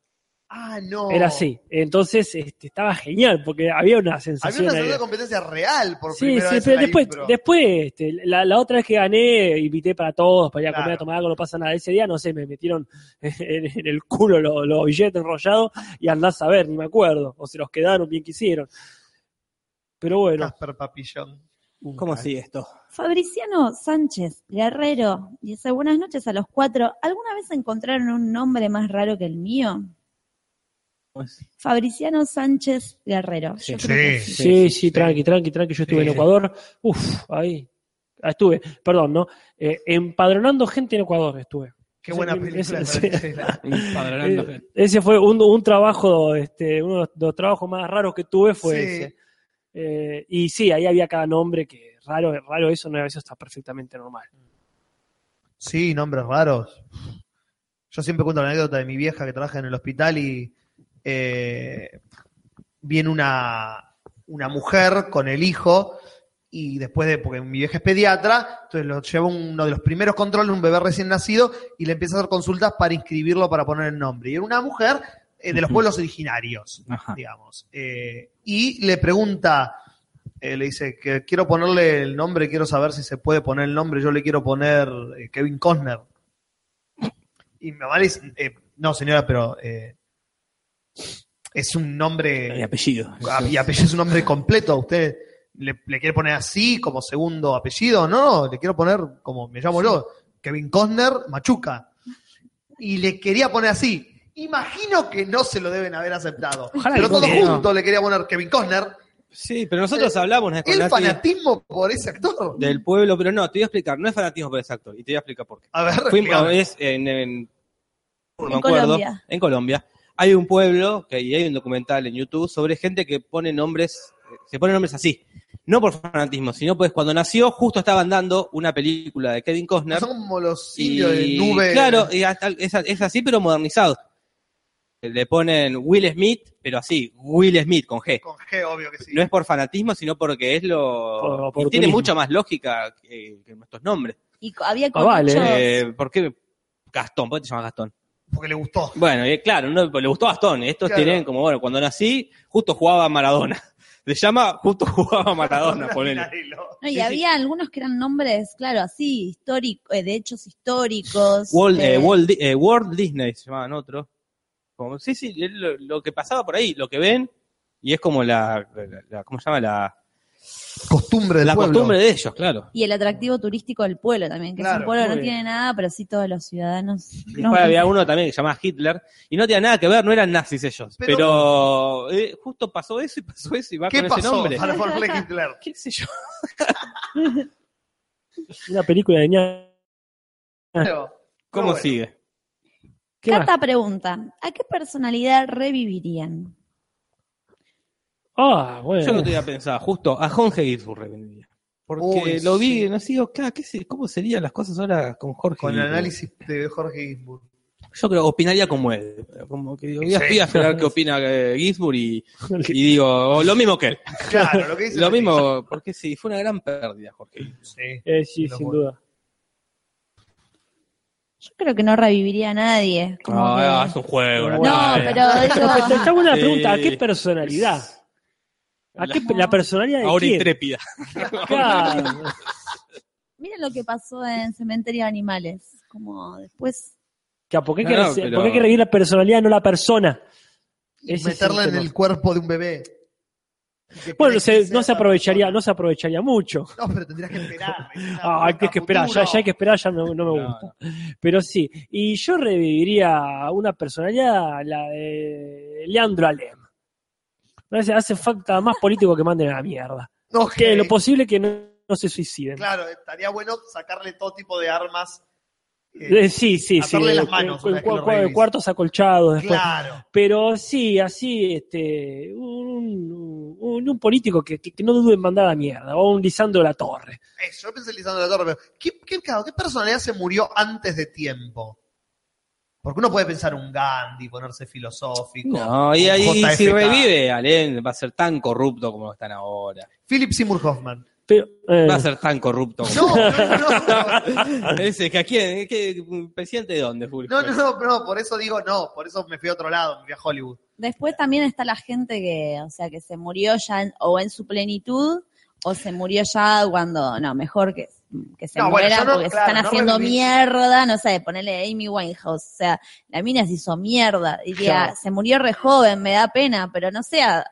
Speaker 3: Ah, no.
Speaker 6: Era así. Entonces este, estaba genial porque había una
Speaker 3: Había
Speaker 6: sensación.
Speaker 3: una
Speaker 6: ahí.
Speaker 3: segunda competencia real por
Speaker 6: Sí,
Speaker 3: primera
Speaker 6: sí,
Speaker 3: vez. en
Speaker 6: pero
Speaker 3: la
Speaker 6: después,
Speaker 3: impro.
Speaker 6: después este, la, la otra vez que gané, invité para todos, para ir a comer,
Speaker 3: Claro.
Speaker 6: a tomar algo, no pasa nada. Ese día, no sé, me metieron en, en el culo los, los billetes enrollados y andás a ver, ni me acuerdo. O se los quedaron, bien quisieron. Pero bueno,
Speaker 3: Casper Papillón.
Speaker 5: Uh, ¿Cómo sigue esto?
Speaker 4: Fabriciano Sánchez Guerrero dice, buenas noches a los cuatro. ¿Alguna vez encontraron un nombre más raro que el mío? Fabriciano Sánchez Guerrero. Yo
Speaker 5: Sí.
Speaker 4: creo que
Speaker 6: sí, sí, tranqui, tranqui, tranqui. Yo estuve en
Speaker 3: Sí.
Speaker 6: Ecuador. Uf, ahí. ah, estuve, perdón, ¿no? Eh, empadronando gente en Ecuador estuve.
Speaker 3: Qué buena
Speaker 6: Ese-
Speaker 3: película.
Speaker 6: ese-
Speaker 3: de
Speaker 6: sí.
Speaker 3: Franchella.
Speaker 10: Empadronando
Speaker 6: Eh,
Speaker 10: gente.
Speaker 6: ese fue un, un trabajo, este, uno de los- de los trabajos más raros que tuve fue
Speaker 3: Sí.
Speaker 6: ese. Eh, y sí, ahí había cada nombre que raro, raro eso, no eso está perfectamente normal.
Speaker 3: Sí, nombres raros. Yo siempre cuento la anécdota de mi vieja que trabaja en el hospital y eh, viene una, una mujer con el hijo y después de, porque mi vieja es pediatra, entonces lo lleva uno de los primeros controles, un bebé recién nacido, y le empieza a hacer consultas para inscribirlo, para poner el nombre. Y era una mujer eh, de los
Speaker 10: Ujú.
Speaker 3: pueblos originarios,
Speaker 10: Ajá.
Speaker 3: digamos. Eh, y le pregunta, eh, le dice que quiero ponerle el nombre, quiero saber si se puede poner el nombre, yo le quiero poner eh, Kevin Costner. Y mi mamá le dice, eh, no señora, pero eh, es un
Speaker 10: Mi
Speaker 3: nombre,
Speaker 10: apellido.
Speaker 3: a- Eh, ah, y apellido es un nombre completo, usted le, le quiere poner así como segundo apellido, no, no, le quiero poner como me llamo yo, Kevin Costner Machuca. Y le quería poner así. Imagino que no se lo deben haber aceptado.
Speaker 6: Ojalá
Speaker 3: pero
Speaker 6: que
Speaker 3: todos
Speaker 6: no.
Speaker 3: juntos le quería poner Kevin Costner.
Speaker 5: Sí, pero nosotros hablamos ¿no? con
Speaker 3: Eh, El
Speaker 5: Nati
Speaker 3: fanatismo por ese actor.
Speaker 5: del pueblo, pero no, te voy a explicar, no es fanatismo por ese actor, y te voy a explicar por qué.
Speaker 3: A ver,
Speaker 5: Fuimos a
Speaker 3: explícame.
Speaker 5: vez en, en- no me
Speaker 4: En
Speaker 5: acuerdo,
Speaker 4: Colombia.
Speaker 5: en Colombia. Hay un pueblo, que y hay un documental en YouTube, sobre gente que pone nombres, eh, se pone nombres así. No por fanatismo, sino pues cuando nació, justo estaban dando una película de Kevin Costner.
Speaker 3: son como los
Speaker 5: y-
Speaker 3: indios de nube.
Speaker 5: Claro, y hasta- es, es así, pero modernizado. Le ponen Will Smith, pero así, Will Smith con G.
Speaker 3: Con G, obvio que sí.
Speaker 5: No es por fanatismo, sino porque es
Speaker 6: Por
Speaker 5: lo. y
Speaker 6: oportunismo.
Speaker 5: tiene mucha más lógica que, que nuestros nombres.
Speaker 4: Y co- había con
Speaker 6: vale,
Speaker 4: muchos-
Speaker 5: Eh, ¿Por qué Gastón? ¿Por qué te llamas Gastón?
Speaker 3: Porque le gustó.
Speaker 5: Bueno, y claro, no, pues le gustó Gastón. Estos
Speaker 3: Claro.
Speaker 5: tienen como, bueno, cuando nací, justo jugaba a Maradona. Se llama Justo jugaba a Maradona, ponele.
Speaker 4: No, y
Speaker 5: sí, sí.
Speaker 4: había algunos que eran nombres, claro, así, históricos, de hechos históricos.
Speaker 5: Walt, eh,
Speaker 4: eh,
Speaker 5: Walt Di- eh, Walt Disney se llamaban otro. Como, sí, sí, es lo, lo que pasaba por ahí, lo que ven, y es como la, la- la- ¿cómo se llama? La,
Speaker 3: Costumbre del
Speaker 5: la
Speaker 3: pueblo.
Speaker 5: costumbre de ellos, claro.
Speaker 4: Y el atractivo turístico del pueblo también, que es
Speaker 3: Claro,
Speaker 4: un pueblo que
Speaker 6: muy
Speaker 4: no
Speaker 6: bien.
Speaker 4: tiene nada, pero sí todos los ciudadanos.
Speaker 5: Después
Speaker 4: no,
Speaker 5: había uno también que se llamaba Hitler, y no tenía nada que ver, no eran nazis ellos. Pero, eh, justo pasó eso y pasó eso y va
Speaker 3: ¿Qué
Speaker 5: con ese
Speaker 3: pasó
Speaker 5: nombre.
Speaker 3: para ponerle Hitler?
Speaker 5: ¿Qué sé yo?
Speaker 6: Una película de ña.
Speaker 5: ¿Cómo
Speaker 3: bueno.
Speaker 5: sigue?
Speaker 6: ¿Qué más?
Speaker 4: Cata pregunta, ¿a qué personalidad revivirían?
Speaker 6: Ah, bueno.
Speaker 5: Yo no tenía pensado, justo a Jorge Guizur revenía. Porque
Speaker 3: Uy,
Speaker 5: lo vi,
Speaker 3: sí.
Speaker 5: no sé, digo, "Ca, ¿qué sé- ¿cómo serían las cosas ahora con Jorge?
Speaker 3: Con el
Speaker 5: Guizur?".
Speaker 3: análisis de Jorge Ginsburg.
Speaker 5: Yo creo, opinaría como él. Como que digo, voy a,
Speaker 3: Sí.
Speaker 5: voy a esperar que opina eh, Guizur y, y digo, lo mismo que él.
Speaker 3: Claro, lo que dice.
Speaker 5: Lo
Speaker 3: Mati.
Speaker 5: mismo, porque sí, fue una gran pérdida, Jorge.
Speaker 3: Sí.
Speaker 6: Eh, sí,
Speaker 3: Lo
Speaker 6: sin
Speaker 3: bueno.
Speaker 6: duda.
Speaker 4: Yo creo que no reviviría a nadie. como que-
Speaker 5: Ah, es un juego.
Speaker 6: No,
Speaker 4: No,
Speaker 5: Natalia.
Speaker 4: pero
Speaker 6: Pero te
Speaker 4: digo,
Speaker 6: hago una
Speaker 5: Sí.
Speaker 6: pregunta, ¿a qué personalidad? ¿A qué pe- la personalidad de
Speaker 5: Ahora
Speaker 6: quién?
Speaker 5: intrépida.
Speaker 6: Claro.
Speaker 4: miren lo que pasó en Cementerio de Animales. Como después,
Speaker 6: Claro, ¿por, qué hay que
Speaker 5: No, no,
Speaker 6: rese-
Speaker 5: pero-
Speaker 6: por qué hay que revivir la personalidad, no la persona? Ese es el
Speaker 3: Meterla en
Speaker 6: tema.
Speaker 3: el cuerpo de un bebé. Y que
Speaker 6: Bueno, se-
Speaker 3: sea
Speaker 5: no
Speaker 6: no se
Speaker 3: esa
Speaker 6: aprovecharía,
Speaker 3: persona.
Speaker 6: no se aprovecharía mucho.
Speaker 3: No, pero tendrías que esperar.
Speaker 6: Ah, hay que, que esperar, ya, ya hay que esperar, ya no, no me
Speaker 5: No,
Speaker 6: gusta. Pero sí, y yo reviviría una personalidad, la de Leandro Alem. Me parece- Hace falta más políticos que manden a la mierda.
Speaker 3: No,
Speaker 6: Que lo posible que no, no se suiciden.
Speaker 3: Claro, estaría bueno sacarle todo tipo de armas. eh,
Speaker 6: Eh, sí, sí, sí.
Speaker 3: Atarle las
Speaker 6: eh,
Speaker 3: manos
Speaker 6: cu-
Speaker 3: una vez que
Speaker 6: cu-
Speaker 3: lo
Speaker 6: cu-
Speaker 3: revives.
Speaker 6: cuartos acolchados después.
Speaker 3: claro.
Speaker 6: Pero sí, así, este, un, un, un político que, que- que no dude en mandar a la mierda, o un Lisandro La Torre.
Speaker 3: Eso, Eh, yo pensé en Lisandro de la Torre, pero ¿qué, qué, claro, ¿qué personalidad se murió antes de tiempo? Porque uno puede pensar un Gandhi, ponerse filosófico.
Speaker 5: No, y
Speaker 3: un
Speaker 5: ahí
Speaker 3: JFK.
Speaker 5: si revive, Alén va a ser tan corrupto como están ahora.
Speaker 3: Philip Seymour Hoffman.
Speaker 6: Pero, eh,
Speaker 5: Va a ser tan corrupto como
Speaker 3: No, no, no, no.
Speaker 5: Ese, que a quién, que, presidente de dónde, Julio.
Speaker 3: No, no, no, no, por eso digo no, por eso me fui a otro lado, me fui a Hollywood.
Speaker 4: después también está la gente que, o sea, que se murió ya en- o en su plenitud, o se murió ya cuando, no, mejor que, que se
Speaker 3: No, bueno,
Speaker 4: mueran
Speaker 3: yo no-
Speaker 4: porque
Speaker 3: claro,
Speaker 4: se están
Speaker 3: no
Speaker 4: haciendo
Speaker 3: reviví.
Speaker 4: mierda, no sé, ponerle Amy Winehouse, o sea, la mina se hizo mierda, diría,
Speaker 6: Claro.
Speaker 4: se murió re joven, me da pena, pero no sea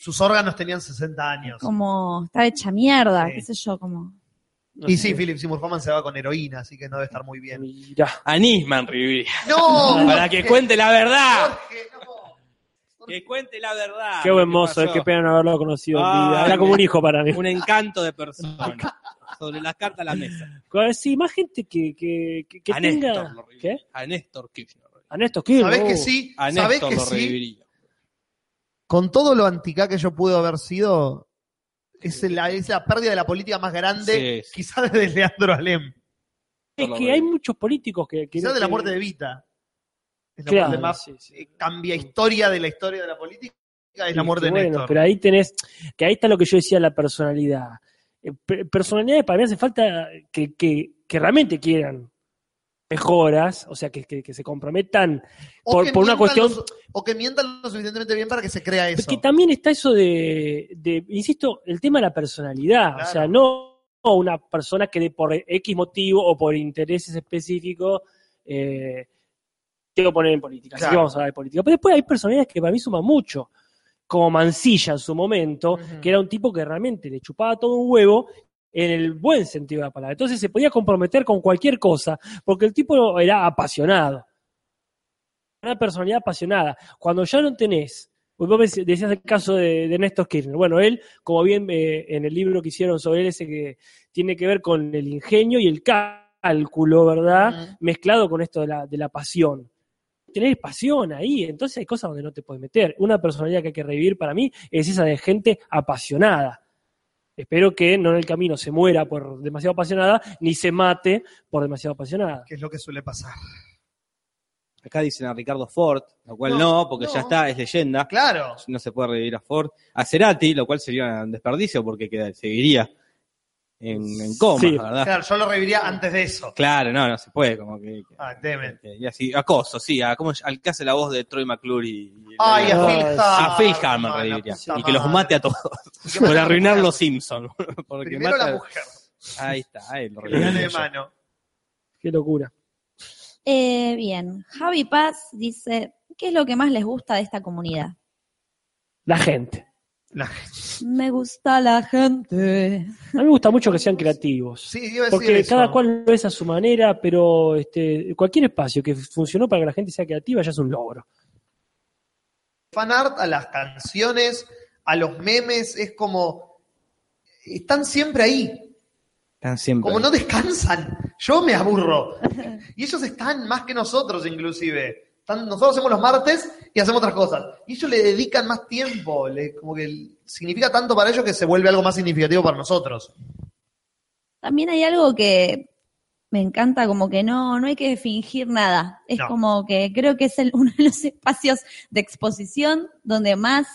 Speaker 3: Sus órganos tenían 60 años.
Speaker 4: como, está hecha mierda,
Speaker 3: Sí.
Speaker 4: qué sé yo, como...
Speaker 6: no
Speaker 3: Y
Speaker 6: sé.
Speaker 3: sí, Philip Seymour Hoffman se va con heroína, así que no debe estar muy bien.
Speaker 6: Mirá.
Speaker 5: A Nisman reviviría.
Speaker 3: Eh. No,
Speaker 5: Para que
Speaker 3: Jorge,
Speaker 5: cuente la verdad.
Speaker 3: Jorge, no.
Speaker 5: Que cuente la verdad.
Speaker 6: Qué buen mozo, eh, qué pena no haberlo conocido en mi vida.
Speaker 5: Ay,
Speaker 6: Era como un hijo para mí.
Speaker 5: Un encanto de persona. sobre las cartas a la mesa.
Speaker 6: Claro, Sí, más gente que, que, que, que
Speaker 5: a Néstor.
Speaker 6: tenga.
Speaker 5: lo
Speaker 6: ¿Qué?
Speaker 5: reviviría. A Néstor Kirchner.
Speaker 6: A Néstor Kirchner.
Speaker 3: ¿Sabés
Speaker 6: oh.
Speaker 3: que sí?
Speaker 5: A
Speaker 3: ¿Sabés
Speaker 5: Néstor
Speaker 3: que
Speaker 5: lo
Speaker 3: sí?
Speaker 5: reviviría.
Speaker 3: Con todo lo anticá que yo pude haber sido, es la, es la pérdida de la política más grande,
Speaker 5: Sí, sí.
Speaker 3: quizás desde Leandro Alem.
Speaker 6: Es
Speaker 5: Néstor
Speaker 6: que
Speaker 5: lo
Speaker 6: hay
Speaker 5: reviviría.
Speaker 6: muchos políticos que. que
Speaker 3: Quizás de la
Speaker 6: que-
Speaker 3: muerte de Vita. Es la
Speaker 6: Claro,
Speaker 3: muerte más
Speaker 6: sí, sí.
Speaker 3: eh, cambia historia de la historia de la política, es la
Speaker 6: Y
Speaker 3: muerte
Speaker 6: que
Speaker 3: de
Speaker 6: bueno,
Speaker 3: Néstor.
Speaker 6: Pero ahí tenés, que ahí está lo que yo decía, la personalidad. Eh, pe- Personalidades para mí hace falta que, que, que realmente quieran mejoras, o sea, que, que, que se comprometan.
Speaker 3: O
Speaker 6: por-
Speaker 3: que
Speaker 6: por una
Speaker 3: mientan
Speaker 6: cuestión-
Speaker 3: lo su- o que mientan lo suficientemente bien para que se crea eso.
Speaker 6: Porque también está eso de, de, insisto, el tema de la personalidad,
Speaker 3: Claro.
Speaker 6: o sea, no una persona que de por X motivo o por intereses específicos eh, quiero poner en política, así
Speaker 3: Claro.
Speaker 6: que vamos a hablar de política. Pero después hay personalidades que para mí suman mucho, como Mancilla en su momento,
Speaker 3: Ujú.
Speaker 6: que era un tipo que realmente le chupaba todo un huevo en el buen sentido de la palabra. Entonces se podía comprometer con cualquier cosa, porque el tipo era apasionado. Una personalidad apasionada. Cuando ya no tenés, vos me dec- decías el caso de, de Néstor Kirchner. Bueno, él, como bien eh, en el libro que hicieron sobre él, ese que tiene que ver con el ingenio y el cálculo, ¿verdad?
Speaker 3: Ujú.
Speaker 6: Mezclado con esto de la, de la pasión. Tener pasión ahí, entonces hay cosas donde no te puedes meter. Una personalidad que hay que revivir para mí es esa de gente apasionada. Espero que no en el camino se muera por demasiado apasionada, ni se mate por demasiado apasionada.
Speaker 3: Que es lo que suele pasar.
Speaker 5: Acá dicen a Ricardo Ford, lo cual
Speaker 3: No,
Speaker 5: no, porque
Speaker 3: no.
Speaker 5: ya está, es leyenda.
Speaker 3: Claro.
Speaker 5: No se puede revivir a Ford. A Cerati, lo cual sería un desperdicio porque queda- seguiría en, en coma,
Speaker 6: Sí.
Speaker 5: la ¿verdad?
Speaker 3: Claro, yo lo reviviría antes de eso.
Speaker 5: Claro, no, no se puede. Como que, que-
Speaker 3: Ah, demen.
Speaker 5: que- y así, a Coso, sí, a, ¿cómo, es? al que hace la voz de Troy McClure y, y-
Speaker 3: Ay, a
Speaker 6: Ah,
Speaker 3: Phil
Speaker 6: sí.
Speaker 3: Hartman.
Speaker 5: a Phil Hartman
Speaker 3: la
Speaker 5: reviviría.
Speaker 3: puta
Speaker 5: Y que los
Speaker 3: madre.
Speaker 5: mate a todos.
Speaker 3: Y que
Speaker 5: Por
Speaker 3: mate a
Speaker 5: arruinar
Speaker 3: la
Speaker 5: los
Speaker 3: mujer.
Speaker 5: Simpsons. Porque
Speaker 3: Primero la
Speaker 5: mata-
Speaker 3: mujer.
Speaker 5: Ahí está, ahí lo
Speaker 3: que viene
Speaker 5: reviviría
Speaker 3: de
Speaker 5: yo.
Speaker 3: mano.
Speaker 6: Qué locura.
Speaker 4: Eh, bien, Javi Paz dice, ¿qué es lo que más les gusta de esta comunidad?
Speaker 6: La gente.
Speaker 4: Me gusta la gente.
Speaker 6: A mí me gusta mucho que sean creativos.
Speaker 3: Sí, iba a decir
Speaker 6: Porque
Speaker 3: eso.
Speaker 6: cada cual lo es a su manera, pero este, cualquier espacio que funcionó para que la gente sea creativa ya es un logro.
Speaker 3: fanart a las canciones, a los memes, es como. Están siempre ahí,
Speaker 5: Están siempre
Speaker 3: como
Speaker 5: ahí.
Speaker 3: no descansan. Yo me aburro. Y ellos están más que nosotros, inclusive. Están- nosotros hacemos los martes y hacemos otras cosas. Y ellos le dedican más tiempo. le- como que significa tanto para ellos que se vuelve algo más significativo para nosotros.
Speaker 4: También hay algo que me encanta, como que no, no hay que fingir nada. Es
Speaker 3: No.
Speaker 4: como que creo que es el- uno de los espacios de exposición donde más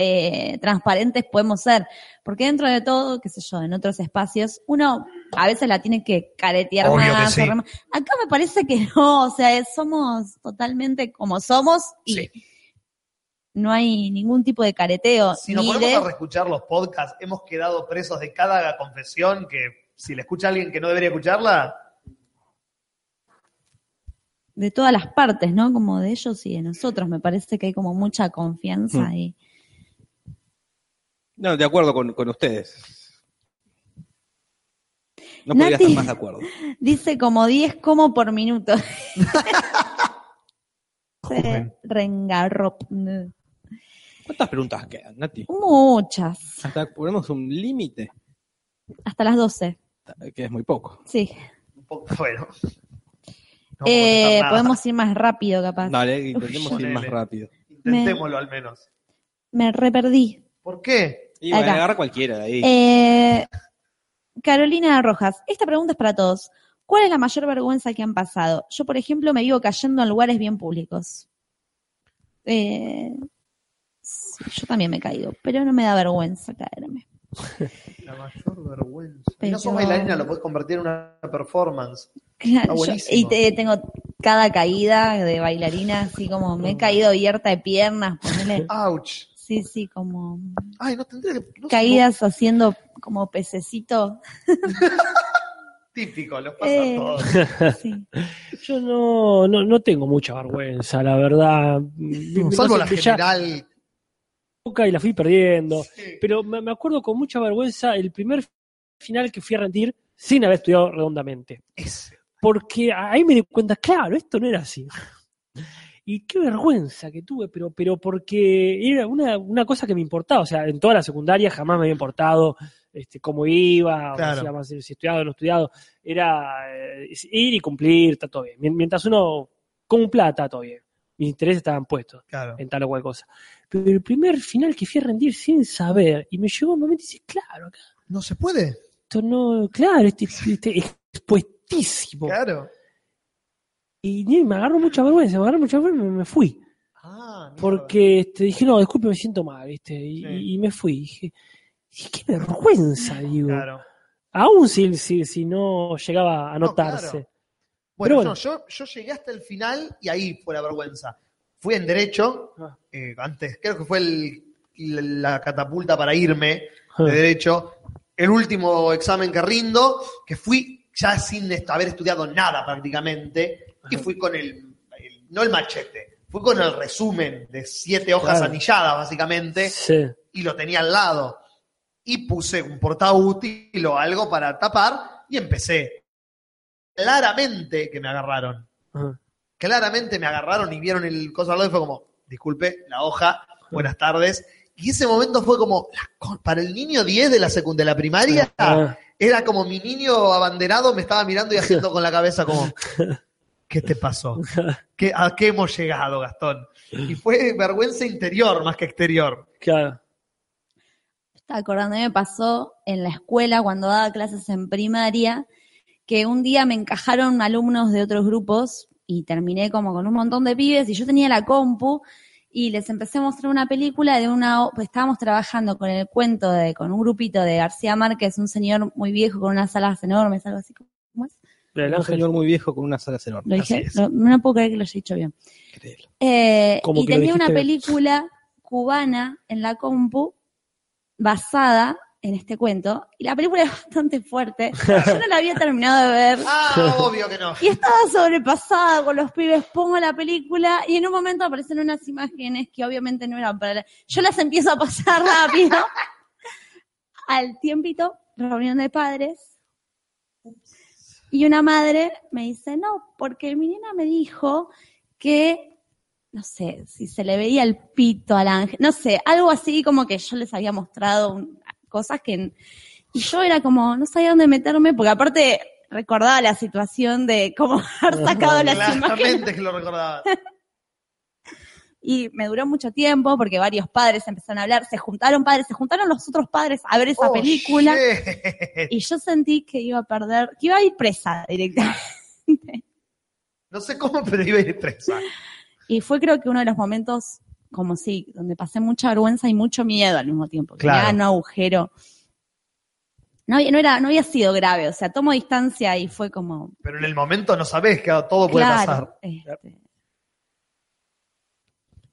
Speaker 4: eh, transparentes podemos ser. Porque dentro de todo, qué sé yo, en otros espacios, uno a veces la tiene que caretear
Speaker 3: Obvio que
Speaker 4: más.
Speaker 3: sí.
Speaker 4: ahorrar más. Acá me parece que no, o sea, es- somos totalmente como somos y
Speaker 3: Sí.
Speaker 4: no hay ningún tipo de careteo.
Speaker 3: Si nos
Speaker 4: ni
Speaker 3: ponemos
Speaker 4: de-
Speaker 3: a reescuchar los podcasts, hemos quedado presos de cada confesión que si la escucha alguien que no debería escucharla,
Speaker 4: de todas las partes, ¿no? Como de ellos y de nosotros. Me parece que hay como mucha confianza
Speaker 3: Hmm.
Speaker 5: Mm.
Speaker 4: y
Speaker 5: No, de acuerdo con, con ustedes. No
Speaker 4: Nati.
Speaker 5: podría estar más de acuerdo.
Speaker 4: dice como 10 como por minuto.
Speaker 3: Joven.
Speaker 4: Rengarrop.
Speaker 5: ¿Cuántas preguntas quedan, Nati?
Speaker 4: Muchas.
Speaker 5: Hasta ponemos un límite,
Speaker 4: Hasta las 12.
Speaker 5: eh, que es muy poco.
Speaker 4: Sí.
Speaker 3: un poco, bueno. No vamos a contestar
Speaker 4: Eh,
Speaker 3: nada.
Speaker 4: podemos ir más rápido, capaz.
Speaker 5: Dale, intentemos ir
Speaker 3: Ponele.
Speaker 5: más rápido.
Speaker 3: Intentémoslo al menos.
Speaker 4: Me reperdí.
Speaker 3: ¿Por qué?
Speaker 5: Y bueno,
Speaker 4: Acá.
Speaker 5: agarra cualquiera de ahí.
Speaker 4: Eh, Carolina Rojas, esta pregunta es para todos. ¿Cuál es la mayor vergüenza que han pasado? Yo, por ejemplo, me vivo cayendo en lugares bien públicos. Eh, sí, yo también me he caído, pero no me da vergüenza caerme.
Speaker 3: La mayor vergüenza. Y no
Speaker 4: Pero-
Speaker 3: sos bailarina, lo podés convertir en una performance.
Speaker 4: Claro, yo-
Speaker 3: buenísimo.
Speaker 4: y te- tengo cada caída de bailarina, así como me he caído abierta de piernas, ponele.
Speaker 3: ¡Auch!
Speaker 4: Sí, sí, como
Speaker 3: Ay, no tendría que. no sé,
Speaker 4: caídas haciendo como pececito.
Speaker 3: no- típico, los pasa a
Speaker 4: Eh.
Speaker 3: todos.
Speaker 4: Sí.
Speaker 6: Yo no, no, no tengo mucha vergüenza, la verdad. No
Speaker 3: Salvo
Speaker 6: sé,
Speaker 3: la
Speaker 6: que ya
Speaker 3: general.
Speaker 6: poca y la fui perdiendo.
Speaker 3: Sí.
Speaker 6: Pero me, me acuerdo con mucha vergüenza el primer final que fui a rendir sin haber estudiado redondamente.
Speaker 3: Ese.
Speaker 6: Porque ahí me di cuenta, claro, esto no era así. Y qué vergüenza que tuve, pero, pero porque era una, una cosa que me importaba. O sea, en toda la secundaria jamás me había importado este, cómo iba,
Speaker 3: Claro.
Speaker 6: si, iba más- si estudiado o no estudiado. Era eh, ir y cumplir, está todo bien. Mien- Mientras uno cumpla, está todo bien. Mis intereses estaban puestos
Speaker 3: Claro.
Speaker 6: en tal o cual cosa. Pero el primer final que fui a rendir sin saber, y me llegó un momento y dice, claro, acá
Speaker 3: No se puede.
Speaker 6: esto no, claro, este, este es puestísimo.
Speaker 3: Claro.
Speaker 6: Y ni- me agarró mucha vergüenza, me agarró mucha vergüenza, me, me fui.
Speaker 3: Ah, mierda.
Speaker 6: Porque este, dije, no, disculpe, me siento mal, ¿viste? Y,
Speaker 3: Sí.
Speaker 6: y me fui. Dije, dije, qué vergüenza, digo.
Speaker 3: Claro.
Speaker 6: Aún si, si, si no llegaba a
Speaker 3: No,
Speaker 6: notarse.
Speaker 3: claro. Bueno,
Speaker 6: bueno.
Speaker 3: no, yo, yo llegué hasta el final y ahí fue la vergüenza. Fui en derecho,
Speaker 6: Ah.
Speaker 3: eh, antes creo que fue el- la catapulta para irme
Speaker 6: Ah.
Speaker 3: de derecho. El último examen que rindo, que fui ya sin est- haber estudiado nada prácticamente, y fui con el, el- no el machete, fui con el resumen de siete hojas
Speaker 6: Claro.
Speaker 3: anilladas básicamente
Speaker 6: Sí.
Speaker 3: y lo tenía al lado. Y puse un portaútil o algo para tapar y empecé. Claramente que me agarraron.
Speaker 6: Ajá.
Speaker 3: Claramente me agarraron y vieron el cosa al lado y fue como, disculpe, la hoja, buenas tardes. Y ese momento fue como, la co- para el niño 10 de la secund- de la primaria,
Speaker 6: Ah,
Speaker 3: era como mi niño abanderado me estaba mirando y haciendo con la cabeza como, ¿qué te pasó? ¿Qué- ¿A qué hemos llegado, Gastón? Y fue vergüenza interior más que exterior.
Speaker 6: claro.
Speaker 4: Estaba acordando, a mí me pasó en la escuela cuando daba clases en primaria, que un día me encajaron alumnos de otros grupos y terminé como con un montón de pibes y yo tenía la compu y les empecé a mostrar una película de una, o- pues estábamos trabajando con el cuento de, con un grupito de García Márquez, un señor muy viejo con unas alas enormes, algo así como es.
Speaker 6: El
Speaker 5: Un
Speaker 6: ángel.
Speaker 5: señor muy viejo con unas alas enormes.
Speaker 4: Lo
Speaker 3: Así
Speaker 4: dije,
Speaker 3: es.
Speaker 4: no, no puedo creer que lo haya dicho bien.
Speaker 5: Increíble.
Speaker 4: Eh,
Speaker 6: Como
Speaker 4: y
Speaker 6: que lo
Speaker 4: tenía una
Speaker 6: dijiste bien.
Speaker 4: película cubana en la compu basada en este cuento. Y la película es bastante fuerte. Yo no la había terminado de ver.
Speaker 3: Ah, obvio que no.
Speaker 4: Y estaba sobrepasada con los pibes, pongo la película y en un momento aparecen unas imágenes que obviamente no eran para... la- Yo las empiezo a pasar rápido. Al tiempito, reunión de padres. Y una madre me dice, no, porque mi nena me dijo que, no sé, si se le veía el pito al ángel, no sé, algo así como que yo les había mostrado un- cosas que y yo era como, no sabía dónde meterme, porque aparte recordaba la situación de cómo haber sacado las imágenes.
Speaker 3: Claramente que lo recordaba.
Speaker 4: Y me duró mucho tiempo porque varios padres empezaron a hablar, se juntaron padres, se juntaron los otros padres a ver esa
Speaker 3: Oh,
Speaker 4: película.
Speaker 3: shit.
Speaker 4: Y yo sentí que iba a perder, que iba a ir presa directamente.
Speaker 3: No sé cómo, pero iba a ir presa.
Speaker 4: Y fue creo que uno de los momentos, como sí, donde pasé mucha vergüenza y mucho miedo al mismo tiempo. Que
Speaker 3: Claro.
Speaker 4: me hagan un agujero. No había, no, era, no había sido grave, o sea, tomo distancia y fue como...
Speaker 3: Pero en el momento no sabés que todo puede pasar.
Speaker 4: Claro, este,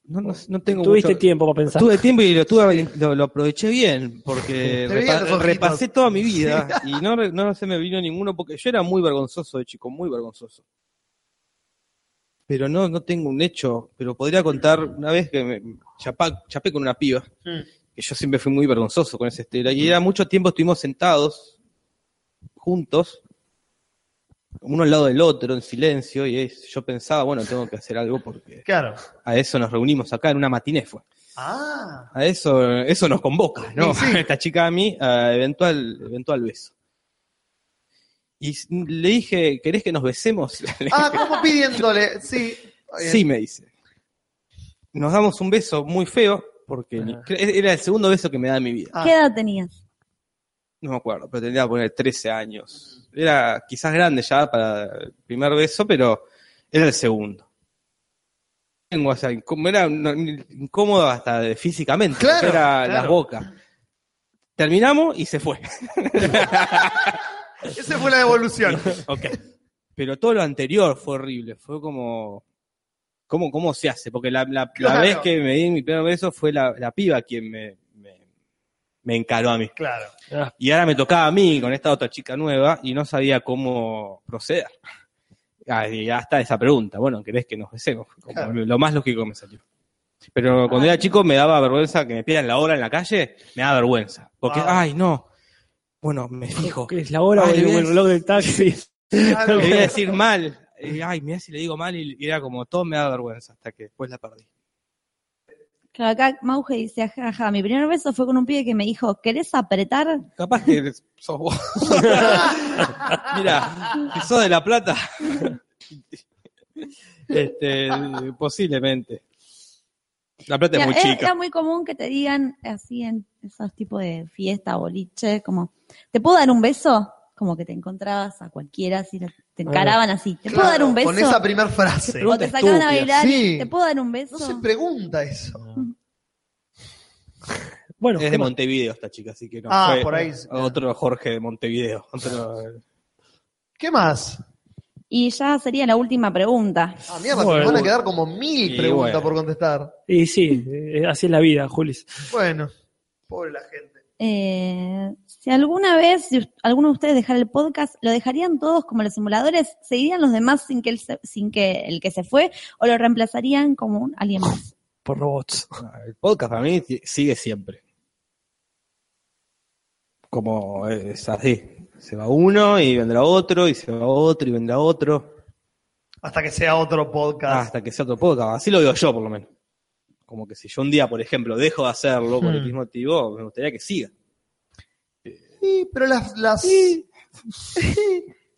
Speaker 5: No, no, no tengo
Speaker 6: Tuviste
Speaker 5: mucho-
Speaker 6: tiempo para pensar.
Speaker 5: Tuve tiempo y lo, tuve- lo- lo aproveché bien, porque
Speaker 3: Te veían
Speaker 5: repa-
Speaker 3: los ojitos.
Speaker 5: repasé toda mi vida y no, re- no se me vino ninguno, porque yo era muy vergonzoso de chico, muy vergonzoso. Pero no, no tengo un hecho, pero podría contar una vez que me chapa- chapé con una piba, que yo siempre fui muy vergonzoso con ese estilo, y era mucho tiempo estuvimos sentados, juntos, uno al lado del otro, en silencio, y es- yo pensaba, bueno, tengo que hacer algo porque
Speaker 3: Claro.
Speaker 5: a eso nos reunimos acá en una matiné fue.
Speaker 3: Ah,
Speaker 5: A eso, eso nos convoca, ¿no? Esta chica a mí, a eventual, eventual beso. Y s- le dije, ¿querés que nos besemos? Le
Speaker 3: ah como pidiéndole. Sí.
Speaker 5: dije, sí, me dice. Nos damos un beso muy feo, porque ni- cre- era el segundo beso que me da en mi vida.
Speaker 3: Ah.
Speaker 4: ¿Qué edad tenías?
Speaker 5: No me acuerdo, pero tendría que poner 13 años. Era quizás grande ya para el primer beso, pero era el segundo. Lengua, o sea, incó- era no- incómodo hasta de- físicamente,
Speaker 3: Claro,
Speaker 5: porque era
Speaker 3: claro.
Speaker 5: las bocas. Terminamos y se fue.
Speaker 3: Esa fue la devolución.
Speaker 5: ok. Pero todo lo anterior fue horrible, fue como... ¿Cómo, cómo se hace? Porque la, la- la
Speaker 3: Claro.
Speaker 5: vez que me di mi primer beso fue la, la piba quien me, me, me encaró a mí.
Speaker 3: Claro.
Speaker 6: Ah,
Speaker 5: Y ahora me tocaba a mí con esta otra chica nueva y no sabía cómo proceder. Ah, Y hasta esa pregunta, bueno, ¿querés que nos besemos? Como
Speaker 3: Claro.
Speaker 5: Lo más lógico que me salió. Pero cuando era chico me daba vergüenza que me pidan la hora en la calle, me daba vergüenza. Porque,
Speaker 3: Ah.
Speaker 5: ay, no. Bueno, me fijo.
Speaker 6: que es la hora
Speaker 5: Ah,
Speaker 6: o
Speaker 5: le
Speaker 6: el,
Speaker 5: voy a
Speaker 6: o el reloj del taxi.
Speaker 3: claro.
Speaker 5: Le voy a decir mal. Y, Ay, mirá si le digo mal y era como todo me da vergüenza hasta que después la perdí.
Speaker 4: Claro, acá Mauge dice, ajá, ajá, mi primer beso fue con un pibe que me dijo, ¿querés apretar?
Speaker 5: Capaz que eres- sos vos. Mira, si sos de La Plata. este, posiblemente. La Plata
Speaker 4: Mira,
Speaker 5: es muy
Speaker 4: era-
Speaker 5: chica.
Speaker 4: Era muy común que te digan así en esos tipos de fiesta, boliche, como, ¿te puedo dar un beso? Como que te encontrabas a cualquiera, así te encaraban así. ¿Te puedo dar un beso?
Speaker 3: Oh. Con esa primera frase.
Speaker 4: o te sacaban a bailar
Speaker 3: Sí.
Speaker 4: y, ¿te puedo dar un beso?
Speaker 3: No se pregunta eso.
Speaker 6: Bueno,
Speaker 5: Es
Speaker 6: ¿qué
Speaker 5: de
Speaker 6: más?
Speaker 5: Montevideo esta chica, así que no.
Speaker 3: Ah,
Speaker 5: fue
Speaker 3: por ahí se-
Speaker 5: Otro Jorge de Montevideo. Otro-
Speaker 3: ¿Qué más?
Speaker 4: Y ya sería la última pregunta.
Speaker 3: Ah, mierda, se
Speaker 6: Bueno.
Speaker 3: me van a quedar como mil
Speaker 5: Y
Speaker 3: preguntas
Speaker 5: bueno.
Speaker 3: por contestar.
Speaker 6: y sí, eh, así es la vida, Julis.
Speaker 3: Bueno, pobre la gente.
Speaker 4: Eh, si alguna vez si us- alguno de ustedes dejara el podcast, ¿lo dejarían todos como los simuladores? ¿Seguirían los demás sin que, el se- sin que el que se fue? ¿O lo reemplazarían como un, alguien más?
Speaker 6: Por robots.
Speaker 5: El podcast para mí ti- sigue siempre. Como es así. Se va uno y vendrá otro, y se va otro y vendrá otro.
Speaker 3: Hasta que sea otro podcast.
Speaker 5: Hasta que sea otro podcast. Así lo digo yo, por lo menos. Como que si yo un día, por ejemplo, dejo de hacerlo por el
Speaker 3: Hmm.
Speaker 5: mismo motivo, me gustaría que siga.
Speaker 3: Sí, pero las, las,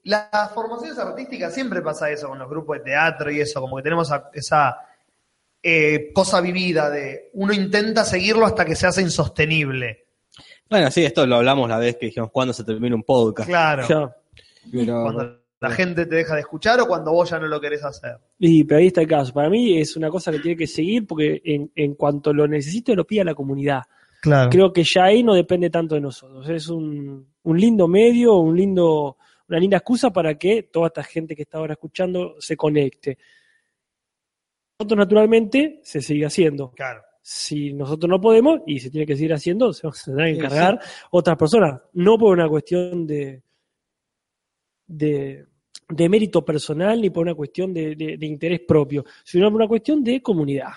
Speaker 3: las formaciones artísticas siempre pasa eso con los grupos de teatro y eso, como que tenemos a- esa eh, cosa vivida de uno intenta seguirlo hasta que se hace insostenible.
Speaker 5: Bueno, sí, esto lo hablamos la vez que dijimos cuándo se termina un podcast.
Speaker 3: Claro.
Speaker 6: Ya.
Speaker 5: Pero-
Speaker 3: Cuando la gente te deja de escuchar o cuando vos ya no lo querés hacer.
Speaker 6: Y pero ahí está el caso. Para mí es una cosa que tiene que seguir porque en, en cuanto lo necesite lo pida la comunidad.
Speaker 3: Claro.
Speaker 6: Creo que ya ahí no depende tanto de nosotros. Es un, un lindo medio, un lindo, una linda excusa para que toda esta gente que está ahora escuchando se conecte. Nosotros naturalmente se sigue haciendo.
Speaker 3: Claro.
Speaker 6: si nosotros no podemos y se tiene que seguir haciendo, se tendrán que
Speaker 5: Sí,
Speaker 6: encargar otras personas. No por una cuestión de, de, de mérito personal ni por una cuestión de, de- de interés propio, sino por una cuestión de comunidad.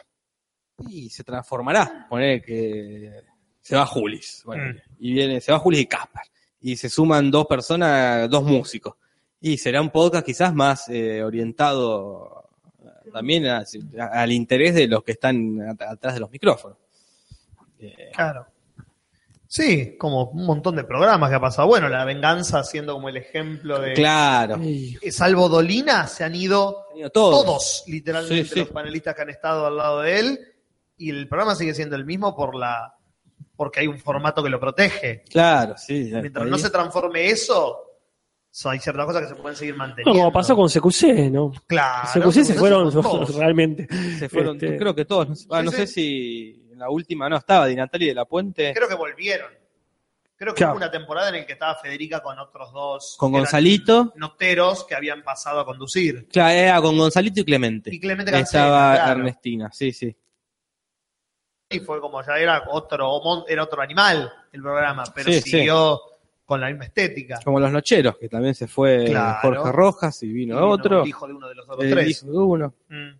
Speaker 5: Y se transformará. Poner que se va Julis. ponele.
Speaker 3: Mm.
Speaker 5: Y viene, se va Julis y Caspar. Y se suman dos personas, dos músicos. Y será un podcast quizás más eh, orientado eh, también a- a- al interés de los que están at- atrás de los micrófonos. Eh,
Speaker 3: Claro. Sí, como un montón de programas que ha pasado. Bueno, la venganza siendo como el ejemplo de...
Speaker 5: claro.
Speaker 6: Ay,
Speaker 3: Eh, Salvo Dolina, se han ido
Speaker 5: Todo.
Speaker 3: todos, literalmente,
Speaker 5: Sí, sí.
Speaker 3: los panelistas que han estado al lado de él. Y el programa sigue siendo el mismo por la porque hay un formato que lo protege.
Speaker 5: Claro, sí.
Speaker 3: Mientras
Speaker 5: ahí.
Speaker 3: no se transforme eso, so- hay ciertas cosas que se pueden seguir
Speaker 6: no,
Speaker 3: manteniendo.
Speaker 6: como pasó con CQC, ¿no?
Speaker 5: Ah,
Speaker 3: Claro.
Speaker 6: CQC se fueron
Speaker 3: con todos.
Speaker 6: realmente.
Speaker 5: Se fueron,
Speaker 6: Este-
Speaker 5: creo que todos. No sé, ah,
Speaker 3: Sí,
Speaker 5: no
Speaker 3: sí.
Speaker 5: sé si en la última no estaba Di Natali de la Puente
Speaker 3: Creo que volvieron. Creo que
Speaker 6: Claro.
Speaker 3: hubo una temporada en la que estaba Federica con otros dos.
Speaker 5: con
Speaker 3: que eran
Speaker 5: Gonzalito.
Speaker 3: Noteros que habían pasado a conducir.
Speaker 5: Claro, era con Gonzalito y Clemente.
Speaker 3: Y Clemente Cancela,
Speaker 5: Estaba
Speaker 3: claro.
Speaker 5: Ernestina, sí, sí.
Speaker 3: y fue como ya era otro mon- era otro animal el programa, pero
Speaker 5: Sí, sí.
Speaker 3: siguió con la misma estética.
Speaker 5: Como los Nocheros, que también se fue
Speaker 3: Claro.
Speaker 5: Jorge Rojas y vino
Speaker 3: Y vino
Speaker 5: otro.
Speaker 3: el hijo de uno de los otros
Speaker 5: el
Speaker 3: tres.
Speaker 5: hijo de uno.
Speaker 3: Mm.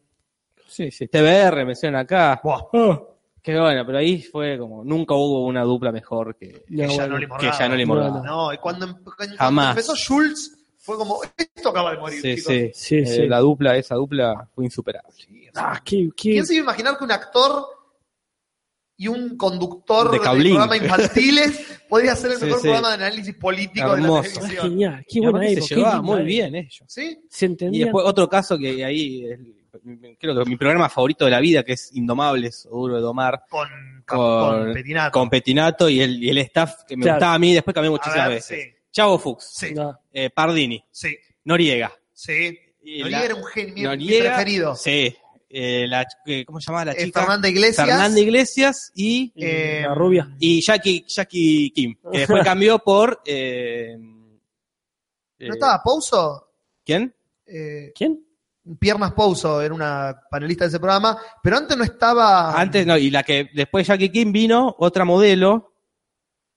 Speaker 5: Sí, sí. TBR mencionan acá.
Speaker 3: Buah,
Speaker 5: Que bueno, pero ahí fue como. Nunca hubo una dupla mejor que,
Speaker 6: Ya,
Speaker 3: que ya
Speaker 6: bueno.
Speaker 3: no le
Speaker 5: que
Speaker 3: morgaba.
Speaker 5: ya no le
Speaker 6: No,
Speaker 5: morgaba.
Speaker 3: No, y cuando, em- cuando
Speaker 5: Jamás.
Speaker 3: empezó Schultz, fue como, esto acaba de morir,
Speaker 5: Sí,
Speaker 3: chicos.
Speaker 5: sí.
Speaker 6: Sí,
Speaker 5: Eh,
Speaker 6: sí.
Speaker 5: La dupla, esa dupla fue insuperable.
Speaker 6: Ah, qué- qué-
Speaker 3: ¿Quién se iba a imaginar que un actor y un conductor
Speaker 5: De
Speaker 3: de,
Speaker 5: Cablín.
Speaker 3: programa infantiles podría ser el
Speaker 5: Sí,
Speaker 3: mejor
Speaker 5: sí.
Speaker 3: programa de análisis político
Speaker 5: Hermoso.
Speaker 3: de la
Speaker 6: ah,
Speaker 3: televisión?
Speaker 6: genial, qué
Speaker 5: Y
Speaker 6: buena
Speaker 5: aparte
Speaker 6: época,
Speaker 5: se
Speaker 6: qué
Speaker 5: llevaba
Speaker 6: linda
Speaker 5: muy
Speaker 6: época.
Speaker 5: bien ellos.
Speaker 3: ¿Sí?
Speaker 6: Se
Speaker 5: Y
Speaker 6: entendía.
Speaker 5: después otro caso que ahí es- creo que mi programa favorito de la vida, que es Indomables, o Duro de Domar,
Speaker 3: Con, con,
Speaker 5: Con-
Speaker 3: con Petinato.
Speaker 5: con Petinato y el, y el staff que me
Speaker 6: Claro.
Speaker 5: gustaba a mí, después cambió
Speaker 3: A
Speaker 5: muchísimas
Speaker 3: ver,
Speaker 5: veces. Chavo Fuchs,
Speaker 3: Sí, sí,
Speaker 6: Ah,
Speaker 5: eh, Pardini,
Speaker 3: sí,
Speaker 5: Noriega.
Speaker 3: sí.
Speaker 5: Y
Speaker 3: Noriega
Speaker 5: la-
Speaker 3: era un genio, mi- mi
Speaker 5: Noriega,
Speaker 3: preferido.
Speaker 5: Sí. Eh, la, eh, ¿Cómo se llamaba la
Speaker 3: Eh,
Speaker 5: chica?
Speaker 3: Fernanda Iglesias.
Speaker 5: Fernanda Iglesias y,
Speaker 6: y
Speaker 3: Eh,
Speaker 6: la rubia.
Speaker 5: y Jackie, Jackie Kim, que después cambió por... eh, eh,
Speaker 3: ¿No estaba Pouso?
Speaker 5: ¿Quién?
Speaker 3: Eh,
Speaker 6: ¿Quién?
Speaker 3: Piernas Pouso era una panelista de ese programa, pero antes no estaba.
Speaker 5: Antes no, y la que después de Jackie Kim vino, otra modelo,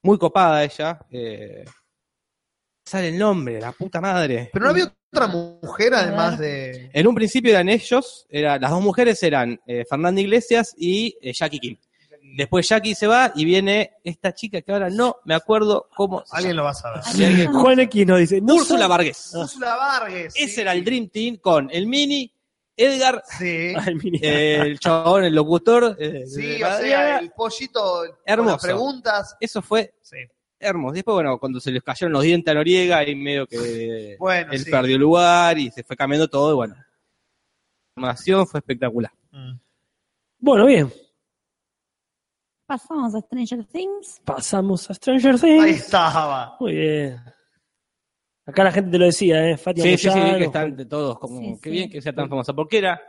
Speaker 5: muy copada ella. Eh, sale el nombre, la puta madre.
Speaker 3: Pero no había otra mujer además
Speaker 4: Ah.
Speaker 3: de.
Speaker 5: En un principio eran ellos, era, las dos mujeres eran eh, Fernanda Iglesias y eh, Jackie Kim. Después Jackie se va y viene esta chica que ahora no me acuerdo cómo. se
Speaker 3: Alguien Ah, lo va a saber.
Speaker 5: llama. Si alguien-
Speaker 6: Juan X nos dice.
Speaker 5: Úrsula Vargas.
Speaker 3: Úrsula Vargas. sí.
Speaker 5: Ese era el Dream Team con el Mini, Edgar,
Speaker 3: Sí.
Speaker 6: Al mini-
Speaker 5: eh, el chabón, el locutor. eh,
Speaker 3: Sí,
Speaker 5: de
Speaker 3: o sea,
Speaker 5: Badía.
Speaker 3: el pollito con
Speaker 5: Hermoso.
Speaker 3: las preguntas.
Speaker 5: Eso fue
Speaker 3: Sí.
Speaker 5: hermoso. Después, bueno, cuando se les cayeron los dientes a Noriega y medio que
Speaker 3: Bueno,
Speaker 5: él
Speaker 3: sí.
Speaker 5: perdió lugar y se fue cambiando todo y bueno. La formación fue espectacular.
Speaker 3: Mm.
Speaker 6: Bueno, bien.
Speaker 4: Pasamos a Stranger Things.
Speaker 6: Pasamos a Stranger
Speaker 3: Ahí
Speaker 6: Things.
Speaker 3: estaba.
Speaker 6: Muy bien. Acá la gente te lo decía, ¿eh? Fátima
Speaker 5: Sí, sí, sí,
Speaker 6: Moyano,
Speaker 5: vi que están de todos como,
Speaker 4: Sí,
Speaker 5: qué
Speaker 4: sí.
Speaker 5: bien que sea tan famosa, porque era,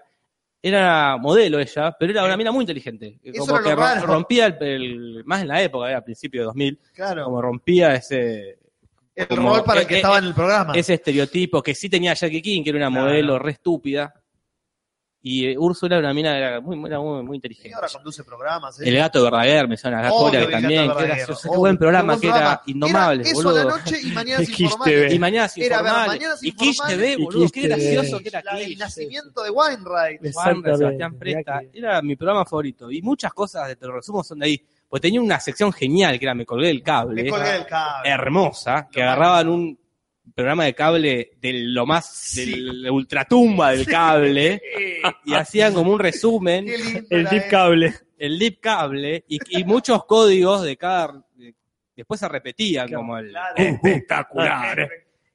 Speaker 5: era modelo ella, pero era una mina muy inteligente,
Speaker 3: Eso
Speaker 5: como
Speaker 3: era lo
Speaker 5: que ro-
Speaker 3: raro.
Speaker 5: rompía el, el- más en la época, era a principios de 2000,
Speaker 3: Claro.
Speaker 5: como rompía ese,
Speaker 3: El
Speaker 5: como-
Speaker 3: rol para el que
Speaker 5: eh,
Speaker 3: estaba
Speaker 5: eh,
Speaker 3: en el programa.
Speaker 5: ese estereotipo que sí tenía Jackie King, que era una
Speaker 3: Ah. Claro.
Speaker 5: modelo re estúpida, y eh, Úrsula era una mina era muy, era muy, muy
Speaker 3: Y
Speaker 5: inteligente.
Speaker 3: ahora conduce programas. ¿eh?
Speaker 5: El gato Verdaguer, me suena, la
Speaker 3: Obvio
Speaker 5: Coria
Speaker 3: que el gato
Speaker 5: también, que era
Speaker 3: Verdaguer,
Speaker 5: qué
Speaker 3: obvio.
Speaker 5: buen programa,
Speaker 3: Buen
Speaker 5: que era innomable,
Speaker 3: Era eso a
Speaker 5: boludo.
Speaker 3: la noche y mañana
Speaker 6: XTV.
Speaker 5: Y
Speaker 3: informales.
Speaker 5: mañana
Speaker 3: Era ver
Speaker 5: informales.
Speaker 3: Mañanas
Speaker 5: Y Kish TV,
Speaker 3: Informales.
Speaker 5: boludo.
Speaker 6: Y
Speaker 5: Qué
Speaker 6: Kish TV.
Speaker 5: gracioso que era
Speaker 3: La del
Speaker 5: Kish.
Speaker 3: nacimiento de Wainwright.
Speaker 5: Juan de Sebastián
Speaker 6: Exactamente,
Speaker 5: Presta.
Speaker 6: mirá que-
Speaker 5: Era mi programa favorito. Y muchas cosas de Te lo resumo son de ahí. Porque tenía una sección genial que era Me colgué el cable.
Speaker 3: Me colgué del cable.
Speaker 5: Hermosa. Que
Speaker 3: Lo más-
Speaker 5: agarraban un programa de cable de lo más.
Speaker 3: Sí.
Speaker 5: de la ultratumba del cable. Y hacían como un resumen.
Speaker 3: Qué lindo
Speaker 6: El
Speaker 3: era
Speaker 6: Deep
Speaker 3: eso.
Speaker 6: Cable.
Speaker 5: El lip cable. Y, y muchos códigos de cada. Después se repetían
Speaker 6: Claro.
Speaker 5: como el.
Speaker 3: Claro.
Speaker 5: Espectacular.
Speaker 6: eh.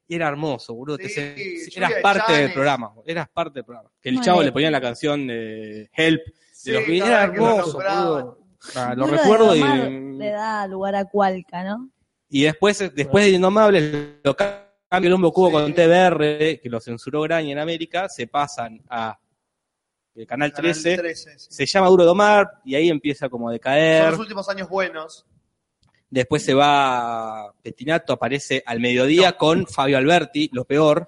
Speaker 5: Y era hermoso, boludo. te
Speaker 3: Sí,
Speaker 5: se- se-
Speaker 3: Julia
Speaker 5: eras parte del
Speaker 3: Chanes.
Speaker 5: programa. Eras parte del programa. Que el
Speaker 4: Vale.
Speaker 5: chavo le ponía la canción de Help. De
Speaker 3: Sí,
Speaker 5: los Beatles. Era
Speaker 3: cada vez que lo
Speaker 5: hermoso,
Speaker 3: nombraban.
Speaker 5: boludo. Ah, lo
Speaker 4: Duro de
Speaker 5: recuerdo
Speaker 4: domar Le
Speaker 5: y,
Speaker 4: da lugar a Cualca, ¿no?
Speaker 5: y después, después de Indomables, lo cambia el hombre cubo
Speaker 3: Sí.
Speaker 5: con TBR, que lo censuró Graña en América, se pasan a el Canal
Speaker 3: Canal
Speaker 5: 13,
Speaker 3: 13, sí.
Speaker 5: se llama Duro de Domar, y ahí empieza como a
Speaker 3: Son
Speaker 5: decaer.
Speaker 3: los últimos años buenos.
Speaker 5: Después se va Petinato, aparece al mediodía con Fabio Alberti, lo peor.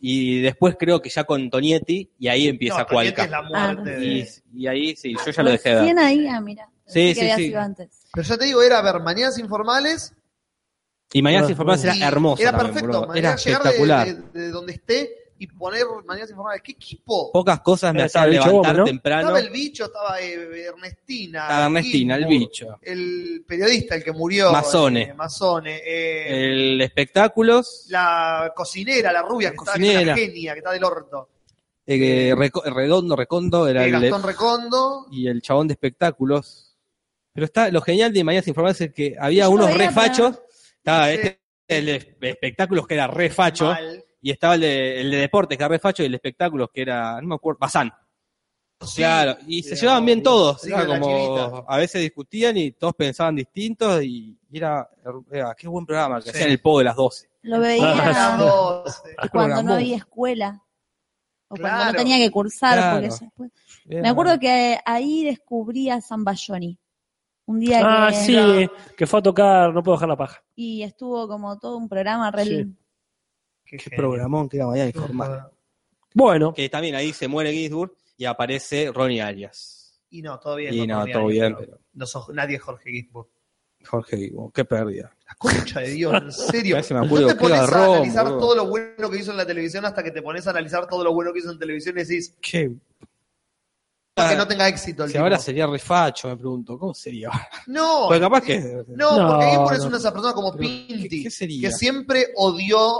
Speaker 5: Y después creo que ya con Tonietti, y ahí empieza
Speaker 3: No, Toñete
Speaker 5: Cualca.
Speaker 3: es la muerte
Speaker 4: Ah,
Speaker 5: Y,
Speaker 3: de-
Speaker 5: y ahí sí, yo ya lo dejé de ver.
Speaker 4: Recién ahí, ah, mira.
Speaker 5: Sí,
Speaker 4: que
Speaker 5: sí,
Speaker 4: había
Speaker 5: sí.
Speaker 4: sido antes.
Speaker 3: Pero ya te digo, era ver mañanas informales.
Speaker 5: Y mañana
Speaker 6: Ah,
Speaker 5: se informó,
Speaker 6: sí.
Speaker 5: era
Speaker 3: y
Speaker 5: hermoso.
Speaker 3: Era
Speaker 5: también,
Speaker 3: perfecto.
Speaker 5: boludo. Era
Speaker 3: mañana llegar de-
Speaker 5: espectacular.
Speaker 3: De, de donde esté y poner mañanas informales. ¿Qué equipo?
Speaker 5: Pocas cosas me
Speaker 6: Era
Speaker 5: hacían
Speaker 6: el bicho
Speaker 5: levantar
Speaker 6: Goma, ¿no?
Speaker 5: temprano.
Speaker 3: Estaba el bicho, estaba eh, Ernestina.
Speaker 5: A Ernestina, el
Speaker 3: Gilmour,
Speaker 5: bicho.
Speaker 3: El periodista, el que murió.
Speaker 5: Mazzone.
Speaker 3: eh, Mazzone, eh,
Speaker 5: El espectáculos.
Speaker 3: La cocinera, la rubia,
Speaker 5: La
Speaker 3: que estaba que es
Speaker 5: cocinera.
Speaker 3: una genia, que está del orto.
Speaker 5: eh, Reco- redondo, recondo, era
Speaker 3: Eh,
Speaker 5: el,
Speaker 3: Gastón Recondo.
Speaker 5: y el chabón de espectáculos. Pero está, lo genial de Mañana Informales es que había
Speaker 4: Yo
Speaker 5: unos
Speaker 4: veía,
Speaker 5: refachos. Estaba
Speaker 3: Sí.
Speaker 5: este el de espectáculos que era refacho.
Speaker 3: Mal.
Speaker 5: Y estaba el de, el de deportes que era refacho y el de espectáculos que era, no me acuerdo, Bazán.
Speaker 3: Sí,
Speaker 5: Claro, y se
Speaker 6: Era
Speaker 5: llevaban bien
Speaker 6: bien.
Speaker 5: todos.
Speaker 3: Sí,
Speaker 5: era
Speaker 3: la
Speaker 5: como
Speaker 3: chivita.
Speaker 5: a veces discutían y todos pensaban distintos y y era, era- qué buen programa que
Speaker 3: Sí.
Speaker 5: hacían el pogo de las 12.
Speaker 4: Lo
Speaker 3: Eran
Speaker 5: Ah,
Speaker 4: veía
Speaker 3: dos. eh,
Speaker 4: cuando
Speaker 5: programón.
Speaker 4: no había escuela. O cuando no
Speaker 3: Claro.
Speaker 4: tenía que cursar.
Speaker 5: Claro.
Speaker 4: Porque ya después-
Speaker 5: Era-
Speaker 4: Me acuerdo que ahí descubrí a Zambayoni. Un día
Speaker 6: Ah,
Speaker 4: que
Speaker 6: sí, que fue a tocar No puedo dejar la paja.
Speaker 4: y estuvo como todo un programa re
Speaker 6: Sí.
Speaker 4: lindo.
Speaker 3: Qué
Speaker 5: qué
Speaker 3: genio.
Speaker 5: programón que era Mañana Informales.
Speaker 6: Bueno,
Speaker 5: Que también ahí se muere Gisburg y aparece Ronnie Arias.
Speaker 3: Y no, todo bien.
Speaker 5: y
Speaker 3: con
Speaker 5: no,
Speaker 3: Tony
Speaker 5: todo
Speaker 3: Arias,
Speaker 5: bien,
Speaker 3: pero
Speaker 5: pero
Speaker 3: no sos- nadie es Jorge Gisburg.
Speaker 5: Jorge Gisburg, qué pérdida.
Speaker 3: La concha de Dios, en serio.
Speaker 5: Ya se me
Speaker 3: no
Speaker 5: acuerdo,
Speaker 3: te
Speaker 5: qué
Speaker 3: pones
Speaker 5: garrón,
Speaker 3: a analizar
Speaker 5: boludo.
Speaker 3: todo lo bueno que hizo en la televisión hasta que te pones a analizar todo lo bueno que hizo en televisión y decís
Speaker 5: Qué
Speaker 3: que no tenga éxito el
Speaker 5: Ah, Si
Speaker 3: tipo.
Speaker 5: ahora sería refacho, me pregunto, ¿cómo sería?
Speaker 3: No, eh,
Speaker 5: Porque capaz que.
Speaker 3: no,
Speaker 6: No,
Speaker 3: porque Gisburg es
Speaker 6: no.
Speaker 3: una de esas personas como
Speaker 5: Pero, ¿qué-
Speaker 3: Pinti,
Speaker 5: qué sería?
Speaker 3: que siempre odió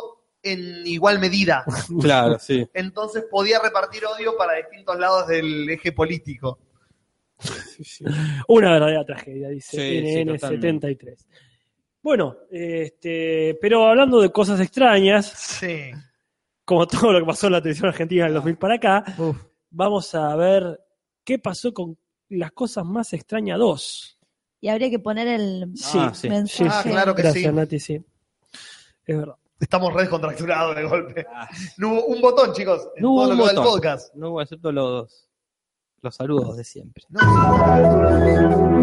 Speaker 3: en igual medida.
Speaker 5: Claro, sí.
Speaker 3: Entonces podía repartir odio para distintos lados del eje político.
Speaker 6: una verdadera tragedia,
Speaker 5: Sí,
Speaker 6: dice
Speaker 5: sí,
Speaker 6: NN73. bueno, este, pero hablando de cosas extrañas,
Speaker 3: Sí.
Speaker 6: como todo lo que pasó en la televisión argentina del 2000 para acá,
Speaker 3: Uf.
Speaker 6: vamos a ver qué pasó con las cosas más extrañas 2.
Speaker 4: Y habría que poner el
Speaker 6: Sí,
Speaker 5: Ah, sí.
Speaker 4: mensaje.
Speaker 3: Ah, claro que
Speaker 6: Gracias,
Speaker 3: sí.
Speaker 6: Nati, sí. Es verdad.
Speaker 3: Estamos re descontracturados de golpe.
Speaker 5: Ah.
Speaker 3: No hubo un botón, chicos, en
Speaker 5: No hubo
Speaker 3: todo
Speaker 5: un
Speaker 3: lo que va del
Speaker 5: botón.
Speaker 3: podcast.
Speaker 5: No voy a acepto los, los saludos de siempre.
Speaker 3: No, sí.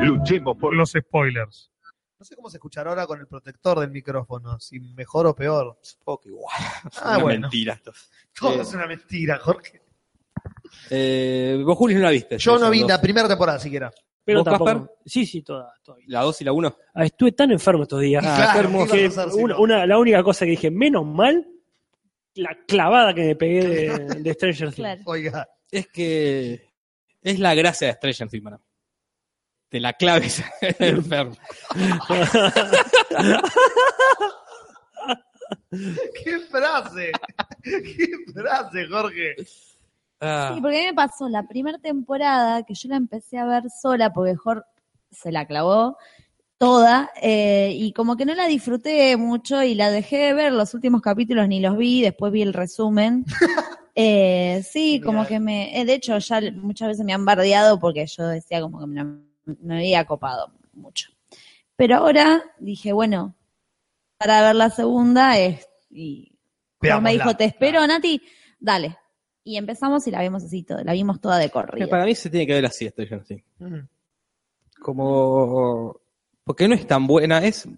Speaker 1: Luchemos por los spoilers.
Speaker 3: No sé cómo se escuchará ahora con el protector del micrófono, si mejor o peor.
Speaker 5: Supongo que igual.
Speaker 3: Ah, bueno.
Speaker 5: Mentira.
Speaker 3: Todo
Speaker 5: Sí.
Speaker 3: es una mentira, Jorge.
Speaker 5: Eh, vos, Julio, no la viste.
Speaker 3: Yo
Speaker 5: Esas
Speaker 3: no vi
Speaker 5: dos.
Speaker 3: la primera temporada siquiera.
Speaker 6: Pero
Speaker 5: ¿Vos,
Speaker 6: tampoco.
Speaker 5: Gaspar?
Speaker 6: Sí, sí, toda, todavía.
Speaker 5: La 2 y la 1.
Speaker 6: Ah, Estuve tan enfermo estos días.
Speaker 5: Ah,
Speaker 3: Claro,
Speaker 5: qué hermoso.
Speaker 3: ¿qué ibas a hacer si
Speaker 6: Una-
Speaker 3: no?
Speaker 6: una- la única cosa que dije, menos mal, la clavada que me pegué de, de Stranger Things.
Speaker 4: Claro.
Speaker 3: Oiga,
Speaker 5: Es que. Es la gracia de Stranger Things para mí. te la claves al enfermo.
Speaker 3: ¡Qué frase! ¡Qué frase, Jorge!
Speaker 5: Ah,
Speaker 4: Sí, porque a mí me pasó la primera temporada que yo la empecé a ver sola porque Jorge se la clavó toda eh, y como que no la disfruté mucho y la dejé de ver los últimos capítulos ni los vi, después vi el resumen. Eh, sí, como
Speaker 3: Mirá.
Speaker 4: que me... eh, de hecho, ya l- muchas veces me han bardeado porque yo decía como que me, la- me había copado mucho. Pero ahora dije, bueno, para ver la segunda es... Y Jorge me
Speaker 3: Veámosla.
Speaker 4: dijo, te espero, Nati, dale. Y empezamos y la vimos así, todo, la vimos toda de corrido.
Speaker 5: para mí se tiene que ver así, estoy yo así.
Speaker 3: Mm.
Speaker 5: Como. Porque no es tan buena, es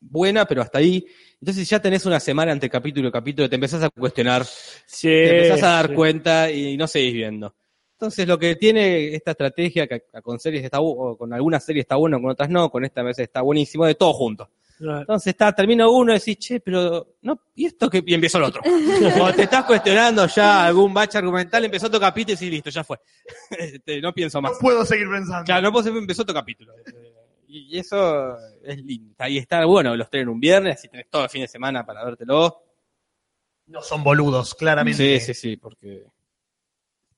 Speaker 5: buena, pero hasta ahí. Entonces ya tenés una semana entre capítulo y capítulo, te empezás a cuestionar,
Speaker 6: Sí,
Speaker 5: te empezás a dar
Speaker 6: sí.
Speaker 5: cuenta y no seguís viendo. Entonces lo que tiene esta estrategia, que con series está bu- o con algunas series está bueno, con otras no, con esta vez está buenísimo, de todo junto.
Speaker 6: Claro.
Speaker 5: Entonces está, termina uno y decís, che, pero no, ¿y esto qué? Y empieza el otro. Cuando te estás cuestionando ya algún bache argumental, empezó otro capítulo y decís, listo, ya fue. Este, no pienso
Speaker 3: No
Speaker 5: más.
Speaker 3: puedo seguir pensando.
Speaker 5: Claro, no puedo empezó otro capítulo. Eh, Y eso es lindo. Ahí está, bueno, los tienen un viernes y tenés todo el fin de semana para vértelo.
Speaker 3: No son boludos, claramente.
Speaker 5: Sí, sí, sí, porque.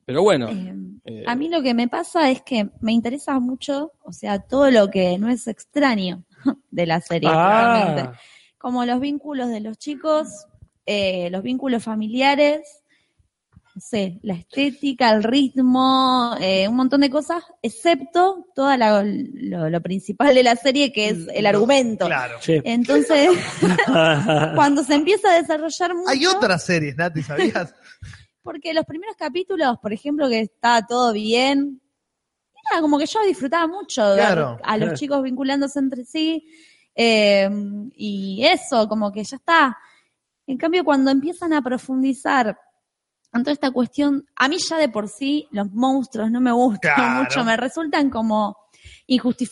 Speaker 5: Pero bueno.
Speaker 4: Eh,
Speaker 5: eh,
Speaker 4: A mí lo que me pasa es que me interesa mucho, o sea, todo lo que no es extraño de la serie. realmente.
Speaker 6: Ah,
Speaker 4: Como los vínculos de los chicos, eh, los vínculos familiares, no sé, la estética, el ritmo, eh, un montón de cosas, excepto todo lo, lo principal de la serie, que es el
Speaker 3: No,
Speaker 4: argumento.
Speaker 3: Mm, Claro.
Speaker 6: che.
Speaker 4: Entonces, cuando se empieza a desarrollar mucho...
Speaker 3: Hay otras series, Nati, ¿sabías?
Speaker 4: Porque los primeros capítulos, por ejemplo, que está todo bien, era como que yo disfrutaba mucho ver
Speaker 3: Claro.
Speaker 4: a los chicos vinculándose entre sí. eh, y eso, como que ya está. En cambio, cuando empiezan a profundizar en toda esta cuestión, a mí ya de por sí los monstruos no me gustan
Speaker 3: Claro.
Speaker 4: mucho, me resultan como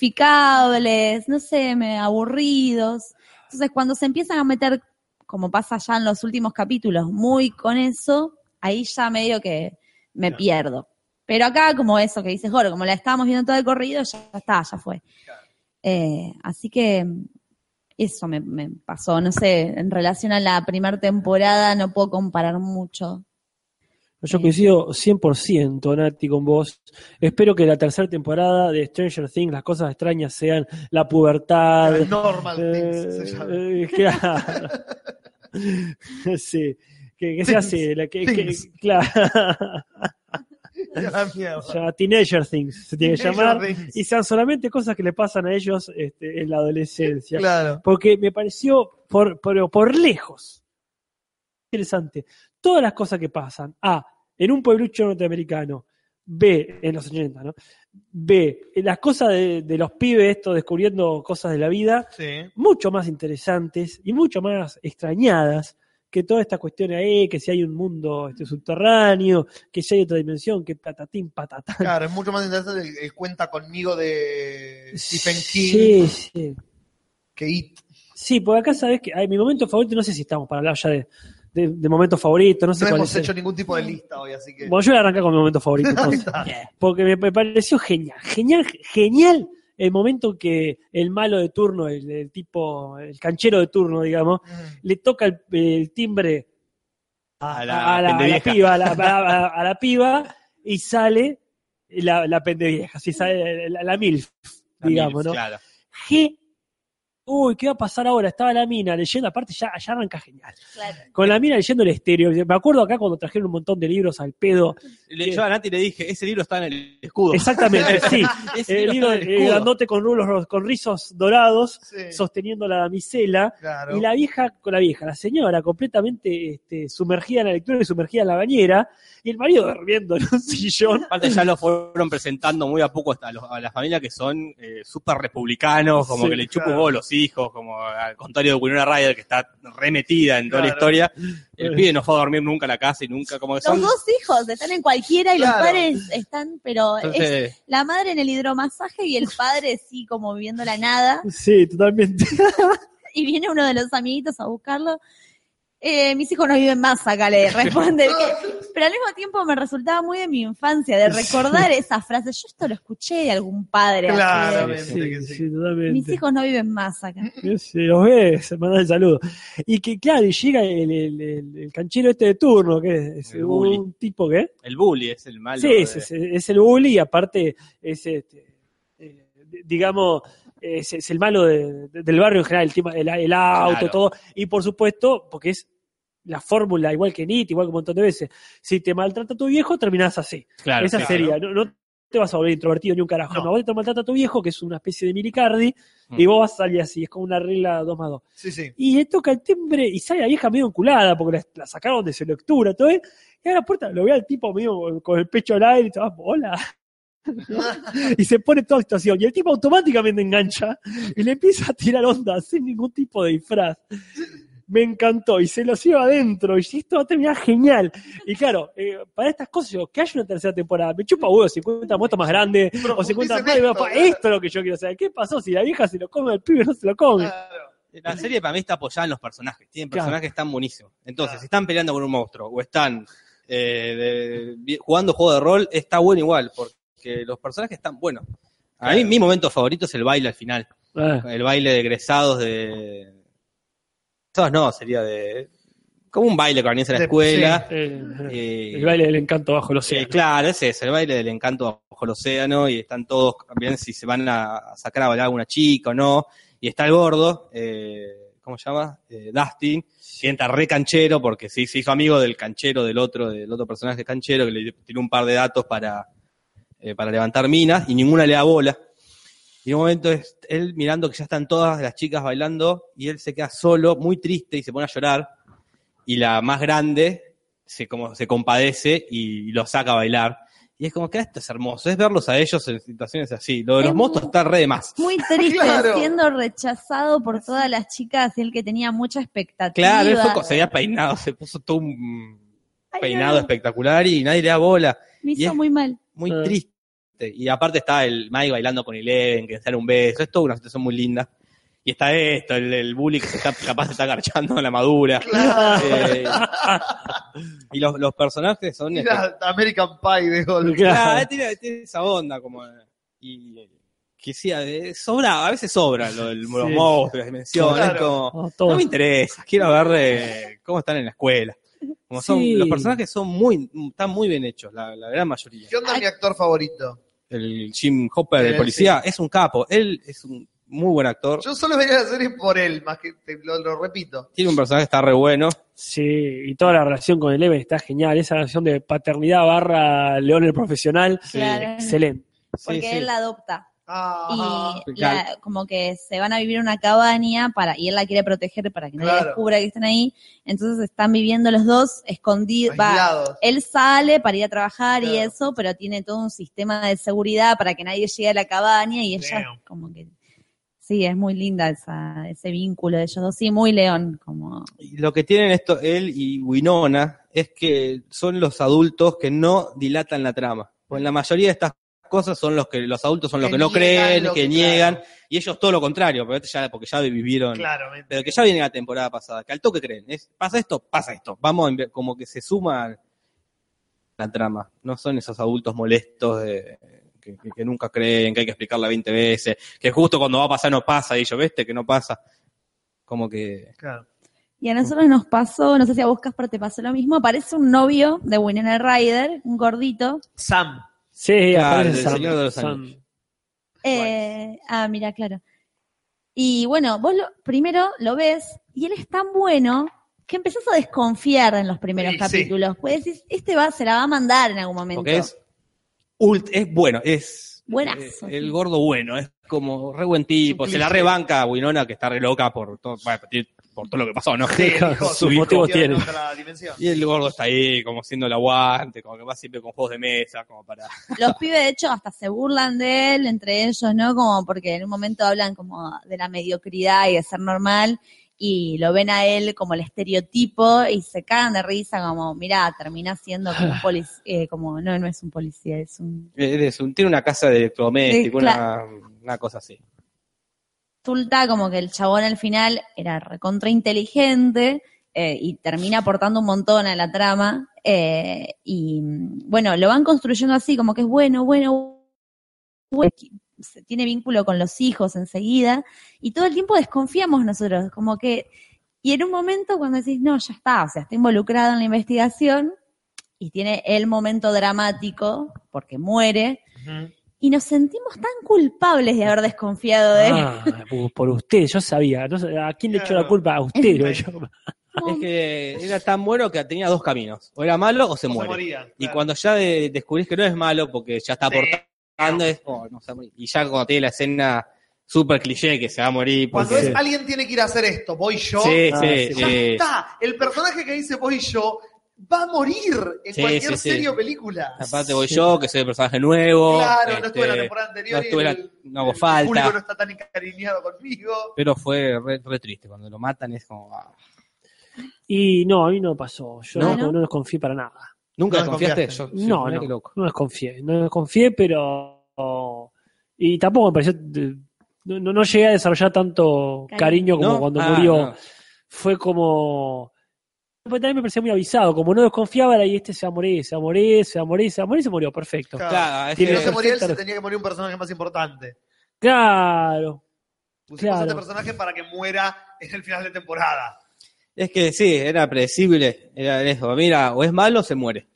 Speaker 4: injustificables, no sé, me aburridos. Entonces, cuando se empiezan a meter, como pasa ya en los últimos capítulos, muy con eso, ahí ya medio que me pierdo. Pero acá, como eso que dices, Joro, como la estábamos viendo todo el corrido, ya está, ya fue. Eh, así que mm, eso me, me pasó. No sé, en relación a la primera temporada no puedo comparar mucho.
Speaker 6: Yo coincido 100%, Nati, con vos. Espero que la tercera temporada de Stranger Things, las cosas extrañas sean la pubertad.
Speaker 3: Normal
Speaker 6: eh,
Speaker 3: Things se llama.
Speaker 6: eh, claro. sí. Que, que sea así. la que- que-
Speaker 3: Things.
Speaker 6: claro.
Speaker 3: La mierda.
Speaker 6: Ya, Teenager Things se tiene que
Speaker 3: Stranger
Speaker 6: llamar.
Speaker 3: Things.
Speaker 6: Y sean solamente cosas que le pasan a ellos este, en la adolescencia.
Speaker 3: Claro.
Speaker 6: Porque me pareció, por, por, por lejos, interesante. Todas las cosas que pasan, A, en un pueblucho norteamericano, B, en los 80, ¿no? B, en las cosas de, de los pibes, esto, descubriendo cosas de la vida,
Speaker 3: Sí.
Speaker 6: mucho más interesantes y mucho más extrañadas que toda esta cuestión ahí, que si hay un mundo este, subterráneo, que si hay otra dimensión, que patatín, patatán.
Speaker 3: Claro, es mucho más interesante el, el cuenta conmigo de Stephen King
Speaker 6: Sí, sí.
Speaker 3: que It.
Speaker 6: Sí, por acá sabes que ay, mi momento favorito, no sé si estamos para hablar ya de, de, de momentos favoritos, no sé
Speaker 3: No
Speaker 6: cuál
Speaker 3: hemos
Speaker 6: es. el- Mm.
Speaker 3: hecho ningún tipo de lista hoy, así que.
Speaker 6: Bueno, yo voy a arrancar con mi momento favorito. entonces. porque me, me pareció genial, genial, genial el momento que el malo de turno, el, el tipo, el canchero de turno, digamos,
Speaker 3: Mm.
Speaker 6: le toca el, el timbre
Speaker 5: a
Speaker 6: a, la, a la
Speaker 5: pendevieja.
Speaker 6: piba, a la, a- a- a la piba y sale la, la pendevieja, si sale la, la MILF,
Speaker 5: A mí,
Speaker 6: digamos, ¿no?
Speaker 5: Claro.
Speaker 6: Ge- Uy, ¿qué va a pasar ahora? Estaba la mina leyendo, aparte ya, ya arranca genial.
Speaker 4: Claro.
Speaker 6: Con la mina leyendo el estéreo. Me acuerdo acá cuando trajeron un montón de libros al pedo.
Speaker 5: Le-
Speaker 6: ¿Qué?
Speaker 5: yo a Nati le dije, ese libro está en el escudo.
Speaker 6: Exactamente, sí.
Speaker 5: Ese
Speaker 6: El libro
Speaker 5: libro está en el
Speaker 6: eh,
Speaker 5: escudo.
Speaker 6: grandote con rulos, con rizos dorados,
Speaker 3: Sí,
Speaker 6: sosteniendo la damisela.
Speaker 3: claro.
Speaker 6: Y la vieja, con la vieja, la señora completamente este, sumergida en la lectura y sumergida en la bañera. Y el marido durmiendo en un sillón.
Speaker 5: Aparte ya lo fueron presentando muy a poco hasta a, los- a las familias que son eh, súper republicanos, como
Speaker 6: Sí,
Speaker 5: que le chupan
Speaker 3: claro.
Speaker 5: huevo a los hijos, como al contrario de Winona Ryder que está remetida en toda la
Speaker 3: Claro.
Speaker 5: historia. El
Speaker 6: Eh.
Speaker 5: pibe no fue a dormir nunca a la casa y nunca como que
Speaker 4: Los
Speaker 5: son...
Speaker 4: dos hijos están en cualquiera y
Speaker 3: Claro.
Speaker 4: los padres están, pero es
Speaker 5: Entonces,
Speaker 4: la madre en el hidromasaje y el padre sí como viviendo la nada.
Speaker 6: Sí, totalmente.
Speaker 4: y viene uno de los amiguitos a buscarlo. eh, mis hijos no viven más acá, le responde. el que- Pero al mismo tiempo me resultaba muy de mi infancia, de recordar esa frase. Yo esto lo escuché de algún padre. así de,
Speaker 3: Claramente
Speaker 6: Sí,
Speaker 3: que sí.
Speaker 6: sí, totalmente.
Speaker 4: Mis hijos no viven más acá.
Speaker 6: Se los ve, se manda el saludo. Y que, claro, y llega el, el, el- el canchero este de turno, que es
Speaker 5: El bully. eh.
Speaker 6: un tipo que.
Speaker 5: El bully es el malo.
Speaker 6: Sí,
Speaker 5: de-
Speaker 6: es, es- es el bully y aparte es, este, eh, digamos, es, es el malo de- de- del barrio en general, el, tema- el, el auto,
Speaker 5: Claro.
Speaker 6: todo. Y por supuesto, porque es la fórmula, igual que NIT, igual que un montón de veces. Si te maltrata tu viejo, terminás así.
Speaker 5: Claro,
Speaker 6: Esa
Speaker 5: sí,
Speaker 6: sería. No, no te vas a volver introvertido ni un carajo.
Speaker 3: No.
Speaker 6: No, vos te maltrata a tu viejo, que es una especie de milicardi,
Speaker 5: Mm.
Speaker 6: y vos vas a salir así. Es como una regla 2 más 2.
Speaker 3: Sí, sí.
Speaker 6: Y le toca el timbre y sale la vieja medio enculada porque la, la sacaron de su lectura, todo. ¿eh? Y a la puerta lo ve al tipo medio con el pecho al aire y todo, hola. y se pone toda situación. Y el tipo automáticamente engancha y le empieza a tirar onda sin ningún tipo de disfraz. Me encantó y se los lleva adentro. Y dije, esto va a terminar genial. Y claro, eh, para estas cosas, yo, que haya una tercera temporada, me chupa huevo 50 motos más grandes o 50 más.
Speaker 3: Profundicen esto,
Speaker 6: Esto,
Speaker 3: claro.
Speaker 6: es lo que yo quiero saber. ¿Qué pasó si la vieja se lo come, el pibe no se lo come?
Speaker 3: Claro.
Speaker 5: La serie para mí está apoyada en los personajes. Tienen
Speaker 6: Claro.
Speaker 5: personajes tan buenísimos. Entonces,
Speaker 3: Claro.
Speaker 5: si están peleando con un monstruo o están eh, de- vi- jugando juego de rol, está bueno igual, porque los personajes están buenos. A mí mi momento favorito es el baile al final.
Speaker 6: Ah.
Speaker 5: El baile de egresados de... Egresados no, sería de... Como un baile que organiza la
Speaker 3: De-
Speaker 5: escuela.
Speaker 6: Eh, eh,
Speaker 5: Eh,
Speaker 6: el baile del encanto bajo los
Speaker 5: Sí,
Speaker 6: océano.
Speaker 5: claro, es eso, el baile del encanto bajo el océano y están todos, bien si se van a, a sacar a bailar a una chica o no, y está el gordo, eh, ¿cómo se llama? Eh, Dustin, sienta re canchero porque sí, se hizo amigo del canchero, del otro, del otro personaje canchero que le tiró un par de datos para, eh, para levantar minas y ninguna le da bola. Y en un momento es él mirando que ya están todas las chicas bailando y él se queda solo, muy triste y se pone a llorar. Y la más grande se, como, se compadece y, y lo saca a bailar. Y es como que "Ah, esto es hermoso, es verlos a ellos en situaciones así. Lo de los
Speaker 4: Es
Speaker 5: monstruos
Speaker 4: muy-
Speaker 5: está re de más.
Speaker 4: Muy triste,
Speaker 3: Claro.
Speaker 4: siendo rechazado por todas las chicas, y el que tenía mucha expectativa.
Speaker 5: Claro, él fue co- se había peinado, se puso todo un
Speaker 4: Ay, no,
Speaker 5: peinado
Speaker 4: no,
Speaker 5: espectacular y nadie le da bola.
Speaker 4: me
Speaker 5: y
Speaker 4: hizo
Speaker 5: es-
Speaker 4: muy mal.
Speaker 5: Muy
Speaker 6: Ah.
Speaker 5: triste. Y aparte está el Mike bailando con Eleven, que se sale un beso. Es toda una situación muy linda. Y está esto, el, el bully que se está, capaz se está garchando a la madura. Eh, y los, los personajes son... espect-
Speaker 3: Mira, American Pie de golpe.
Speaker 5: Claro,
Speaker 6: Claro.
Speaker 5: tiene, tiene esa onda como... de- Y, que sí, a veces sobra, a veces sobra lo del- los
Speaker 6: Sí.
Speaker 5: monstruos, las dimensiones.
Speaker 3: Claro.
Speaker 5: como-
Speaker 6: Oh, todo.
Speaker 5: no me interesa, quiero ver eh, cómo están en la escuela. Como son,
Speaker 6: Sí.
Speaker 5: Los personajes son muy, están muy bien hechos, la, la gran mayoría.
Speaker 3: ¿Qué onda mi actor favorito?
Speaker 5: El Jim Hopper, el
Speaker 3: Eh,
Speaker 5: policía, es un capo. Él es un muy buen actor.
Speaker 3: Yo solo veía la serie por él, más que te- lo, lo repito.
Speaker 5: Tiene un personaje que está re bueno.
Speaker 6: Sí, y toda la relación con Eleven está genial. Esa relación de paternidad barra León el profesional,
Speaker 4: Claro.
Speaker 6: excelente.
Speaker 4: Porque
Speaker 5: Sí, sí.
Speaker 4: él la adopta.
Speaker 3: Ah,
Speaker 4: y la- como que se van a vivir en una cabaña para y él la quiere proteger para que nadie
Speaker 3: Claro.
Speaker 4: descubra que están ahí. Entonces están viviendo los dos escondidos. Va,
Speaker 3: aislados.
Speaker 4: él sale para ir a trabajar y
Speaker 3: Claro.
Speaker 4: eso, pero tiene todo un sistema de seguridad para que nadie llegue a la cabaña y ella
Speaker 3: Damn.
Speaker 4: como que sí, es muy linda esa, ese vínculo de ellos dos. Sí, muy león, como
Speaker 5: Y lo que tienen esto, él y Winona, es que son los adultos que no dilatan la trama. Pues la mayoría de estas cosas son los que los adultos son los que,
Speaker 3: Que
Speaker 5: no
Speaker 3: niegan
Speaker 5: creen,
Speaker 3: lo
Speaker 5: que,
Speaker 3: que-
Speaker 5: niegan, y ellos todo lo contrario, porque ya, porque ya vivieron
Speaker 3: Claramente.
Speaker 5: pero que ya viene la temporada pasada, que al toque creen, es, pasa esto, pasa esto, vamos a inve- como que se suma la trama, no son esos adultos molestos de- que, que- que nunca creen, que hay que explicarla 20 veces, que justo cuando va a pasar no pasa, y ellos, ¿viste? Que no pasa. Como que...
Speaker 3: Claro.
Speaker 4: Y a nosotros nos pasó, no sé si a vos Caspar te pasó lo mismo, aparece un novio de Winona Ryder, un gordito.
Speaker 3: Sam.
Speaker 6: Sí,
Speaker 5: Claro,
Speaker 6: aparece
Speaker 5: el
Speaker 6: Sam.
Speaker 5: Señor de los
Speaker 6: Sam.
Speaker 5: Anillos.
Speaker 4: Eh, ah, mira, claro. Y bueno, vos lo- primero lo ves y él es tan bueno que empezás a desconfiar en los primeros
Speaker 3: Sí, sí.
Speaker 4: capítulos. Pues decís, este va, se la va a mandar en algún momento.
Speaker 5: Porque es... ult- es bueno, es...
Speaker 4: Buenazo.
Speaker 5: eh, el gordo bueno, es como re buen tipo,
Speaker 3: Es un
Speaker 5: se la
Speaker 3: cliché.
Speaker 5: rebanca a Winona que está re loca por todo, bueno, por todo lo que pasó, ¿no?
Speaker 6: claro,
Speaker 3: hijo,
Speaker 6: sus
Speaker 3: hijo.
Speaker 6: motivos tiene.
Speaker 3: En otra dimensión.
Speaker 5: Y el gordo está ahí, como siendo el aguante, como que va siempre con juegos de mesa, como para.
Speaker 4: Los pibes, de hecho, hasta se burlan de él entre ellos, ¿no? Como porque en un momento hablan como de la mediocridad y de ser normal y lo ven a él como el estereotipo y se cagan de risa como, mirá, termina siendo como un policía, como, no, no es un policía, es un...
Speaker 5: Es un- tiene una casa de electrodoméstico,
Speaker 4: Sí,
Speaker 5: una, una cosa así.
Speaker 4: Resulta como que el chabón al final era recontra inteligente, eh, y termina aportando un montón a la trama. eh, y bueno, lo van construyendo así, como que es bueno, bueno, bueno, se tiene vínculo con los hijos enseguida, y todo el tiempo desconfiamos nosotros, como que, y en un momento cuando decís, no, ya está, o sea, está involucrada en la investigación, y tiene el momento dramático, porque muere, y nos sentimos tan culpables de haber desconfiado de él.
Speaker 6: Ah, por- por usted, yo sabía. no sé, ¿A quién le echó la culpa? A usted. lo echó.
Speaker 5: Es que era tan bueno que tenía dos caminos. O era malo o se
Speaker 3: No se
Speaker 5: muere.
Speaker 3: moría,
Speaker 5: Y
Speaker 3: claro.
Speaker 5: cuando ya de- descubrís que no es malo, porque ya está aportando, es, oh, no se va a morir. y ya cuando tiene la escena super cliché que se va a morir.
Speaker 3: Cuando
Speaker 5: porque-
Speaker 3: es alguien tiene que ir a hacer esto, voy yo.
Speaker 5: Sí,
Speaker 6: Ah,
Speaker 5: sí,
Speaker 6: sí.
Speaker 3: ya
Speaker 5: sí.
Speaker 3: está. El personaje que dice voy yo va a morir en
Speaker 5: Sí,
Speaker 3: cualquier
Speaker 5: sí, sí.
Speaker 3: serie o película.
Speaker 5: Aparte voy yo, que soy el personaje nuevo.
Speaker 3: Claro, no estuve en la
Speaker 5: este,
Speaker 3: temporada anterior.
Speaker 5: no estuve
Speaker 3: y
Speaker 5: la-
Speaker 3: el-
Speaker 5: no hago
Speaker 3: el público
Speaker 5: falta.
Speaker 3: no está tan encariñado conmigo.
Speaker 5: Pero fue re, re triste. Cuando lo matan es como. ah.
Speaker 6: Y no, a mí no pasó. Yo
Speaker 4: ¿No?
Speaker 6: no, no desconfié para nada.
Speaker 5: ¿Nunca
Speaker 3: No
Speaker 5: desconfiaste?
Speaker 3: desconfiaste.
Speaker 5: Yo-
Speaker 6: no,
Speaker 5: yo- mirá
Speaker 6: no,
Speaker 5: qué loco.
Speaker 6: no desconfié, no desconfié, pero... Y tampoco me pareció... de- No, no- no llegué a desarrollar tanto
Speaker 4: Cariño.
Speaker 6: cariño como
Speaker 5: ¿No?
Speaker 6: cuando
Speaker 5: Ah,
Speaker 6: murió.
Speaker 5: no.
Speaker 6: Fue como... Pero también me parecía muy avisado, como no desconfiaba, era y este se va a morir, se va a morir, se va a morir, se va a morir, se murió, perfecto.
Speaker 3: Claro.
Speaker 5: Claro, es
Speaker 3: Si
Speaker 5: que-
Speaker 3: no se
Speaker 6: Tiene-
Speaker 3: moría él, se
Speaker 6: perfecto.
Speaker 3: tenía que morir un personaje más importante.
Speaker 6: Claro.
Speaker 3: Pusimos
Speaker 6: Claro.
Speaker 3: a este personaje para que muera en el final de temporada.
Speaker 5: Es que sí, era predecible, era eso. Mira, o es malo o se muere.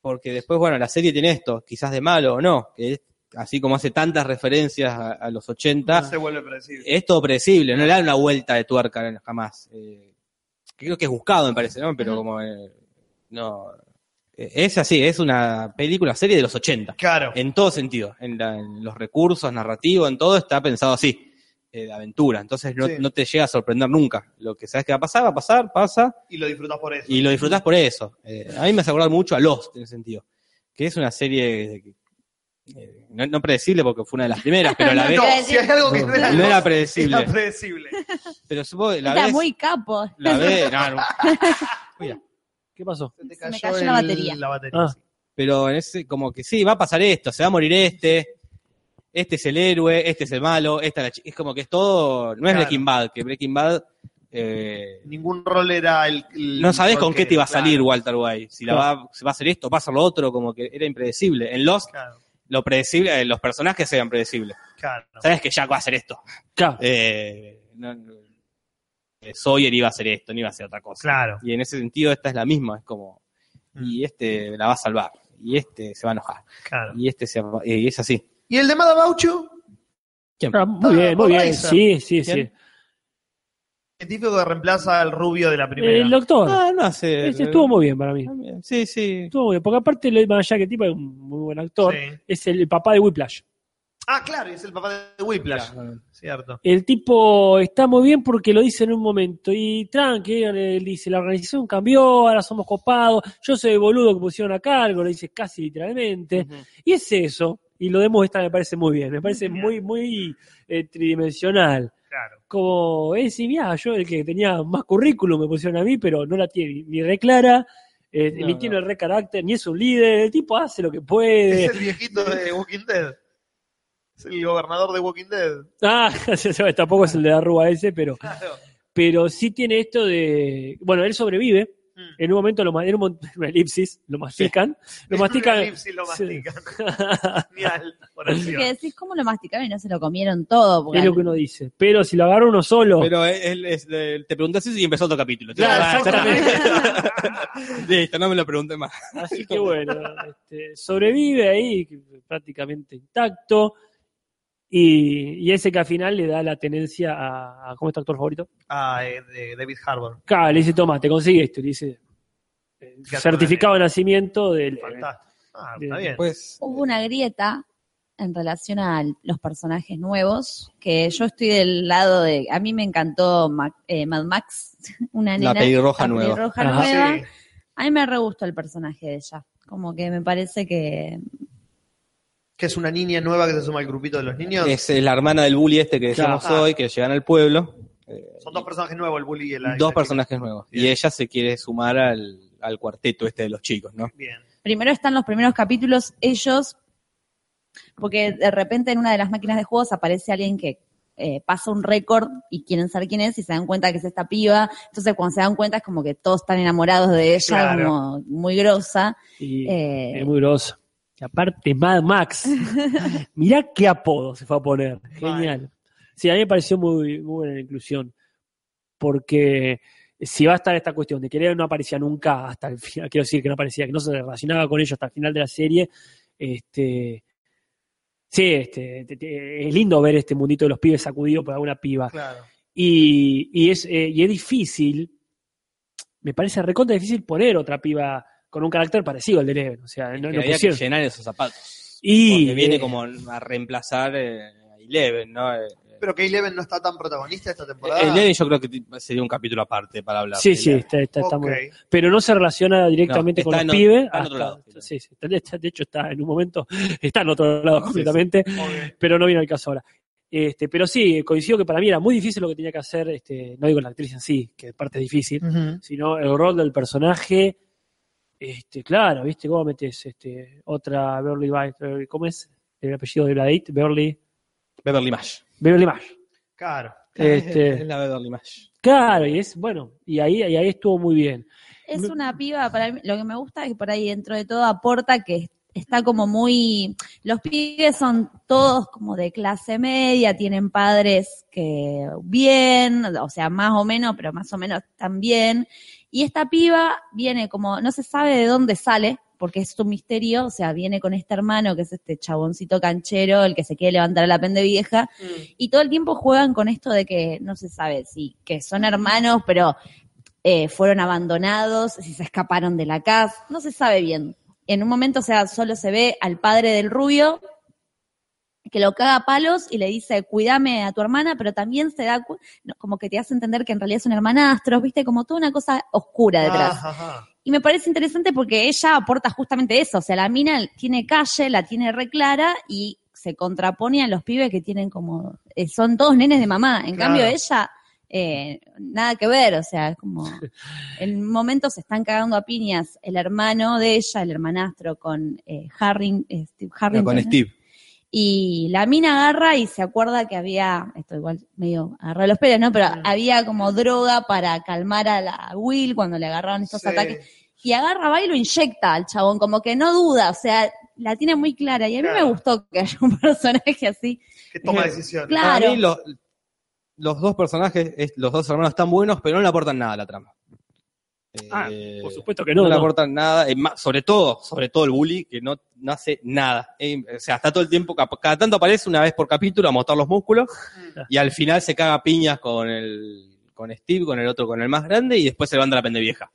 Speaker 5: Porque después, bueno, la serie tiene esto, quizás de malo o no, que es- así como hace tantas referencias a, a los 80,
Speaker 3: No se vuelve predecible.
Speaker 5: es todo predecible, no le dan una vuelta de tuerca no, jamás. Eh, creo que es buscado, me parece, ¿no? Pero como... eh, no. Eh, Es así, es una película, serie de los 80.
Speaker 3: Claro.
Speaker 5: En todo sentido, en, la- en los recursos, narrativos, en todo está pensado así, eh, de aventura. Entonces no,
Speaker 3: Sí.
Speaker 5: no te llega a sorprender nunca. Lo que sabes que va a pasar, va a pasar, pasa,
Speaker 3: Y lo disfrutas por eso.
Speaker 5: y lo disfrutás por eso. Eh, a mí me hace acordar mucho a Lost, en ese sentido, que es una serie que, eh, no, no predecible porque fue una de las primeras, pero a la vez
Speaker 3: no, si hay algo que no era,
Speaker 5: no era
Speaker 3: Lost,
Speaker 5: predecible.
Speaker 3: era predecible.
Speaker 5: Pero supongo que la
Speaker 4: Era
Speaker 5: vez...
Speaker 4: muy capo.
Speaker 5: La vez... no, no.
Speaker 6: ¿Qué pasó?
Speaker 3: Se te
Speaker 4: Se me
Speaker 3: cayó
Speaker 4: cayó la
Speaker 3: el-
Speaker 4: batería.
Speaker 3: la batería,
Speaker 6: Ah.
Speaker 3: sí.
Speaker 5: pero en ese como que sí, va a pasar esto, se va a morir este, este es el héroe, este es el malo, esta es la chi- es como que es todo, no es
Speaker 3: Claro.
Speaker 5: Breaking Bad, que Breaking Bad eh,
Speaker 3: Ningún rol era el. el-
Speaker 5: no sabes
Speaker 3: Mm,
Speaker 5: con
Speaker 3: porque-
Speaker 5: qué te iba a
Speaker 3: claro,
Speaker 5: salir Walter White, si la va, si va a hacer esto, va a hacer lo otro, como que era impredecible. En Lost,
Speaker 3: Claro,
Speaker 5: lo predecible, eh, los personajes eran predecibles.
Speaker 3: claro.
Speaker 5: Sabes que Jack va a hacer esto.
Speaker 6: Claro.
Speaker 5: Eh, no- no- eh, Sawyer iba a hacer esto, no iba a hacer otra cosa.
Speaker 3: Claro. Mm.
Speaker 5: Y en ese sentido esta es la misma, es como, y este la va a salvar, y este se va a enojar.
Speaker 3: claro.
Speaker 5: Y este se, eh, y es así.
Speaker 3: ¿Y el de Mad About You?
Speaker 5: Eh,
Speaker 6: Ah, muy bien, muy bien. Sí, sí, sí.
Speaker 5: ¿Quién?
Speaker 3: Científico que reemplaza al rubio de la primera.
Speaker 6: El doctor.
Speaker 5: Ah, no sé.
Speaker 6: Este estuvo muy bien para mí.
Speaker 5: bien. Sí, sí.
Speaker 6: Estuvo muy bien, porque aparte, lo- más allá que el tipo es un muy buen actor,
Speaker 3: Sí.
Speaker 6: es el papá de Whiplash.
Speaker 3: Ah, claro, y es el papá de Whiplash. Cierto.
Speaker 6: El tipo está muy bien porque lo dice en un momento. Y tranqui, él dice, la organización cambió, ahora somos copados, yo soy el boludo que pusieron a cargo, lo dice casi literalmente. Y es eso, y lo demuestra, me parece muy bien, me parece
Speaker 3: Bien.
Speaker 6: muy, muy eh, tridimensional.
Speaker 3: Claro.
Speaker 6: Como, es decir, mirá, yo el que tenía más currículum me pusieron a mí, pero no la tiene ni re clara, eh,
Speaker 5: No,
Speaker 6: ni
Speaker 5: no.
Speaker 6: tiene re carácter, ni es un líder, el tipo hace lo que
Speaker 5: Eh.
Speaker 6: puede.
Speaker 3: Es el viejito de Walking Dead. Es el gobernador de Walking Dead.
Speaker 6: Ah, se sabe, tampoco es el de la rúa ese, pero...
Speaker 3: Claro.
Speaker 6: pero sí tiene esto de. Bueno, él sobrevive.
Speaker 3: Mm.
Speaker 6: En un momento Eh, lo ma- en un mon- una elipsis, lo mastican. Lo
Speaker 3: Es una
Speaker 6: mastican.
Speaker 3: elipsis, lo
Speaker 6: sí.
Speaker 3: mastican. Genial. por
Speaker 4: Y
Speaker 3: acción.
Speaker 4: que decís cómo lo masticaron y no se lo comieron todo. porque
Speaker 6: es lo que uno dice. Pero si lo agarra uno solo.
Speaker 5: Pero él, es- eh, te preguntas eso y empezó otro capítulo.
Speaker 6: Claro,
Speaker 5: Ah,
Speaker 6: exactamente.
Speaker 5: Listo, no me lo pregunté más.
Speaker 6: Así que bueno, este, sobrevive ahí prácticamente intacto. Y, y ese que al final le da la tenencia a, a- ¿cómo es tu actor favorito?
Speaker 3: Ah, eh, de David Harbour.
Speaker 6: Claro, le dice, toma, te consigue esto. Y Le dice, eh,
Speaker 3: Gato
Speaker 6: certificado de nacimiento del...
Speaker 3: Fantástico. Ah,
Speaker 6: Bien.
Speaker 3: está bien.
Speaker 5: Pues,
Speaker 4: Hubo una grieta en relación a los personajes nuevos, que yo estoy del lado de... A mí me encantó Ma- eh, Mad Max, una nena.
Speaker 5: La pelirroja
Speaker 4: la
Speaker 5: nueva.
Speaker 4: pelirroja
Speaker 6: Ajá.
Speaker 4: nueva.
Speaker 3: Ah, Sí.
Speaker 4: A mí me re gustó el personaje de ella. Como que me parece que...
Speaker 3: Que es una niña nueva que se suma al grupito de los niños.
Speaker 5: es eh, la hermana del bully este que decíamos
Speaker 3: Claro.
Speaker 5: hoy, que llegan al pueblo.
Speaker 3: Son dos personajes nuevos, el bully y el. y la
Speaker 5: dos
Speaker 3: chica.
Speaker 5: personajes nuevos. Y
Speaker 3: Bien.
Speaker 5: ella se quiere sumar al, al cuarteto este de los chicos, ¿no?
Speaker 3: Bien.
Speaker 4: Primero están los primeros capítulos, ellos... Porque de repente en una de las máquinas de juegos aparece alguien que eh, pasa un récord y quieren saber quién es y se dan cuenta que es esta piba. Entonces cuando se dan cuenta es como que todos están enamorados de ella,
Speaker 3: Claro.
Speaker 4: como muy grosa.
Speaker 6: Y
Speaker 4: Eh,
Speaker 6: es muy groso. Y aparte, Mad Max. Mirá qué apodo se fue a poner. Genial. Sí, a mí me pareció muy, muy buena la inclusión. Porque si va a estar esta cuestión de que Leo no aparecía nunca hasta el final, quiero decir que no aparecía, que no se relacionaba con ellos hasta el final de la serie, este. Sí, este, te- te- es lindo ver este mundito de los pibes sacudido por alguna piba.
Speaker 3: Claro.
Speaker 6: Y, y es, eh, y es difícil, me parece recontra difícil poner otra piba con un carácter parecido al de Leven. O sea, no,
Speaker 5: que
Speaker 6: no
Speaker 5: había que
Speaker 6: pusieron.
Speaker 5: llenar esos zapatos.
Speaker 6: Y
Speaker 5: porque viene
Speaker 6: eh,
Speaker 5: como a reemplazar eh, a Eleven, ¿no? Eh,
Speaker 3: Pero que Eleven no está tan protagonista esta temporada.
Speaker 5: Eleven yo creo que ti- sería un capítulo aparte para hablar.
Speaker 6: Sí,
Speaker 5: de
Speaker 6: sí,
Speaker 5: Eleven.
Speaker 6: está, está, está
Speaker 3: Ok.
Speaker 6: muy- Pero no se relaciona directamente
Speaker 5: No,
Speaker 6: con
Speaker 5: está
Speaker 6: los
Speaker 5: en o-
Speaker 6: pibes.
Speaker 5: está en otro
Speaker 6: hasta-
Speaker 5: lado.
Speaker 6: sí, sí, está- está- de hecho, está en un momento, está en otro lado completamente,
Speaker 3: Ok.
Speaker 6: pero no viene al caso ahora. Este, pero sí, coincido que para mí era muy difícil lo que tenía que hacer, este, no digo la actriz en sí, que parte es difícil,
Speaker 3: Ujú.
Speaker 6: sino el rol del personaje. Este, claro, ¿viste cómo metes este, otra Beverly White? ¿Cómo es el apellido de la date? Beverly,
Speaker 5: Beverly Mash.
Speaker 6: Beverly Marsh.
Speaker 3: Claro.
Speaker 5: Es
Speaker 6: Este,
Speaker 5: la Beverly Mash.
Speaker 6: claro, y es bueno, y ahí, y ahí estuvo muy bien.
Speaker 4: Es
Speaker 6: Me-
Speaker 4: una piba, para mí, lo que me gusta es que por ahí dentro de todo aporta que está como muy, los pibes son todos como de clase media, tienen padres que bien, o sea, más o menos, pero más o menos también. Y esta piba viene como, no se sabe de dónde sale, porque es un misterio, o sea, viene con este hermano que es este chaboncito canchero, el que se quiere levantar a la pende vieja, y todo el tiempo juegan con esto de que no se sabe si que son hermanos, pero eh, fueron abandonados, si se escaparon de la casa, no se sabe bien. En un momento, o sea, solo se ve al padre del rubio que lo caga a palos y le dice, cuídame a tu hermana, pero también se da, cu- no, como que te hace entender que en realidad son hermanastros, viste, como toda una cosa oscura detrás.
Speaker 3: Ajá, ajá.
Speaker 4: Y me parece interesante porque ella aporta justamente eso. O sea, la mina tiene calle, la tiene re clara y se contrapone a los pibes que tienen como. eh, son todos nenes de mamá. En
Speaker 3: Claro.
Speaker 4: cambio, ella, eh, nada que ver. O sea, es como. En momentos se están cagando a piñas el hermano de ella, el hermanastro con eh, Harry, eh, Steve
Speaker 5: No,
Speaker 4: Harrington,
Speaker 5: con
Speaker 4: ¿eh?
Speaker 5: Steve.
Speaker 4: Y la mina agarra y se acuerda que había, esto igual medio agarra los pelos, ¿no? Pero había como droga para calmar a la Will cuando le agarraron estos
Speaker 3: Sí.
Speaker 4: ataques y agarra va y lo inyecta al chabón, como que no duda, o sea, la tiene muy clara. Y a mí
Speaker 3: Claro.
Speaker 4: me gustó que haya un personaje así.
Speaker 3: Que toma decisiones.
Speaker 4: Claro.
Speaker 5: Para mí los, los dos personajes, es- los dos hermanos están buenos, pero no le aportan nada a la trama.
Speaker 6: Ah,
Speaker 5: Eh,
Speaker 6: Por supuesto que
Speaker 5: No,
Speaker 6: no.
Speaker 5: le
Speaker 6: no.
Speaker 5: aportan nada, eh, ma- sobre todo, sobre todo el bully, que no, no hace nada. Eh, o sea, está todo el tiempo, cap- cada tanto aparece una vez por capítulo a mostrar los músculos,
Speaker 6: Ah.
Speaker 5: y al final se caga a piñas con el con Steve, con el otro, con el más grande, y después se van de la pendevieja.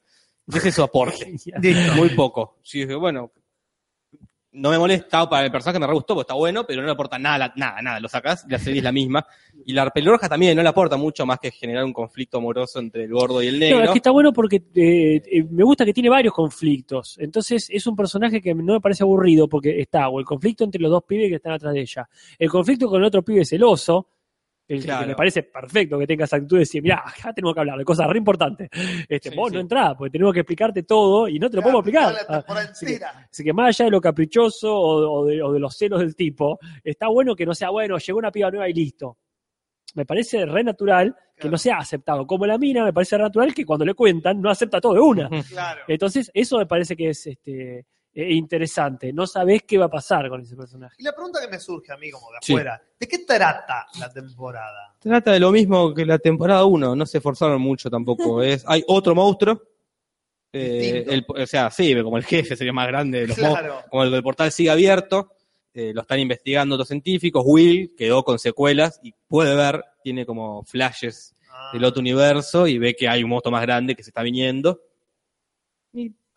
Speaker 5: Ese es su aporte. Muy poco. Sí, dije, bueno, no me molesta, para el personaje me re gustó, porque está bueno, pero no le aporta nada, la- nada, nada. Lo sacás y la serie es la misma. Y la pelorja también no le aporta mucho más que generar un conflicto amoroso entre el gordo y el
Speaker 6: No, es
Speaker 5: negro.
Speaker 6: que está bueno porque eh, eh, me gusta que tiene varios conflictos. Entonces es un personaje que no me parece aburrido porque está o el conflicto entre los dos pibes que están atrás de ella. El conflicto con el otro pibe celoso, el que-
Speaker 5: Claro.
Speaker 6: que me parece perfecto que tengas actitud de decir, mirá, acá tenemos que hablar de cosas re importantes. Este,
Speaker 5: Sí,
Speaker 6: vos
Speaker 5: sí.
Speaker 6: no entrás porque tenemos que explicarte todo y no te lo podemos explicar.
Speaker 3: Toda la
Speaker 6: Ah,
Speaker 3: temporada
Speaker 6: así que-
Speaker 3: entera.
Speaker 6: Así que más allá de lo caprichoso o, o de, o de los celos del tipo, está bueno que no sea, bueno, llegó una piba nueva y listo. Me parece re natural que
Speaker 3: Claro.
Speaker 6: no sea aceptado. Como la mina, me parece re natural que cuando le cuentan no acepta todo de una.
Speaker 3: Claro.
Speaker 5: Eh,
Speaker 6: Entonces, eso me parece que es este, eh, interesante. No sabés qué va a pasar con ese personaje.
Speaker 3: Y la pregunta que me surge a mí, como de
Speaker 5: Sí.
Speaker 3: afuera, ¿de qué trata la temporada?
Speaker 5: Trata de lo mismo que la temporada 1, no se esforzaron mucho tampoco. Es, hay otro monstruo. eh,
Speaker 3: Distinto.
Speaker 5: el- o sea, sí, como el jefe sería más grande de los monstruos.
Speaker 3: Claro.
Speaker 5: Como el del portal sigue abierto, eh, lo están investigando otros científicos. Will quedó con secuelas y puede ver, tiene como flashes
Speaker 3: Ah,
Speaker 5: del otro universo y ve que hay un monstruo más grande que se está viniendo.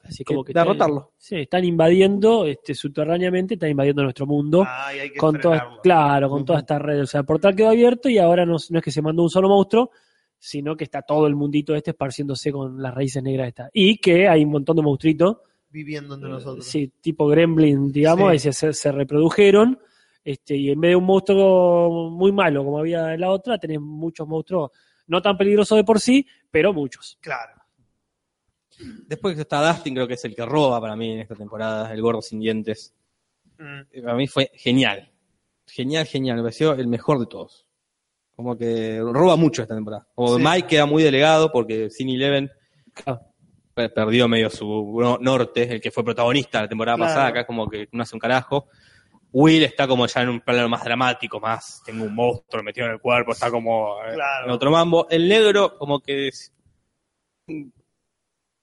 Speaker 6: Así como que están-
Speaker 5: derrotarlo.
Speaker 6: sí, están invadiendo este, subterráneamente, están invadiendo nuestro mundo.
Speaker 3: ah, y hay que
Speaker 6: con toda,
Speaker 3: frenarlo.
Speaker 6: claro, con toda esta red. O sea, el portal quedó abierto y ahora no, no es que se mandó un solo monstruo, sino que está todo el mundito este esparciéndose con las raíces negras estas. Y que hay un montón de monstruitos,
Speaker 3: Viviendo
Speaker 5: Eh,
Speaker 3: entre nosotros.
Speaker 6: Eh, sí, tipo gremlin, digamos,
Speaker 3: Sí.
Speaker 6: y se, se- se reprodujeron. Este, y en vez de un monstruo muy malo como había en la otra, tenés muchos monstruos no tan peligrosos de por sí, pero muchos.
Speaker 3: Claro.
Speaker 5: Después está Dustin, creo que es el que roba para mí en esta temporada, el gordo sin dientes.
Speaker 3: Mm.
Speaker 5: Eh, Para mí fue genial. Genial, genial. Me pareció el mejor de todos. Como que roba mucho esta temporada. O
Speaker 3: Sí.
Speaker 5: Mike queda muy delegado porque Sin Eleven
Speaker 6: Claro.
Speaker 5: pe- perdió medio su no- norte, el que fue protagonista la temporada
Speaker 3: Claro.
Speaker 5: pasada, acá es como que no hace un carajo. Will está como ya en un plano más dramático, más tengo un monstruo metido en el cuerpo, está como eh,
Speaker 3: Claro.
Speaker 5: en otro mambo. El negro como que es-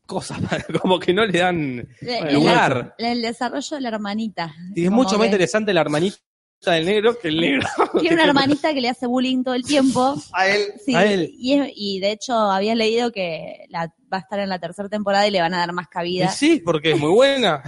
Speaker 5: cosas como que no le dan
Speaker 4: El,
Speaker 5: lugar.
Speaker 4: el desarrollo de la hermanita.
Speaker 5: Y es
Speaker 4: Como
Speaker 5: mucho
Speaker 4: que
Speaker 5: más interesante la hermanita del negro que el negro.
Speaker 4: Tiene una hermanita que le hace bullying todo el tiempo.
Speaker 3: A él,
Speaker 4: Sí,
Speaker 5: A él.
Speaker 4: Y, es- y de hecho había leído que la, va a estar en la tercera temporada y le van a dar más
Speaker 5: Y
Speaker 4: cabida.
Speaker 5: sí, porque es muy buena.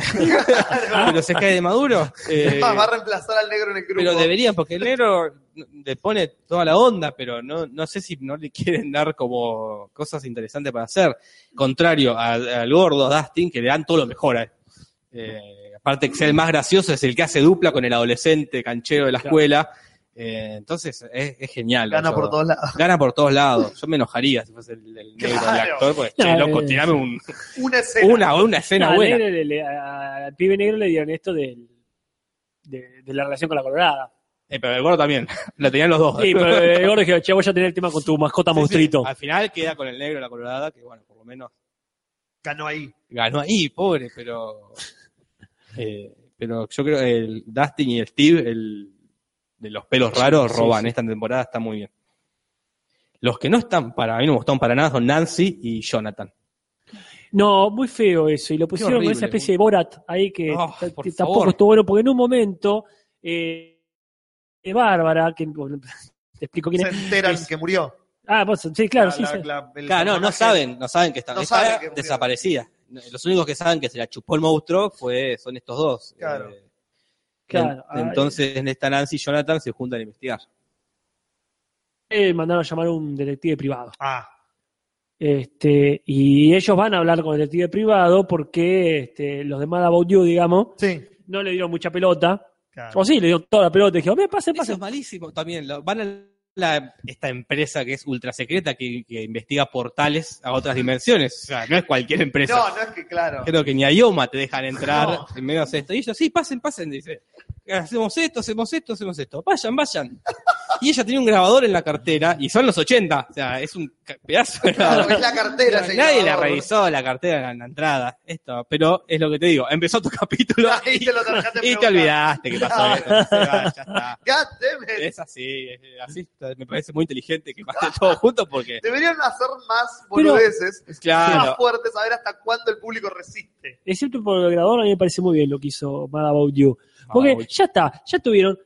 Speaker 5: pero se cae de maduro. Eh,
Speaker 3: va a reemplazar al negro en el grupo.
Speaker 5: pero deberían, porque el negro le pone toda la onda, pero no, no sé si no le quieren dar como cosas interesantes para hacer. Contrario al, al gordo Dustin, que le dan todo lo mejor a él. Eh, aparte que sea el más gracioso, es el que hace dupla con el adolescente canchero de la escuela. Eh, entonces es, es genial.
Speaker 3: Gana
Speaker 5: eso.
Speaker 3: por todos lados.
Speaker 5: Gana por todos lados. Yo me enojaría si fuese el, el negro
Speaker 3: Claro.
Speaker 5: el actor, porque, che,
Speaker 6: Claro.
Speaker 5: loco, tirame un-
Speaker 3: Una escena.
Speaker 5: una, una escena
Speaker 6: Al
Speaker 5: buena.
Speaker 6: negro le- le- a- al pibe negro le dieron esto del- de, de la relación con la colorada.
Speaker 5: Eh, pero el gordo también. La tenían los dos.
Speaker 6: Sí, pero el gordo dijo, che, voy a tener el tema con tu mascota
Speaker 5: Sí, sí.
Speaker 6: monstruito.
Speaker 5: Al final queda con el negro la colorada, que bueno, por lo menos
Speaker 3: Ganó ahí.
Speaker 5: ganó ahí, pobre, pero. eh, pero yo creo que el Dustin y el Steve, el de los pelos raros,
Speaker 6: Sí,
Speaker 5: roban
Speaker 6: sí.
Speaker 5: esta temporada, está muy bien. Los que no están para mí no me gustaron para nada son Nancy y Jonathan.
Speaker 6: No, muy feo eso. Y lo pusieron con
Speaker 5: horrible,
Speaker 6: esa especie de Borat ahí que
Speaker 5: No,
Speaker 6: t-
Speaker 5: por
Speaker 6: t-
Speaker 5: favor.
Speaker 6: tampoco estuvo bueno, porque en un momento eh, eh, Bárbara, que te explico quién
Speaker 3: Se
Speaker 6: es.
Speaker 3: enteran
Speaker 6: es-
Speaker 3: que murió.
Speaker 6: Ah, vos, sí, claro, sí,
Speaker 3: La-
Speaker 6: sí.
Speaker 3: la- el
Speaker 5: Claro, no, no
Speaker 3: personaje-
Speaker 5: saben, no saben que están.
Speaker 3: No
Speaker 5: está
Speaker 3: saben que murió.
Speaker 5: desaparecida. Los únicos que saben que se la chupó el monstruo fue, son estos dos.
Speaker 3: Claro.
Speaker 5: Eh,
Speaker 6: Claro. Ah,
Speaker 5: en- entonces, en esta Nancy y Jonathan se juntan a investigar.
Speaker 6: Eh, mandaron a llamar a un detective privado.
Speaker 3: Ah,
Speaker 6: Este, y ellos van a hablar con el detective privado porque este, los de Mad About You, digamos,
Speaker 3: sí.
Speaker 6: no le dieron mucha pelota.
Speaker 3: Claro.
Speaker 6: O sí, le dieron toda la pelota. Dijeron, "Mira, pase,
Speaker 5: Eso
Speaker 6: pase.
Speaker 5: es malísimo también. lo- van a la- esta empresa que es ultra secreta que, que investiga portales a otras dimensiones. O sea, no es cualquier empresa.
Speaker 3: No, no es que claro.
Speaker 5: Creo que ni a Ioma te dejan entrar
Speaker 3: No.
Speaker 5: en medio de esto. Y ellos, sí, pasen, pasen, dice. Hacemos esto, hacemos esto, hacemos esto. Vayan, vayan. Y ella tiene un grabador en la cartera y son los 80. O sea, es un ca- pedazo de grabador.
Speaker 3: Claro, es la cartera.
Speaker 5: Nadie
Speaker 3: ese
Speaker 5: la
Speaker 3: grabador.
Speaker 5: revisó la cartera en la entrada. Esto, pero es lo que te digo. Empezó tu capítulo
Speaker 3: Ahí
Speaker 5: y,
Speaker 3: te lo dejaste
Speaker 5: y te
Speaker 3: preguntar.
Speaker 5: olvidaste que pasó esto. Ya está.
Speaker 3: God damn it.
Speaker 5: Es así, es así. Me parece muy inteligente que pasen todos juntos porque,
Speaker 3: Deberían hacer más
Speaker 6: Pero-
Speaker 3: boludeces, más
Speaker 5: claro,
Speaker 3: fuertes, saber hasta cuándo el público resiste.
Speaker 6: Excepto por el grabador, a mí me parece muy bien lo que hizo Mad About You. Porque
Speaker 5: Ouch.
Speaker 6: ya está, ya tuvieron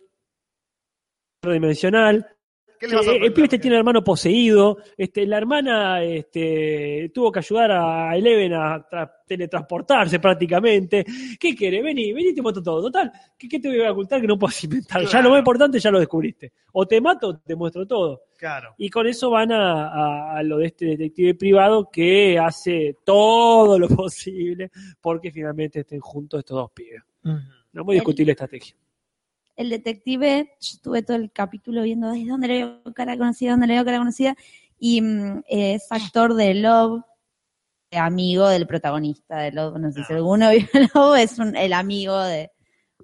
Speaker 6: dimensional,
Speaker 3: ¿Qué le vas a
Speaker 6: Eh, el pibe este
Speaker 3: sorprender?
Speaker 6: tiene un hermano poseído. Este, la hermana este, tuvo que ayudar a Eleven a tra- teletransportarse prácticamente. ¿Qué quiere? Vení, vení, te mato todo. Total, ¿qué, qué te voy a ocultar que no puedas inventar? Ya
Speaker 3: Claro.
Speaker 6: lo más importante ya lo descubriste. O te mato o te muestro todo.
Speaker 3: Claro.
Speaker 6: Y con eso van a, a- a lo de este detective privado que hace todo lo posible porque finalmente estén juntos estos dos pibes. No muy discutible estrategia.
Speaker 4: el detective, yo estuve todo el capítulo viendo desde dónde le veo cara conocida, dónde le veo cara conocida, y mm, es actor de Love, de amigo del protagonista de Love, no sé si
Speaker 3: Ah.
Speaker 4: alguno vio Love, es un- el amigo de,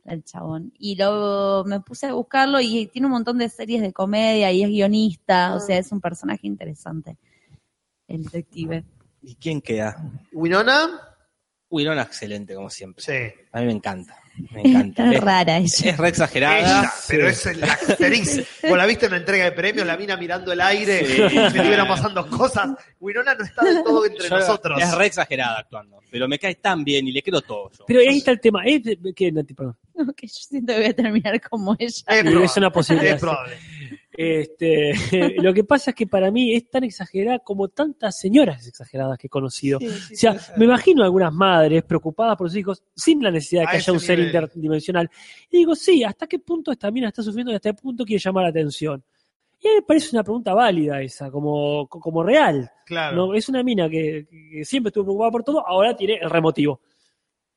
Speaker 4: del chabón. Y luego me puse a buscarlo y tiene un montón de series de comedia y es guionista, o sea, es un personaje interesante, el detective.
Speaker 5: ¿Y quién queda?
Speaker 3: Winona,
Speaker 5: Winona, excelente, como siempre.
Speaker 3: sí.
Speaker 5: A mí me encanta. Me encanta.
Speaker 4: Es
Speaker 5: Es,
Speaker 4: rara ella.
Speaker 5: es re exagerada.
Speaker 3: Ella, pero esa es la actriz. Vos la viste en la entrega de premios, la mina mirando el aire,
Speaker 5: Sí.
Speaker 3: se le iban pasando cosas. Winona no está del todo entre
Speaker 5: Yo-
Speaker 3: nosotros.
Speaker 5: Es re exagerada actuando. Pero me cae tan bien y le creo todo yo.
Speaker 6: Pero ahí está el tema. Eh, ¿qué, Nati? Perdón.
Speaker 4: No, que yo siento que voy a terminar como ella.
Speaker 3: Es probable.
Speaker 6: Es una posibilidad.
Speaker 3: Es probable.
Speaker 6: Este, lo que pasa es que para mí es tan exagerada como tantas señoras exageradas que he conocido. o sea, me imagino algunas madres preocupadas por sus hijos sin la necesidad de
Speaker 3: A
Speaker 6: que
Speaker 3: ese
Speaker 6: haya un ser
Speaker 3: nivel.
Speaker 6: interdimensional. Y digo, sí, ¿hasta qué punto esta mina está sufriendo y hasta qué punto quiere llamar la atención? Y a mí me parece una pregunta válida esa, como, co- como real.
Speaker 3: Claro.
Speaker 6: ¿no? Es una mina que, que siempre estuvo preocupada por todo, ahora tiene el remotivo.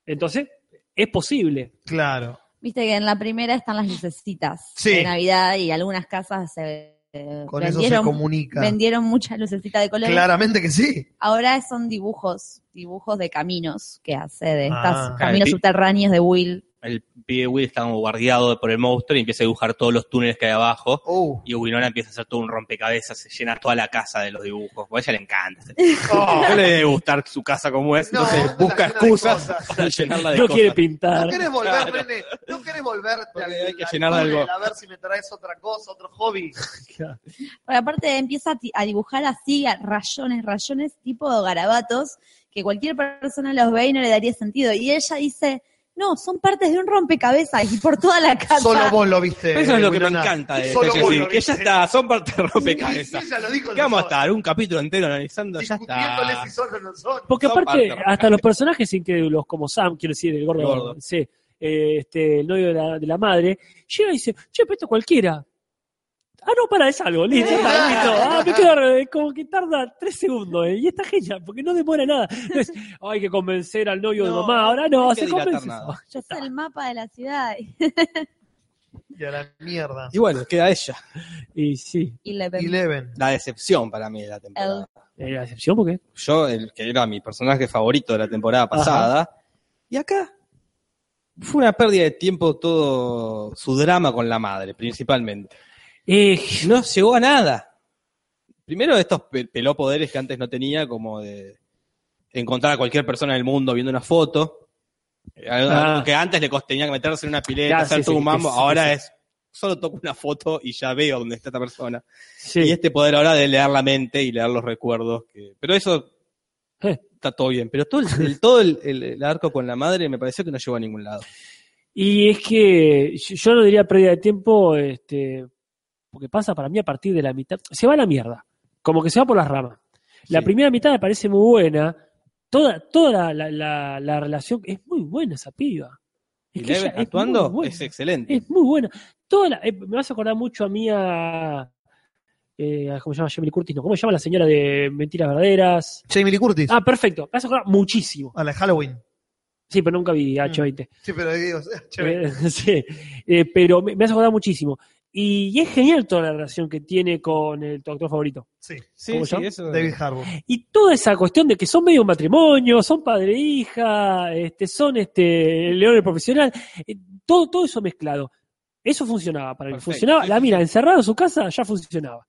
Speaker 6: Entonces, es posible.
Speaker 3: Claro.
Speaker 4: Viste que en la primera están las lucecitas
Speaker 3: Sí.
Speaker 4: de Navidad y algunas casas se eh,
Speaker 3: Con eso se
Speaker 4: vendieron,
Speaker 3: comunica.
Speaker 4: vendieron muchas lucecitas de colores.
Speaker 3: Claramente que sí.
Speaker 4: Ahora son dibujos, dibujos de caminos que hace de estos
Speaker 3: Ah.
Speaker 4: caminos
Speaker 5: Claro,
Speaker 4: subterráneos de Will.
Speaker 5: el pibe Will está como guardiado por el monstruo y empieza a dibujar todos los túneles que hay abajo.
Speaker 3: Uh.
Speaker 5: Y Winona empieza a hacer todo un rompecabezas, se llena toda la casa de los dibujos. porque a ella le encanta. No Oh, le debe gustar su casa como es,
Speaker 3: No,
Speaker 5: entonces
Speaker 3: está
Speaker 5: busca
Speaker 3: llena de
Speaker 5: excusas
Speaker 3: cosas.
Speaker 5: para llenarla de
Speaker 6: No
Speaker 5: cosas.
Speaker 6: quiere
Speaker 3: No
Speaker 6: pintar.
Speaker 3: querés volver, nene. No querés volver
Speaker 5: Porque
Speaker 3: al-
Speaker 5: hay que
Speaker 3: al
Speaker 5: llenar de
Speaker 3: túnel,
Speaker 5: algo.
Speaker 3: A ver si me traes otra cosa, otro hobby.
Speaker 4: Porque aparte empieza a, ti- a dibujar así, a rayones, rayones, tipo garabatos, que cualquier persona los ve y no le daría sentido. Y ella dice, no, son partes de un rompecabezas y por toda la casa.
Speaker 3: Solo vos lo viste.
Speaker 5: Eso es lo que me
Speaker 3: Winona.
Speaker 5: encanta de
Speaker 3: Solo
Speaker 5: esto,
Speaker 3: vos
Speaker 5: sí,
Speaker 3: lo
Speaker 5: que
Speaker 3: viste.
Speaker 5: ya está, son partes de
Speaker 3: Sí,
Speaker 5: rompecabezas.
Speaker 3: sí, ya lo dijo
Speaker 5: ¿Qué vamos a
Speaker 3: nosotros.
Speaker 5: estar? Un capítulo entero analizando, ya
Speaker 3: Discutiéndole
Speaker 5: está.
Speaker 3: si son o no son.
Speaker 6: Porque
Speaker 5: Son
Speaker 6: aparte,
Speaker 5: parte-
Speaker 6: hasta los personajes incrédulos, como Sam, quiero decir, el gordo,
Speaker 5: Gordo.
Speaker 6: sí, eh, este, el novio de la, de la madre, llega y dice, che, pero esto es cualquiera. Ah, no, para, es algo, listo, está, listo. Ah, me quedo re- como que tarda tres segundos, eh, y está genial, porque no demora nada. No es, "Ah, hay que convencer al novio de
Speaker 5: No,
Speaker 6: mamá, ahora
Speaker 5: no
Speaker 6: no,
Speaker 5: hay que
Speaker 6: se
Speaker 5: dilatar
Speaker 6: convence.
Speaker 5: nada.
Speaker 6: Ya
Speaker 4: Es
Speaker 6: está.
Speaker 4: el mapa de la ciudad.
Speaker 3: Y a la mierda.
Speaker 5: Y bueno, queda ella.
Speaker 6: Y sí,
Speaker 4: Y le
Speaker 3: Eleven.
Speaker 5: La decepción para mí de la temporada.
Speaker 6: eh, la excepción, porque
Speaker 5: Yo, el que era mi personaje favorito de la temporada pasada, y acá fue una pérdida de tiempo todo su drama con la madre, principalmente.
Speaker 6: eh,
Speaker 5: No llegó a nada. Primero estos pe- peló poderes que antes no tenía, como de encontrar a cualquier persona del mundo viendo una foto. Eh, algo
Speaker 6: Ah.
Speaker 5: Que antes le cost- tenía que meterse en una pileta,
Speaker 6: Ya,
Speaker 5: hacer
Speaker 6: sí,
Speaker 5: todo
Speaker 6: sí,
Speaker 5: un mambo.
Speaker 6: que sí,
Speaker 5: Ahora
Speaker 6: que
Speaker 5: es, solo toco una foto y ya veo dónde está esta persona.
Speaker 6: sí.
Speaker 5: Y este poder ahora de leer la mente y leer los recuerdos. que- Pero eso
Speaker 6: Eh.
Speaker 5: está todo bien. Pero todo, el, el- todo el, el- el arco con la madre me pareció que no llegó a ningún lado.
Speaker 6: Y es que yo- yo no diría pérdida de tiempo, este, porque pasa para mí a partir de la mitad. Se va a la mierda, como que se va por las ramas. La
Speaker 5: Sí.
Speaker 6: primera mitad me parece muy buena. Toda, toda la, la- la- la relación es muy buena esa piba.
Speaker 5: Y
Speaker 6: Es que
Speaker 5: Leven
Speaker 6: ella es muy
Speaker 5: actuando
Speaker 6: buena.
Speaker 5: es, excelente.
Speaker 6: Es muy buena. Toda la- eh, me vas a acordar mucho a mí a. eh, a- ¿Cómo se llama? Jamie Lee Curtis, no. ¿Cómo se llama la señora de Mentiras Verdaderas?
Speaker 3: Jamie Lee Curtis.
Speaker 6: Ah, perfecto. Me vas a acordar muchísimo.
Speaker 3: A la Halloween.
Speaker 6: Sí, pero nunca vi H20.
Speaker 3: Sí, pero digo, chévere.
Speaker 6: Eh, sí, Eh, pero me, me hace acordar muchísimo. Y, y es genial toda la relación que tiene con el, tu actor favorito.
Speaker 3: Sí,
Speaker 5: Sí,
Speaker 6: ¿Cómo
Speaker 5: sí,
Speaker 6: yo?
Speaker 5: eso.
Speaker 3: David Harbour.
Speaker 6: Y toda esa cuestión de que son medio matrimonio, son padre e hija, este, son este leones profesional, eh, todo, todo eso mezclado. Eso funcionaba para él.
Speaker 5: Perfecto,
Speaker 6: Funcionaba,
Speaker 5: sí,
Speaker 6: la
Speaker 5: sí,
Speaker 6: mira, encerrado en su casa ya funcionaba.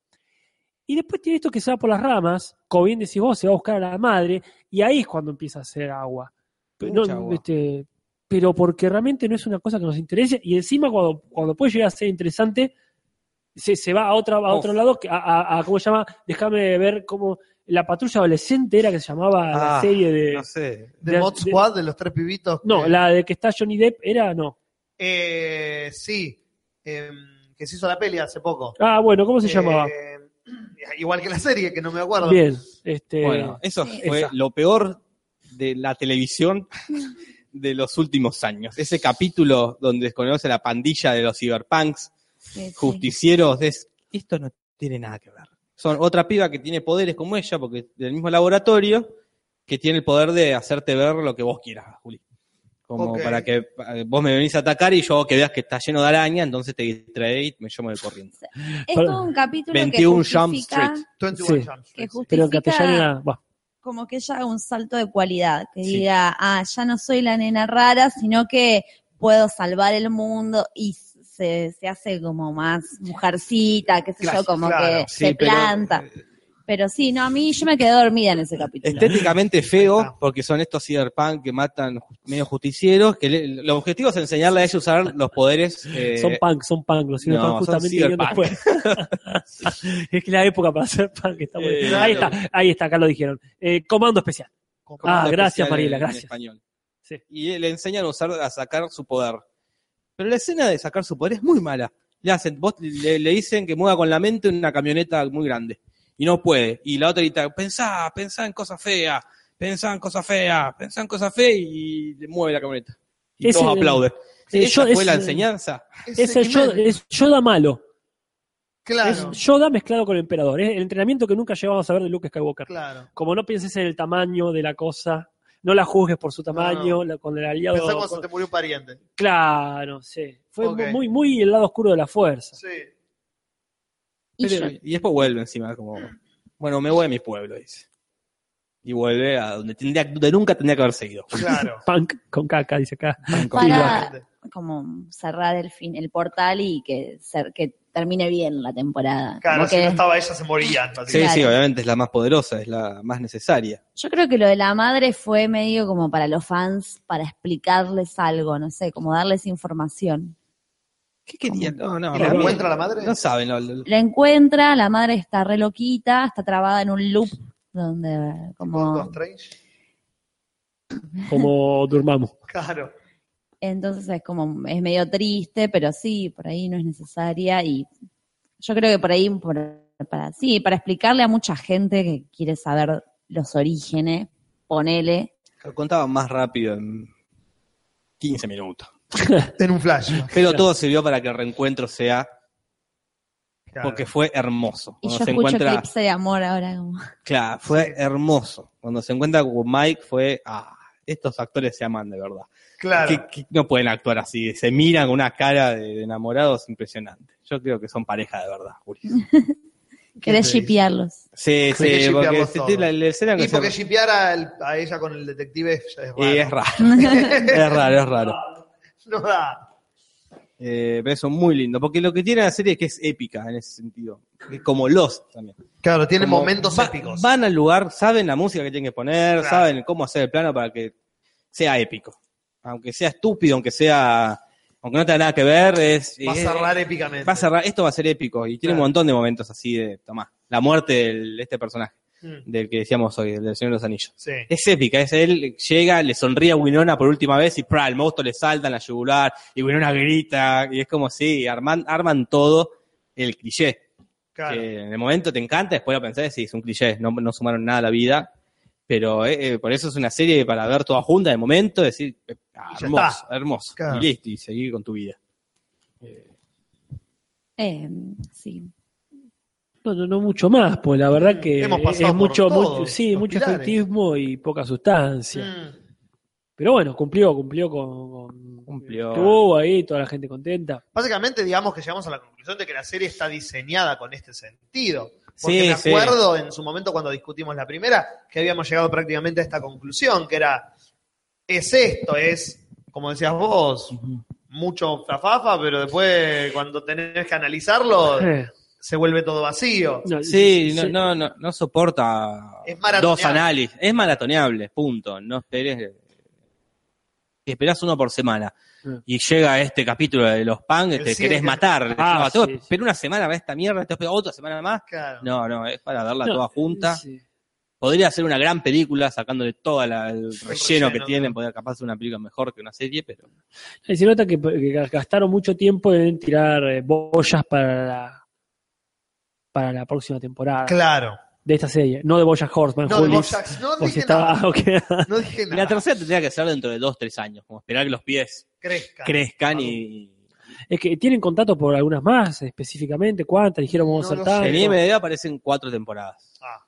Speaker 6: Y después tiene esto que se va por las ramas, como bien decís vos, se va a buscar a la madre, y ahí es cuando empieza a hacer agua. Pero no,
Speaker 5: Mucha agua.
Speaker 6: este, pero porque realmente no es una cosa que nos interese, y encima cuando, cuando puede llegar a ser interesante, se, se va a, otra, a otro
Speaker 5: Off.
Speaker 6: lado, que- a, a- a- ¿cómo se llama? Déjame ver cómo la patrulla adolescente era que se llamaba la
Speaker 5: Ah,
Speaker 6: serie de...
Speaker 5: No sé. Eh.
Speaker 3: De,
Speaker 6: De-
Speaker 3: Mod
Speaker 6: de-
Speaker 3: Squad, de los tres pibitos. que-
Speaker 6: No, la de que está Johnny Depp era, no.
Speaker 3: Eh, sí. em, que se hizo la peli hace poco.
Speaker 6: Ah, bueno, ¿cómo se
Speaker 3: Eh,
Speaker 6: llamaba?
Speaker 3: Igual que la serie, que no me acuerdo.
Speaker 6: Bien, este...
Speaker 5: Bueno, eso
Speaker 4: sí.
Speaker 5: fue
Speaker 6: Esa.
Speaker 5: lo peor de la televisión de los últimos años. Ese capítulo donde conoce la pandilla de los cyberpunks,
Speaker 4: Sí, sí.
Speaker 5: justicieros, es, esto no tiene nada que ver. Son otra piba que tiene poderes como ella, porque del mismo laboratorio, que tiene el poder de hacerte ver lo que vos quieras, Juli. Como
Speaker 3: Ok.
Speaker 5: para que eh, vos me venís a atacar y yo que veas que está lleno de araña, entonces te distrae y me- yo me voy corriendo.
Speaker 4: Es todo un capítulo
Speaker 5: 21
Speaker 4: que justifica,
Speaker 5: Jump Street.
Speaker 3: 21
Speaker 6: Sí.
Speaker 3: Jump
Speaker 4: que
Speaker 3: Street.
Speaker 6: Pero en castellano
Speaker 4: justifica
Speaker 6: era... Bueno,
Speaker 4: como que ella haga un salto de cualidad, que
Speaker 5: Sí.
Speaker 4: diga, ah, ya no soy la nena rara, sino que puedo salvar el mundo y se, se hace como más mujercita, qué sé
Speaker 3: Claro,
Speaker 4: yo, como
Speaker 3: claro.
Speaker 4: que se planta.
Speaker 5: eh,
Speaker 4: Pero, sí, no, a mí yo me quedé dormida en ese capítulo.
Speaker 5: Estéticamente
Speaker 3: Ahí
Speaker 5: feo,
Speaker 3: está.
Speaker 5: porque son estos cyberpunk que matan ju- medio justicieros, que le- el objetivo es enseñarle a ellos a usar los poderes. eh,
Speaker 6: son punk, son punk, los cyberpunk
Speaker 5: no, son
Speaker 6: justamente vinieron
Speaker 5: cyberpunk.
Speaker 6: después. es que la época para hacer punk está muy...
Speaker 5: Eh,
Speaker 6: ahí
Speaker 5: no.
Speaker 6: está, ahí está, acá lo dijeron. Eh, comando especial.
Speaker 5: como
Speaker 6: Ah,
Speaker 5: una
Speaker 6: gracias,
Speaker 5: especial
Speaker 6: Mariela,
Speaker 5: en
Speaker 6: gracias.
Speaker 5: español.
Speaker 6: Sí.
Speaker 5: Y le enseñan a usar, a sacar su poder. Pero la escena de sacar su poder es muy mala. Le hacen, vos le, le dicen que mueva con la mente una camioneta muy grande. Y no puede. Y la otra grita, pensá, pensá en cosas feas, pensá en cosas feas, pensá en cosas feas, y le mueve la camioneta. Y
Speaker 6: Ese-
Speaker 5: todos aplauden.
Speaker 6: eh,
Speaker 5: Esa
Speaker 6: yo-
Speaker 5: fue
Speaker 6: ese-
Speaker 5: la enseñanza.
Speaker 6: Es el Yoda,
Speaker 3: X-Men,
Speaker 6: es Yoda malo.
Speaker 3: Claro,
Speaker 6: Es Yoda mezclado con el emperador. Es el entrenamiento que nunca llegamos a ver de Luke Skywalker.
Speaker 3: claro.
Speaker 6: Como no pienses en el tamaño de la cosa, no la juzgues por su tamaño,
Speaker 3: No,
Speaker 6: la- con el aliado.
Speaker 3: Pensá cuando se
Speaker 6: con-
Speaker 3: te murió un pariente.
Speaker 6: Claro, sí. Fue
Speaker 3: Ok.
Speaker 6: muy, muy el lado oscuro de la fuerza.
Speaker 3: Sí.
Speaker 4: Y
Speaker 5: Pero-
Speaker 4: yo-
Speaker 5: y después vuelve encima, como, bueno, me voy a mi pueblo, dice. y vuelve a donde, tendría, donde nunca tendría que haber seguido.
Speaker 3: Claro.
Speaker 6: Punk con caca, dice acá.
Speaker 4: Para como cerrar el fin, el portal y que, ser- que termine bien la temporada.
Speaker 3: Claro,
Speaker 4: Como
Speaker 3: si
Speaker 4: que-
Speaker 3: no estaba ella se morían.
Speaker 5: Sí,
Speaker 4: Claro.
Speaker 5: sí, obviamente es la más poderosa, es la más necesaria.
Speaker 4: Yo creo que lo de la madre fue medio como para los fans, para explicarles algo, no sé, como darles información.
Speaker 5: ¿Qué querían? No, no,
Speaker 3: ¿Y la
Speaker 5: no,
Speaker 3: encuentra la madre?
Speaker 5: No saben. lo- lo-
Speaker 4: La encuentra, la madre está re loquita, está trabada en un loop donde eh,
Speaker 3: Doctor
Speaker 4: como
Speaker 3: Strange.
Speaker 6: Como durmamos.
Speaker 3: Claro.
Speaker 4: entonces es como es medio triste, pero sí, por ahí no es necesaria y yo creo que por ahí por- para sí, para explicarle a mucha gente que quiere saber los orígenes, ponele
Speaker 5: lo contaban más rápido en 15 minutos.
Speaker 3: En un flash.
Speaker 5: Pero todo sirvió para que el reencuentro sea,
Speaker 3: Claro.
Speaker 5: porque fue hermoso.
Speaker 4: y
Speaker 5: Cuando
Speaker 4: yo
Speaker 5: se
Speaker 4: escucho
Speaker 5: encuentra,
Speaker 4: eclipse de amor ahora como
Speaker 5: claro, fue hermoso. Cuando se encuentra con Mike fue, ah, estos actores se aman de verdad.
Speaker 3: claro.
Speaker 5: Que- que no pueden actuar así, se miran con una cara de, de enamorados impresionante. Yo creo que son pareja de verdad, Juli.
Speaker 4: querés
Speaker 3: te dice?
Speaker 4: shippearlos.
Speaker 5: Sí,
Speaker 3: que
Speaker 5: sí, porque
Speaker 3: shippearlos
Speaker 5: este-
Speaker 3: todos.
Speaker 5: la, la escena que
Speaker 3: Y
Speaker 5: se-
Speaker 3: porque shippear a, el- a ella con el detective ya es raro.
Speaker 5: y es raro. es raro, es raro.
Speaker 3: No da.
Speaker 5: Eh, pero eso es muy lindo, porque lo que tiene la serie es que es épica en ese sentido. Es Como Lost también.
Speaker 3: Claro, tiene
Speaker 5: Como
Speaker 3: momentos
Speaker 5: va-
Speaker 3: épicos.
Speaker 5: Van al lugar, saben la música que tienen que poner,
Speaker 3: Claro.
Speaker 5: saben cómo hacer el plano para que sea épico. Aunque sea estúpido, aunque sea. Aunque no tenga nada que ver, es.
Speaker 3: va a
Speaker 5: es-
Speaker 3: cerrar épicamente.
Speaker 5: eh, va a cerrar- Esto va a ser épico y tiene
Speaker 3: Claro.
Speaker 5: un montón de momentos así de. Tomá, la muerte del- de este personaje,
Speaker 3: Mm,
Speaker 5: del que decíamos hoy, el del Señor de los Anillos.
Speaker 3: Sí.
Speaker 5: Es épica, es él llega, le sonríe a Winona por última vez y ¡pra! el monstruo le salta en la yugular y Winona grita y es como si arman, arman todo el cliché.
Speaker 3: Claro.
Speaker 5: Que en el momento te encanta, después lo pensás y decís, es un cliché, no, no sumaron nada a la vida. Pero eh, eh, por eso es una serie para ver toda junta de momento, decir, eh, ah,
Speaker 3: Y ya
Speaker 5: hermoso, hermoso.
Speaker 3: Claro.
Speaker 5: Y listo, y seguir con tu vida.
Speaker 4: Eh, sí.
Speaker 6: No, no, no mucho más, pues la verdad que
Speaker 3: Hemos pasado
Speaker 6: es
Speaker 3: por
Speaker 6: mucho,
Speaker 3: todos
Speaker 6: mucho- sí,
Speaker 3: los
Speaker 6: mucho
Speaker 3: pilares.
Speaker 6: efectismo y poca sustancia.
Speaker 3: Mm.
Speaker 6: Pero bueno, cumplió, cumplió con, con-
Speaker 5: Cumplió.
Speaker 6: estuvo ahí, toda la gente contenta.
Speaker 3: Básicamente, digamos que llegamos a la conclusión de que la serie está diseñada con este sentido.
Speaker 5: Sí,
Speaker 3: Porque
Speaker 5: sí.
Speaker 3: me acuerdo en su momento cuando discutimos la primera, que habíamos llegado prácticamente a esta conclusión, que era, es esto, es, como decías vos, mucho fafafa, pero después cuando tenés que analizarlo,
Speaker 6: Eh,
Speaker 3: se vuelve todo vacío.
Speaker 6: no,
Speaker 5: Sí, no,
Speaker 6: se-
Speaker 5: no, no, no soporta
Speaker 3: Es maratoneable.
Speaker 5: dos análisis. Es maratoneable, punto. No esperes. Si esperás uno por semana
Speaker 6: Mm.
Speaker 5: y llega este capítulo de los pang,
Speaker 3: El
Speaker 5: te
Speaker 3: siete.
Speaker 5: querés matar.
Speaker 6: Ah,
Speaker 5: No, tengo que
Speaker 6: sí, sí.
Speaker 5: esperar una semana más esta mierda, tengo que esperar otra semana más.
Speaker 3: Claro.
Speaker 5: No, no, es para verla
Speaker 6: No,
Speaker 5: toda junta.
Speaker 6: sí.
Speaker 5: Podría ser una gran película sacándole todo el relleno, que
Speaker 3: relleno,
Speaker 5: tienen. Podría capaz ser una película mejor que una serie, pero.
Speaker 6: Y Eh, se nota que, que gastaron mucho tiempo en tirar eh, boyas para la, para la próxima temporada
Speaker 3: Claro.
Speaker 6: de esta serie. No de Boyas Horseman,
Speaker 3: No, de
Speaker 6: Juli,
Speaker 3: Bojack- no
Speaker 6: por si
Speaker 3: dije
Speaker 6: estaba-
Speaker 3: nada.
Speaker 6: ah, ok.
Speaker 3: No dije
Speaker 5: Y la
Speaker 3: nada.
Speaker 5: tercera tendría que ser dentro de dos, tres años. Como esperar que los pies
Speaker 3: Crezca.
Speaker 5: crezcan y.
Speaker 6: Es que tienen contrato por algunas más, específicamente. ¿Cuántas? Dijeron vamos a
Speaker 3: No lo
Speaker 6: saltar.
Speaker 3: sé.
Speaker 5: En IMDb aparecen cuatro temporadas.
Speaker 3: Ah,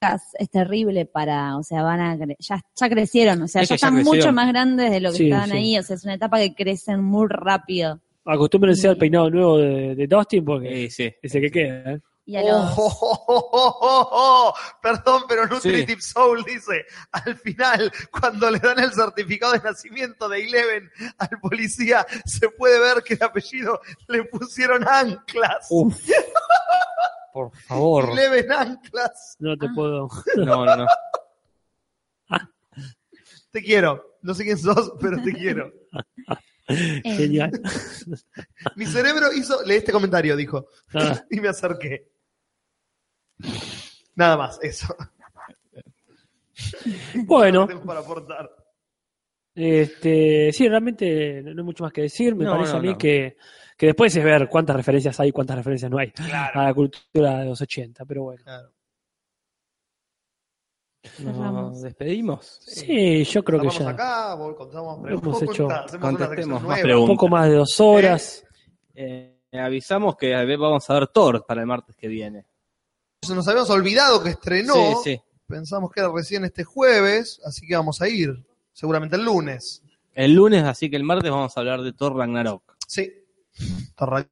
Speaker 4: podcast es terrible para, o sea, van a cre- ya, ya crecieron, o sea,
Speaker 5: Es
Speaker 4: ya
Speaker 5: que ya
Speaker 4: están
Speaker 5: crecieron.
Speaker 4: mucho más grandes de lo que
Speaker 6: Sí,
Speaker 4: estaban
Speaker 6: sí.
Speaker 4: ahí, o sea, es una etapa que crecen muy rápido.
Speaker 6: Acostúmbrense
Speaker 3: Mm.
Speaker 6: al peinado nuevo de, de Dustin porque
Speaker 5: Sí, sí.
Speaker 6: es el que queda. ¿eh?
Speaker 4: Y a
Speaker 3: Oh,
Speaker 4: los-
Speaker 3: oh, oh, oh, oh, oh. Perdón, pero Nutritive
Speaker 5: Sí.
Speaker 3: Soul dice, al final, cuando le dan el certificado de nacimiento de Eleven al policía, se puede ver que el apellido le pusieron anclas.
Speaker 5: Por favor.
Speaker 3: Eleven anclas.
Speaker 6: No te
Speaker 4: Ah.
Speaker 6: puedo.
Speaker 5: No, no, no.
Speaker 3: Te quiero. No sé quién sos, pero te quiero.
Speaker 4: eh,
Speaker 6: Genial.
Speaker 3: Mi cerebro hizo, leí este comentario, dijo,
Speaker 6: Ah.
Speaker 3: y me acerqué. Nada más, eso.
Speaker 6: Bueno,
Speaker 3: Tengo para aportar.
Speaker 6: este, sí, realmente no hay mucho más que decir. Me
Speaker 5: No,
Speaker 6: parece
Speaker 5: no,
Speaker 6: a mí
Speaker 5: no.
Speaker 6: que, que después es ver cuántas referencias hay y cuántas referencias no hay
Speaker 3: Claro.
Speaker 6: a la cultura de los 80. Pero bueno.
Speaker 3: Claro.
Speaker 5: Nos
Speaker 4: Cerramos.
Speaker 5: despedimos.
Speaker 6: Sí, yo creo que
Speaker 3: Estamos
Speaker 6: ya.
Speaker 3: acá, vol- contamos
Speaker 6: Hemos
Speaker 3: preguntas, hacemos
Speaker 6: hecho-
Speaker 3: una sección
Speaker 5: Contestemos más
Speaker 3: nueva.
Speaker 6: Un poco
Speaker 5: preguntas.
Speaker 6: más de dos horas.
Speaker 5: Eh, avisamos que vamos a ver Thor para el martes que viene.
Speaker 3: Nos habíamos olvidado que estrenó.
Speaker 5: Sí, sí.
Speaker 3: Pensamos que era recién este jueves, así que vamos a ir. Seguramente el lunes.
Speaker 5: El lunes, así que el martes vamos a hablar de Thor Ragnarok.
Speaker 3: Sí. Torra-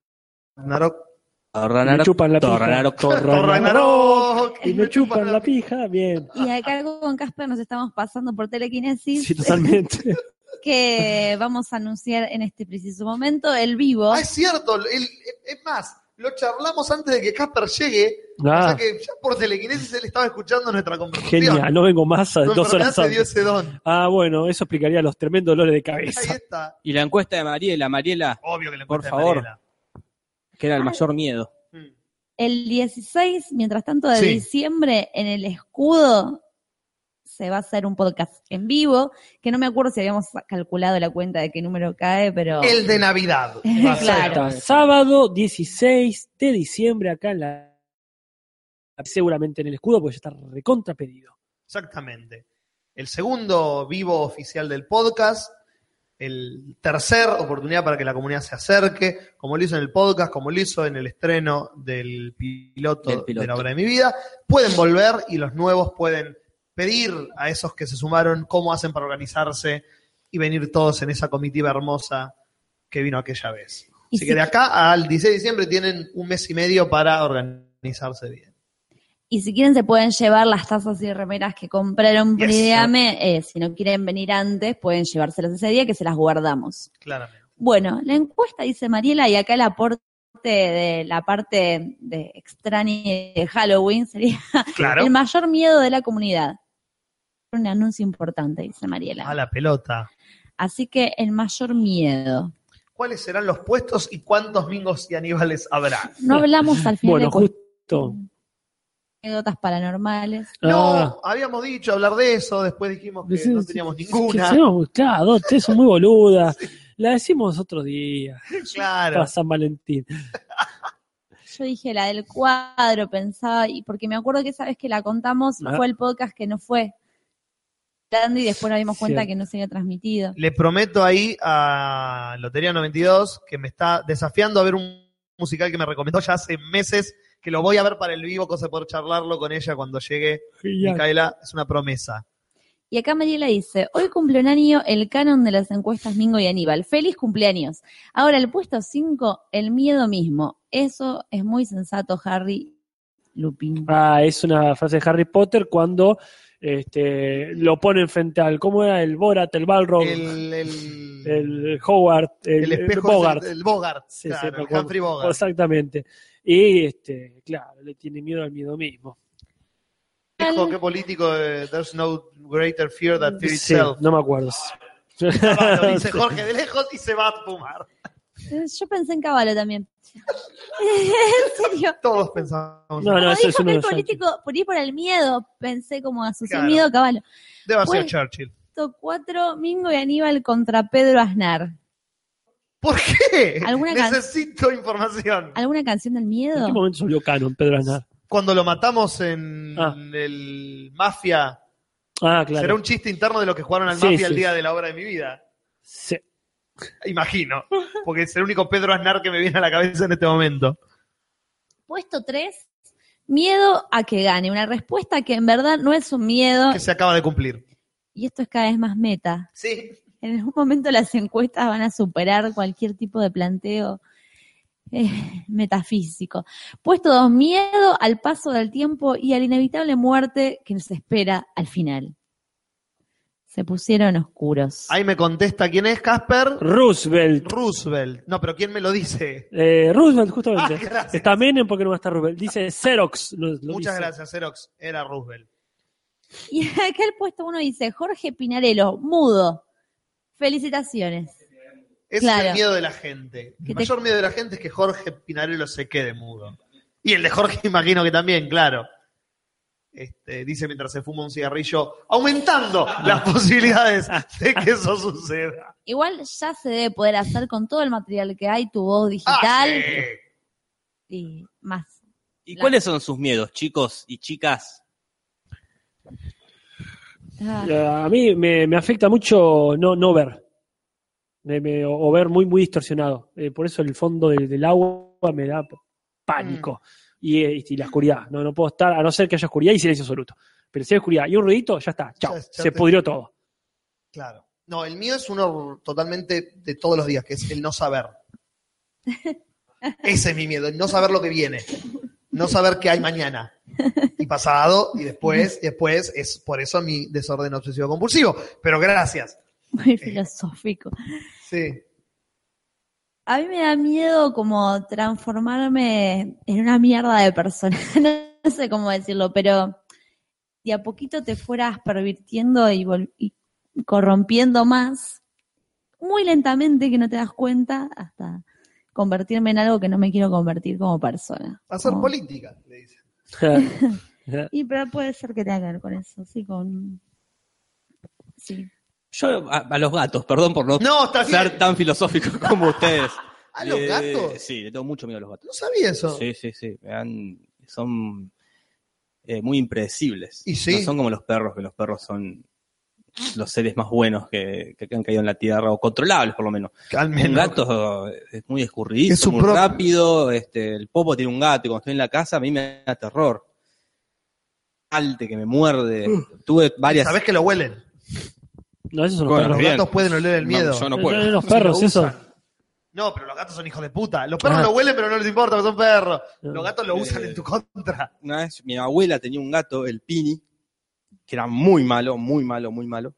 Speaker 3: Ragnarok.
Speaker 6: Me
Speaker 5: Torranaro,
Speaker 6: chupan la pija.
Speaker 5: Torranaro,
Speaker 3: Ragnarok.
Speaker 6: Y me chupan la pija. Bien.
Speaker 4: Y acá con Casper nos estamos pasando por telequinesis,
Speaker 6: Sí, totalmente.
Speaker 4: que vamos a anunciar en este preciso momento el vivo.
Speaker 3: Ah, es cierto. el- es más, lo charlamos antes de que Casper llegue. O sea
Speaker 6: Ah,
Speaker 3: que ya por telequinesis él estaba escuchando nuestra conversación.
Speaker 6: genial. No vengo más a
Speaker 3: Tu
Speaker 6: dos
Speaker 3: enfermedad te
Speaker 6: horas
Speaker 3: dio
Speaker 6: antes.
Speaker 3: ese don.
Speaker 6: Ah, bueno, eso explicaría los tremendos dolores de
Speaker 3: Ahí
Speaker 6: cabeza.
Speaker 3: está.
Speaker 5: Y la encuesta de Mariela, Mariela,
Speaker 3: Obvio que le
Speaker 5: Por
Speaker 3: encuentra
Speaker 5: favor.
Speaker 3: Mariela.
Speaker 5: que era el mayor miedo.
Speaker 3: Mm.
Speaker 4: El 16, mientras tanto, de
Speaker 3: Sí.
Speaker 4: diciembre, en el escudo se va a hacer un podcast en vivo, que no me acuerdo si habíamos calculado la cuenta de qué número cae, pero...
Speaker 3: El de Navidad.
Speaker 4: claro.
Speaker 6: Hasta sábado 16 de diciembre acá en la... Seguramente en el escudo, porque ya está recontra pedido.
Speaker 3: Exactamente. El segundo vivo oficial del podcast. El tercer oportunidad para que la comunidad se acerque, como lo hizo en el podcast, como lo hizo en el estreno del piloto,
Speaker 5: Del piloto.
Speaker 3: de la obra de mi vida. Pueden volver y los nuevos pueden pedir a esos que se sumaron cómo hacen para organizarse y venir todos en esa comitiva hermosa que vino aquella vez.
Speaker 4: Y
Speaker 3: Así
Speaker 4: si-
Speaker 3: que de acá al 16 de diciembre tienen un mes y medio para organizarse bien.
Speaker 4: Y si quieren se pueden llevar las tazas y remeras que compraron por
Speaker 3: Yes.
Speaker 4: Ideame. Eh, si no quieren venir antes, pueden llevárselas ese día que se las guardamos.
Speaker 3: Claramente.
Speaker 4: Bueno, la encuesta dice Mariela, y acá el aporte de la parte de extraña y de Halloween sería
Speaker 3: Claro.
Speaker 4: el mayor miedo de la comunidad. Un anuncio importante, dice
Speaker 3: A
Speaker 4: Mariela.
Speaker 3: la pelota.
Speaker 4: Así que el mayor miedo.
Speaker 3: ¿Cuáles serán los puestos y cuántos mingos y aníbales
Speaker 6: Ah.
Speaker 3: habrá?
Speaker 4: No hablamos al final
Speaker 6: Bueno,
Speaker 4: de cuestiones,
Speaker 6: justo.
Speaker 4: anécdotas paranormales.
Speaker 6: Ah,
Speaker 3: No, habíamos dicho hablar de eso, después dijimos que
Speaker 6: Sí,
Speaker 3: no
Speaker 6: sí,
Speaker 3: teníamos
Speaker 6: que
Speaker 3: ninguna.
Speaker 6: tenemos- claro, dos, tres son muy boludas. La decimos otro día,
Speaker 3: Claro.
Speaker 6: para San Valentín.
Speaker 4: Yo dije la del cuadro, pensaba, y porque me acuerdo que esa vez que la contamos
Speaker 6: Ah.
Speaker 4: fue el podcast que no fue. grande Y después nos dimos cuenta
Speaker 6: Cierto.
Speaker 4: que no se había transmitido.
Speaker 3: Le prometo ahí a Lotería 92 que me está desafiando a ver un musical que me recomendó ya hace meses, que lo voy a ver para el vivo, cosa de poder charlarlo con ella cuando llegue.
Speaker 6: Genial.
Speaker 3: Micaela, es una promesa.
Speaker 4: Y acá Mariela dice, hoy cumple un año el canon de las encuestas Mingo y Aníbal. Feliz cumpleaños. Ahora el puesto 5, el miedo mismo. Eso es muy sensato, Harry Lupin.
Speaker 6: Ah, es una frase de Harry Potter cuando este, lo ponen frente al, ¿cómo era? El Borat, el Balrog, Oh. el,
Speaker 3: El, el,
Speaker 6: Howard, el,
Speaker 3: el espejo, es
Speaker 6: Bogart.
Speaker 3: El, el Bogart,
Speaker 6: Sí, sí,
Speaker 3: claro,
Speaker 6: me
Speaker 3: el
Speaker 6: acuerdo.
Speaker 3: Humphrey Bogart.
Speaker 6: Exactamente. Y, este, claro, le tiene miedo al miedo mismo.
Speaker 3: Dijo que político, eh, there's no greater fear than fear
Speaker 6: Mm, Sí,
Speaker 3: itself.
Speaker 6: no me acuerdo.
Speaker 3: Ah, lo dice Jorge de lejos y se va a fumar.
Speaker 4: Eh, Yo pensé en Caballo también. en serio.
Speaker 3: Todos pensamos.
Speaker 6: No, no,
Speaker 4: Como
Speaker 6: eso
Speaker 4: dijo
Speaker 6: es uno
Speaker 4: que
Speaker 6: de
Speaker 4: el
Speaker 6: los Yankees.
Speaker 4: político, por ir por el miedo, pensé como asoció
Speaker 3: Claro.
Speaker 4: miedo a Caballo.
Speaker 3: Debe ser
Speaker 4: Bueno.
Speaker 3: Churchill.
Speaker 4: Puesto 4, Mingo y Aníbal contra Pedro Aznar.
Speaker 3: ¿Por qué?
Speaker 4: ¿Alguna can-
Speaker 3: Necesito información.
Speaker 4: ¿Alguna canción del
Speaker 6: ¿En
Speaker 4: miedo?
Speaker 6: qué momento se volvió canon Pedro Aznar?
Speaker 3: Cuando lo matamos en
Speaker 6: Ah.
Speaker 3: el Mafia,
Speaker 6: Ah, claro.
Speaker 3: será un chiste interno de los que jugaron al
Speaker 6: Sí,
Speaker 3: Mafia
Speaker 6: sí.
Speaker 3: el día de la obra de mi vida.
Speaker 6: Sí.
Speaker 3: Imagino. Porque es el único Pedro Aznar que me viene a la cabeza en este momento.
Speaker 4: Puesto 3, miedo a que gane. Una respuesta que en verdad no es un miedo,
Speaker 3: Que se acaba de cumplir.
Speaker 4: y esto es cada vez más meta.
Speaker 3: Sí.
Speaker 4: En algún momento las encuestas van a superar cualquier tipo de planteo eh, metafísico. Puesto 2, miedo al paso del tiempo y a la inevitable muerte que nos espera al final. Se pusieron oscuros.
Speaker 3: Ahí me contesta quién es Casper.
Speaker 6: Roosevelt.
Speaker 3: Roosevelt. No, pero ¿quién me lo dice?
Speaker 6: Eh, Roosevelt,
Speaker 3: Ah,
Speaker 6: justamente.
Speaker 3: gracias.
Speaker 6: Está Menem porque no va a estar Roosevelt. Dice Xerox. lo- lo
Speaker 3: Muchas
Speaker 6: dice.
Speaker 3: gracias, Xerox. Era Roosevelt.
Speaker 4: Y acá el puesto uno dice, Jorge Pinarello, mudo. Felicitaciones.
Speaker 3: Ese es
Speaker 4: Claro.
Speaker 3: el miedo de la gente.
Speaker 4: Que te-
Speaker 3: El mayor miedo de la gente es que Jorge Pinarello se quede mudo. Y el de Jorge imagino que también, claro. Este, dice mientras se fuma un cigarrillo, aumentando las posibilidades de que eso suceda.
Speaker 4: Igual ya se debe poder hacer con todo el material que hay, tu voz
Speaker 3: Ah,
Speaker 4: digital
Speaker 3: sí.
Speaker 4: y más.
Speaker 5: ¿Y
Speaker 4: La-
Speaker 5: cuáles son sus miedos, chicos y chicas?
Speaker 4: Ah,
Speaker 6: Eh, A mí me, me afecta mucho no, no ver. Me- me- o- o ver muy, muy distorsionado. Eh, por eso el fondo del, del agua me da p- pánico.
Speaker 3: Mm.
Speaker 6: Y, eh, y la oscuridad. No, no puedo estar, a no ser que haya oscuridad y silencio absoluto. Pero si hay oscuridad y un ruidito, ya está. Chao.
Speaker 3: Ya- ya
Speaker 6: Se
Speaker 3: te-
Speaker 6: pudrió todo.
Speaker 3: Claro. No, el mío es uno totalmente de todos los días, que es el no saber. Ese es mi miedo, no saber lo que viene, no saber qué hay mañana y pasado y después, y después es por eso mi desorden obsesivo compulsivo. Pero gracias.
Speaker 4: Muy filosófico.
Speaker 3: Sí.
Speaker 4: A mí me da miedo como transformarme en una mierda de persona. No sé cómo decirlo, pero de a poquito te fueras pervirtiendo y, vol- y corrompiendo más, muy lentamente que no te das cuenta, hasta convertirme en algo que no me quiero convertir como persona.
Speaker 3: Hacer
Speaker 4: Como-
Speaker 3: política, le dice.
Speaker 4: Y pero puede ser que tenga que ver con eso, sí, con... Sí.
Speaker 5: Yo a, a los gatos, perdón por no,
Speaker 3: No, está bien.
Speaker 5: ser tan filosófico como ustedes.
Speaker 3: ¿A los
Speaker 5: Eh,
Speaker 3: gatos?
Speaker 5: Sí, le tengo mucho miedo a los gatos.
Speaker 3: No sabía eso.
Speaker 5: Sí, sí, sí. me dan- son eh, muy impredecibles.
Speaker 3: Y sí.
Speaker 5: No son como los perros, que los perros son los seres más buenos que, que han caído en la tierra, o controlables por lo menos.
Speaker 3: Al
Speaker 5: Un
Speaker 3: menos.
Speaker 5: gato es muy
Speaker 3: Es
Speaker 5: escurridizo,
Speaker 3: su
Speaker 5: muy
Speaker 3: propio-
Speaker 5: rápido. Este, el popo tiene un gato y cuando estoy en la casa a mí me da terror. Alte que me muerde. Tuve varias.
Speaker 3: Uh. Sabés que lo huelen.
Speaker 6: No, esos son los
Speaker 2: Bueno,
Speaker 3: Los
Speaker 6: perros.
Speaker 2: bien.
Speaker 3: gatos pueden oler el miedo.
Speaker 2: No, yo no
Speaker 6: Esos
Speaker 2: puedo.
Speaker 6: son los
Speaker 3: No sé si
Speaker 6: perros,
Speaker 3: lo
Speaker 6: eso.
Speaker 3: usan. No, pero los gatos son hijos de puta. Los perros
Speaker 6: Ah.
Speaker 3: lo huelen, pero no les importa, porque son perros. Los
Speaker 6: Ah.
Speaker 3: gatos lo usan
Speaker 5: Eh.
Speaker 3: en tu contra.
Speaker 5: Una vez mi abuela tenía un gato, el Pini, que era muy malo, muy malo, muy malo.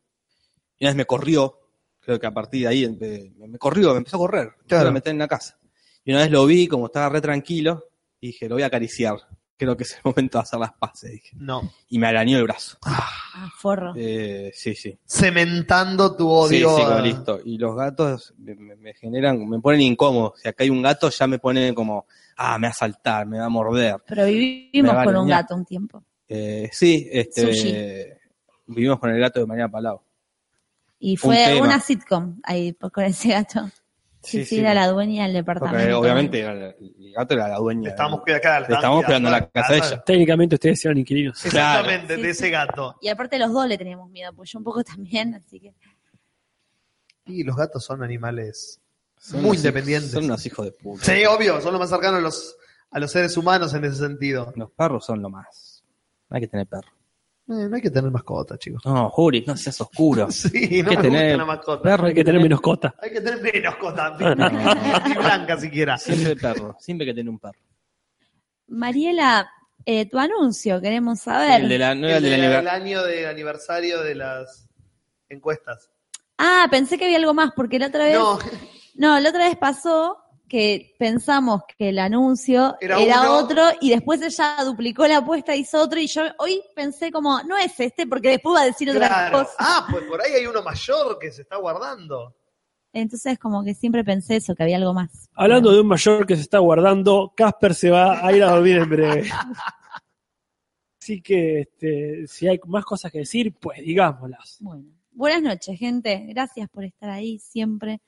Speaker 5: Y una vez me corrió. Creo que a partir de ahí empe- me, corrió, me empezó a correr. Me empezó
Speaker 3: Claro.
Speaker 5: a meter en la casa. Y una vez lo vi, como estaba re tranquilo, y dije, lo voy a acariciar. Creo que es el momento de hacer las paces, dije.
Speaker 3: No.
Speaker 5: Y me arañó el brazo.
Speaker 4: Ah, forro.
Speaker 5: Eh, sí, sí.
Speaker 3: Cementando tu odio.
Speaker 5: Sí, sí, como
Speaker 3: a-
Speaker 5: listo. Y los gatos me, me- me generan, me ponen incómodo. Si acá hay un gato, ya me pone como, ah, me va a saltar, me va a morder.
Speaker 4: Pero vivimos
Speaker 5: Me va a
Speaker 4: con un
Speaker 5: arañar.
Speaker 4: gato un tiempo.
Speaker 5: Eh, sí,
Speaker 4: Sushi.
Speaker 5: este, vivimos con el gato de María Palau.
Speaker 4: Y
Speaker 5: Un
Speaker 4: fue
Speaker 5: tema.
Speaker 4: una sitcom ahí pues, con ese gato. Sí, sí, era la dueña del departamento.
Speaker 5: Porque obviamente era la- el gato era la dueña.
Speaker 3: Le estamos cuidando acá.
Speaker 5: Le estamos cuidando la casa de ella.
Speaker 6: Técnicamente ustedes eran inquilinos.
Speaker 3: Exactamente,
Speaker 4: Claro.
Speaker 3: de ese gato.
Speaker 4: Y aparte los dos le teníamos miedo, pues yo un poco también, así que...
Speaker 3: Y los gatos son animales
Speaker 5: Son
Speaker 3: muy
Speaker 5: unos-
Speaker 3: independientes.
Speaker 5: Son unos hijos de puta.
Speaker 3: Sí, obvio, son los más cercanos a los, a los seres humanos en ese sentido.
Speaker 5: Los perros son lo más. No hay que tener perro.
Speaker 3: Eh, no hay que tener mascotas, chicos.
Speaker 5: No, Juri, no seas oscuro.
Speaker 3: Sí, no
Speaker 5: que
Speaker 3: me
Speaker 5: tener
Speaker 3: gusta la mascota.
Speaker 5: perro
Speaker 6: Hay que tener menos cota.
Speaker 3: Hay que tener menos cotas, ni blanca siquiera.
Speaker 5: Siempre perro, siempre hay que tener un perro.
Speaker 4: Mariela, eh, tu anuncio, queremos saber.
Speaker 5: El de la, no era
Speaker 3: El
Speaker 5: el de la
Speaker 3: del
Speaker 5: nieve-
Speaker 3: año de aniversario de las encuestas.
Speaker 4: Ah, pensé que había algo más, porque la otra vez...
Speaker 3: No,
Speaker 4: No, la otra vez pasó que pensamos que el anuncio
Speaker 3: Era
Speaker 4: era,
Speaker 3: uno.
Speaker 4: otro y después ella duplicó la apuesta, hizo otro y yo hoy pensé como, no es este porque después va a decir otra
Speaker 3: claro.
Speaker 4: cosa.
Speaker 3: Ah, pues por ahí hay uno mayor que se está guardando.
Speaker 4: Entonces como que siempre pensé eso, que había algo más.
Speaker 6: Hablando de un mayor que se está guardando, Casper se va a ir a dormir en breve. Así que este, si hay más cosas que decir, pues digámoslas.
Speaker 4: Bueno, buenas noches, gente. Gracias por estar ahí siempre.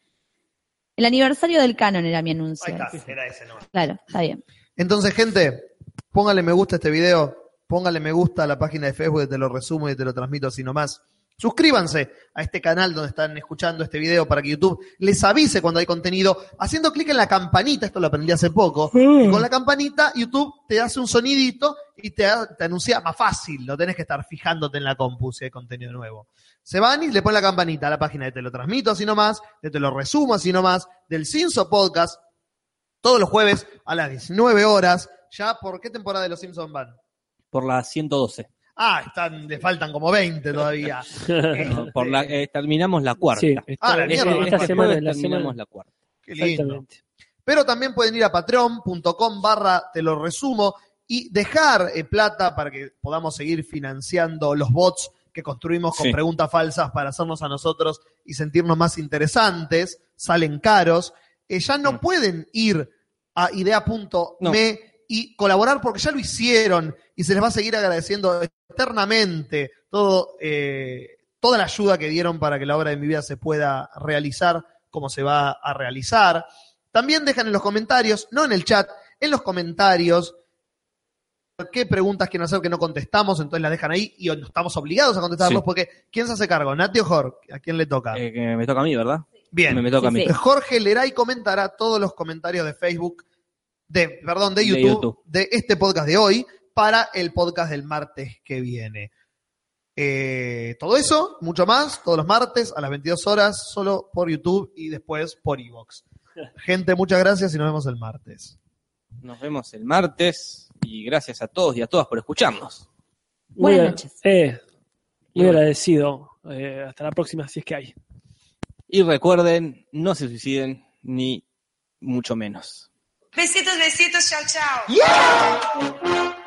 Speaker 4: El aniversario del canon era mi anuncio.
Speaker 3: Ahí está, era ese nomás.
Speaker 4: Claro, está bien.
Speaker 3: Entonces, gente, póngale me gusta a este video, póngale me gusta a la página de Facebook, de te lo resumo y te lo transmito así nomás. Suscríbanse a este canal donde están escuchando este video para que YouTube les avise cuando hay contenido, haciendo clic en la campanita, esto lo aprendí hace poco, y
Speaker 6: Mm.
Speaker 3: con la campanita YouTube te hace un sonidito y te, te anuncia más fácil, no tenés que estar fijándote en la compu si hay contenido nuevo. Se van y le ponen la campanita a la página de Te lo transmito así nomás, de Te lo resumo así nomás, del Cinso Podcast, todos los jueves a las 19 horas. ¿Ya por qué temporada de Los Simpsons van?
Speaker 5: Por la 112.
Speaker 3: Ah, están, le faltan como 20 todavía. Este,
Speaker 5: Por la, eh, terminamos la cuarta.
Speaker 6: Sí,
Speaker 3: Ah, la
Speaker 6: esta,
Speaker 3: mierda,
Speaker 6: esta
Speaker 3: la
Speaker 6: semana
Speaker 5: jueves
Speaker 6: es la
Speaker 5: terminamos
Speaker 6: semana.
Speaker 5: la cuarta.
Speaker 3: qué lindo.
Speaker 6: Exactamente.
Speaker 3: Pero también pueden ir a patreon.com barra te lo resumo y dejar eh, plata para que podamos seguir financiando los bots que construimos con
Speaker 5: Sí.
Speaker 3: preguntas falsas para hacernos a nosotros y sentirnos más interesantes, salen caros. Eh, ya no
Speaker 5: Mm.
Speaker 3: pueden ir a idea.me
Speaker 5: No.
Speaker 3: y colaborar porque ya lo hicieron y se les va a seguir agradeciendo eternamente todo, eh, toda la ayuda que dieron para que la obra de mi vida se pueda realizar como se va a realizar. También dejan en los comentarios, no en el chat, en los comentarios qué preguntas quieren hacer que no contestamos, entonces las dejan ahí y no estamos obligados a contestarlos
Speaker 5: Sí.
Speaker 3: porque ¿quién se hace cargo? ¿Nati o Jorge? ¿A quién le toca?
Speaker 5: Eh, que me toca a mí, ¿verdad?
Speaker 3: Bien.
Speaker 5: Me, me
Speaker 4: Sí,
Speaker 5: toca a mí.
Speaker 4: sí.
Speaker 3: Eh, Jorge Leray comentará todos los comentarios de Facebook, de, perdón, de
Speaker 5: De
Speaker 3: YouTube, de,
Speaker 5: YouTube.
Speaker 3: este podcast de hoy para el podcast del martes que viene. Eh, todo eso, mucho más, todos los martes a las 22 horas, solo por YouTube y después por Evox. Gente, muchas gracias y nos vemos el martes.
Speaker 5: Nos vemos el martes y gracias a todos y a todas por escucharnos.
Speaker 6: Muy
Speaker 4: Buenas
Speaker 6: a-
Speaker 4: noches.
Speaker 6: eh, muy
Speaker 5: Bueno.
Speaker 6: agradecido. Eh, hasta la próxima, si es que hay.
Speaker 5: Y recuerden, no se suiciden ni mucho menos.
Speaker 10: Besitos, besitos, chao, chao.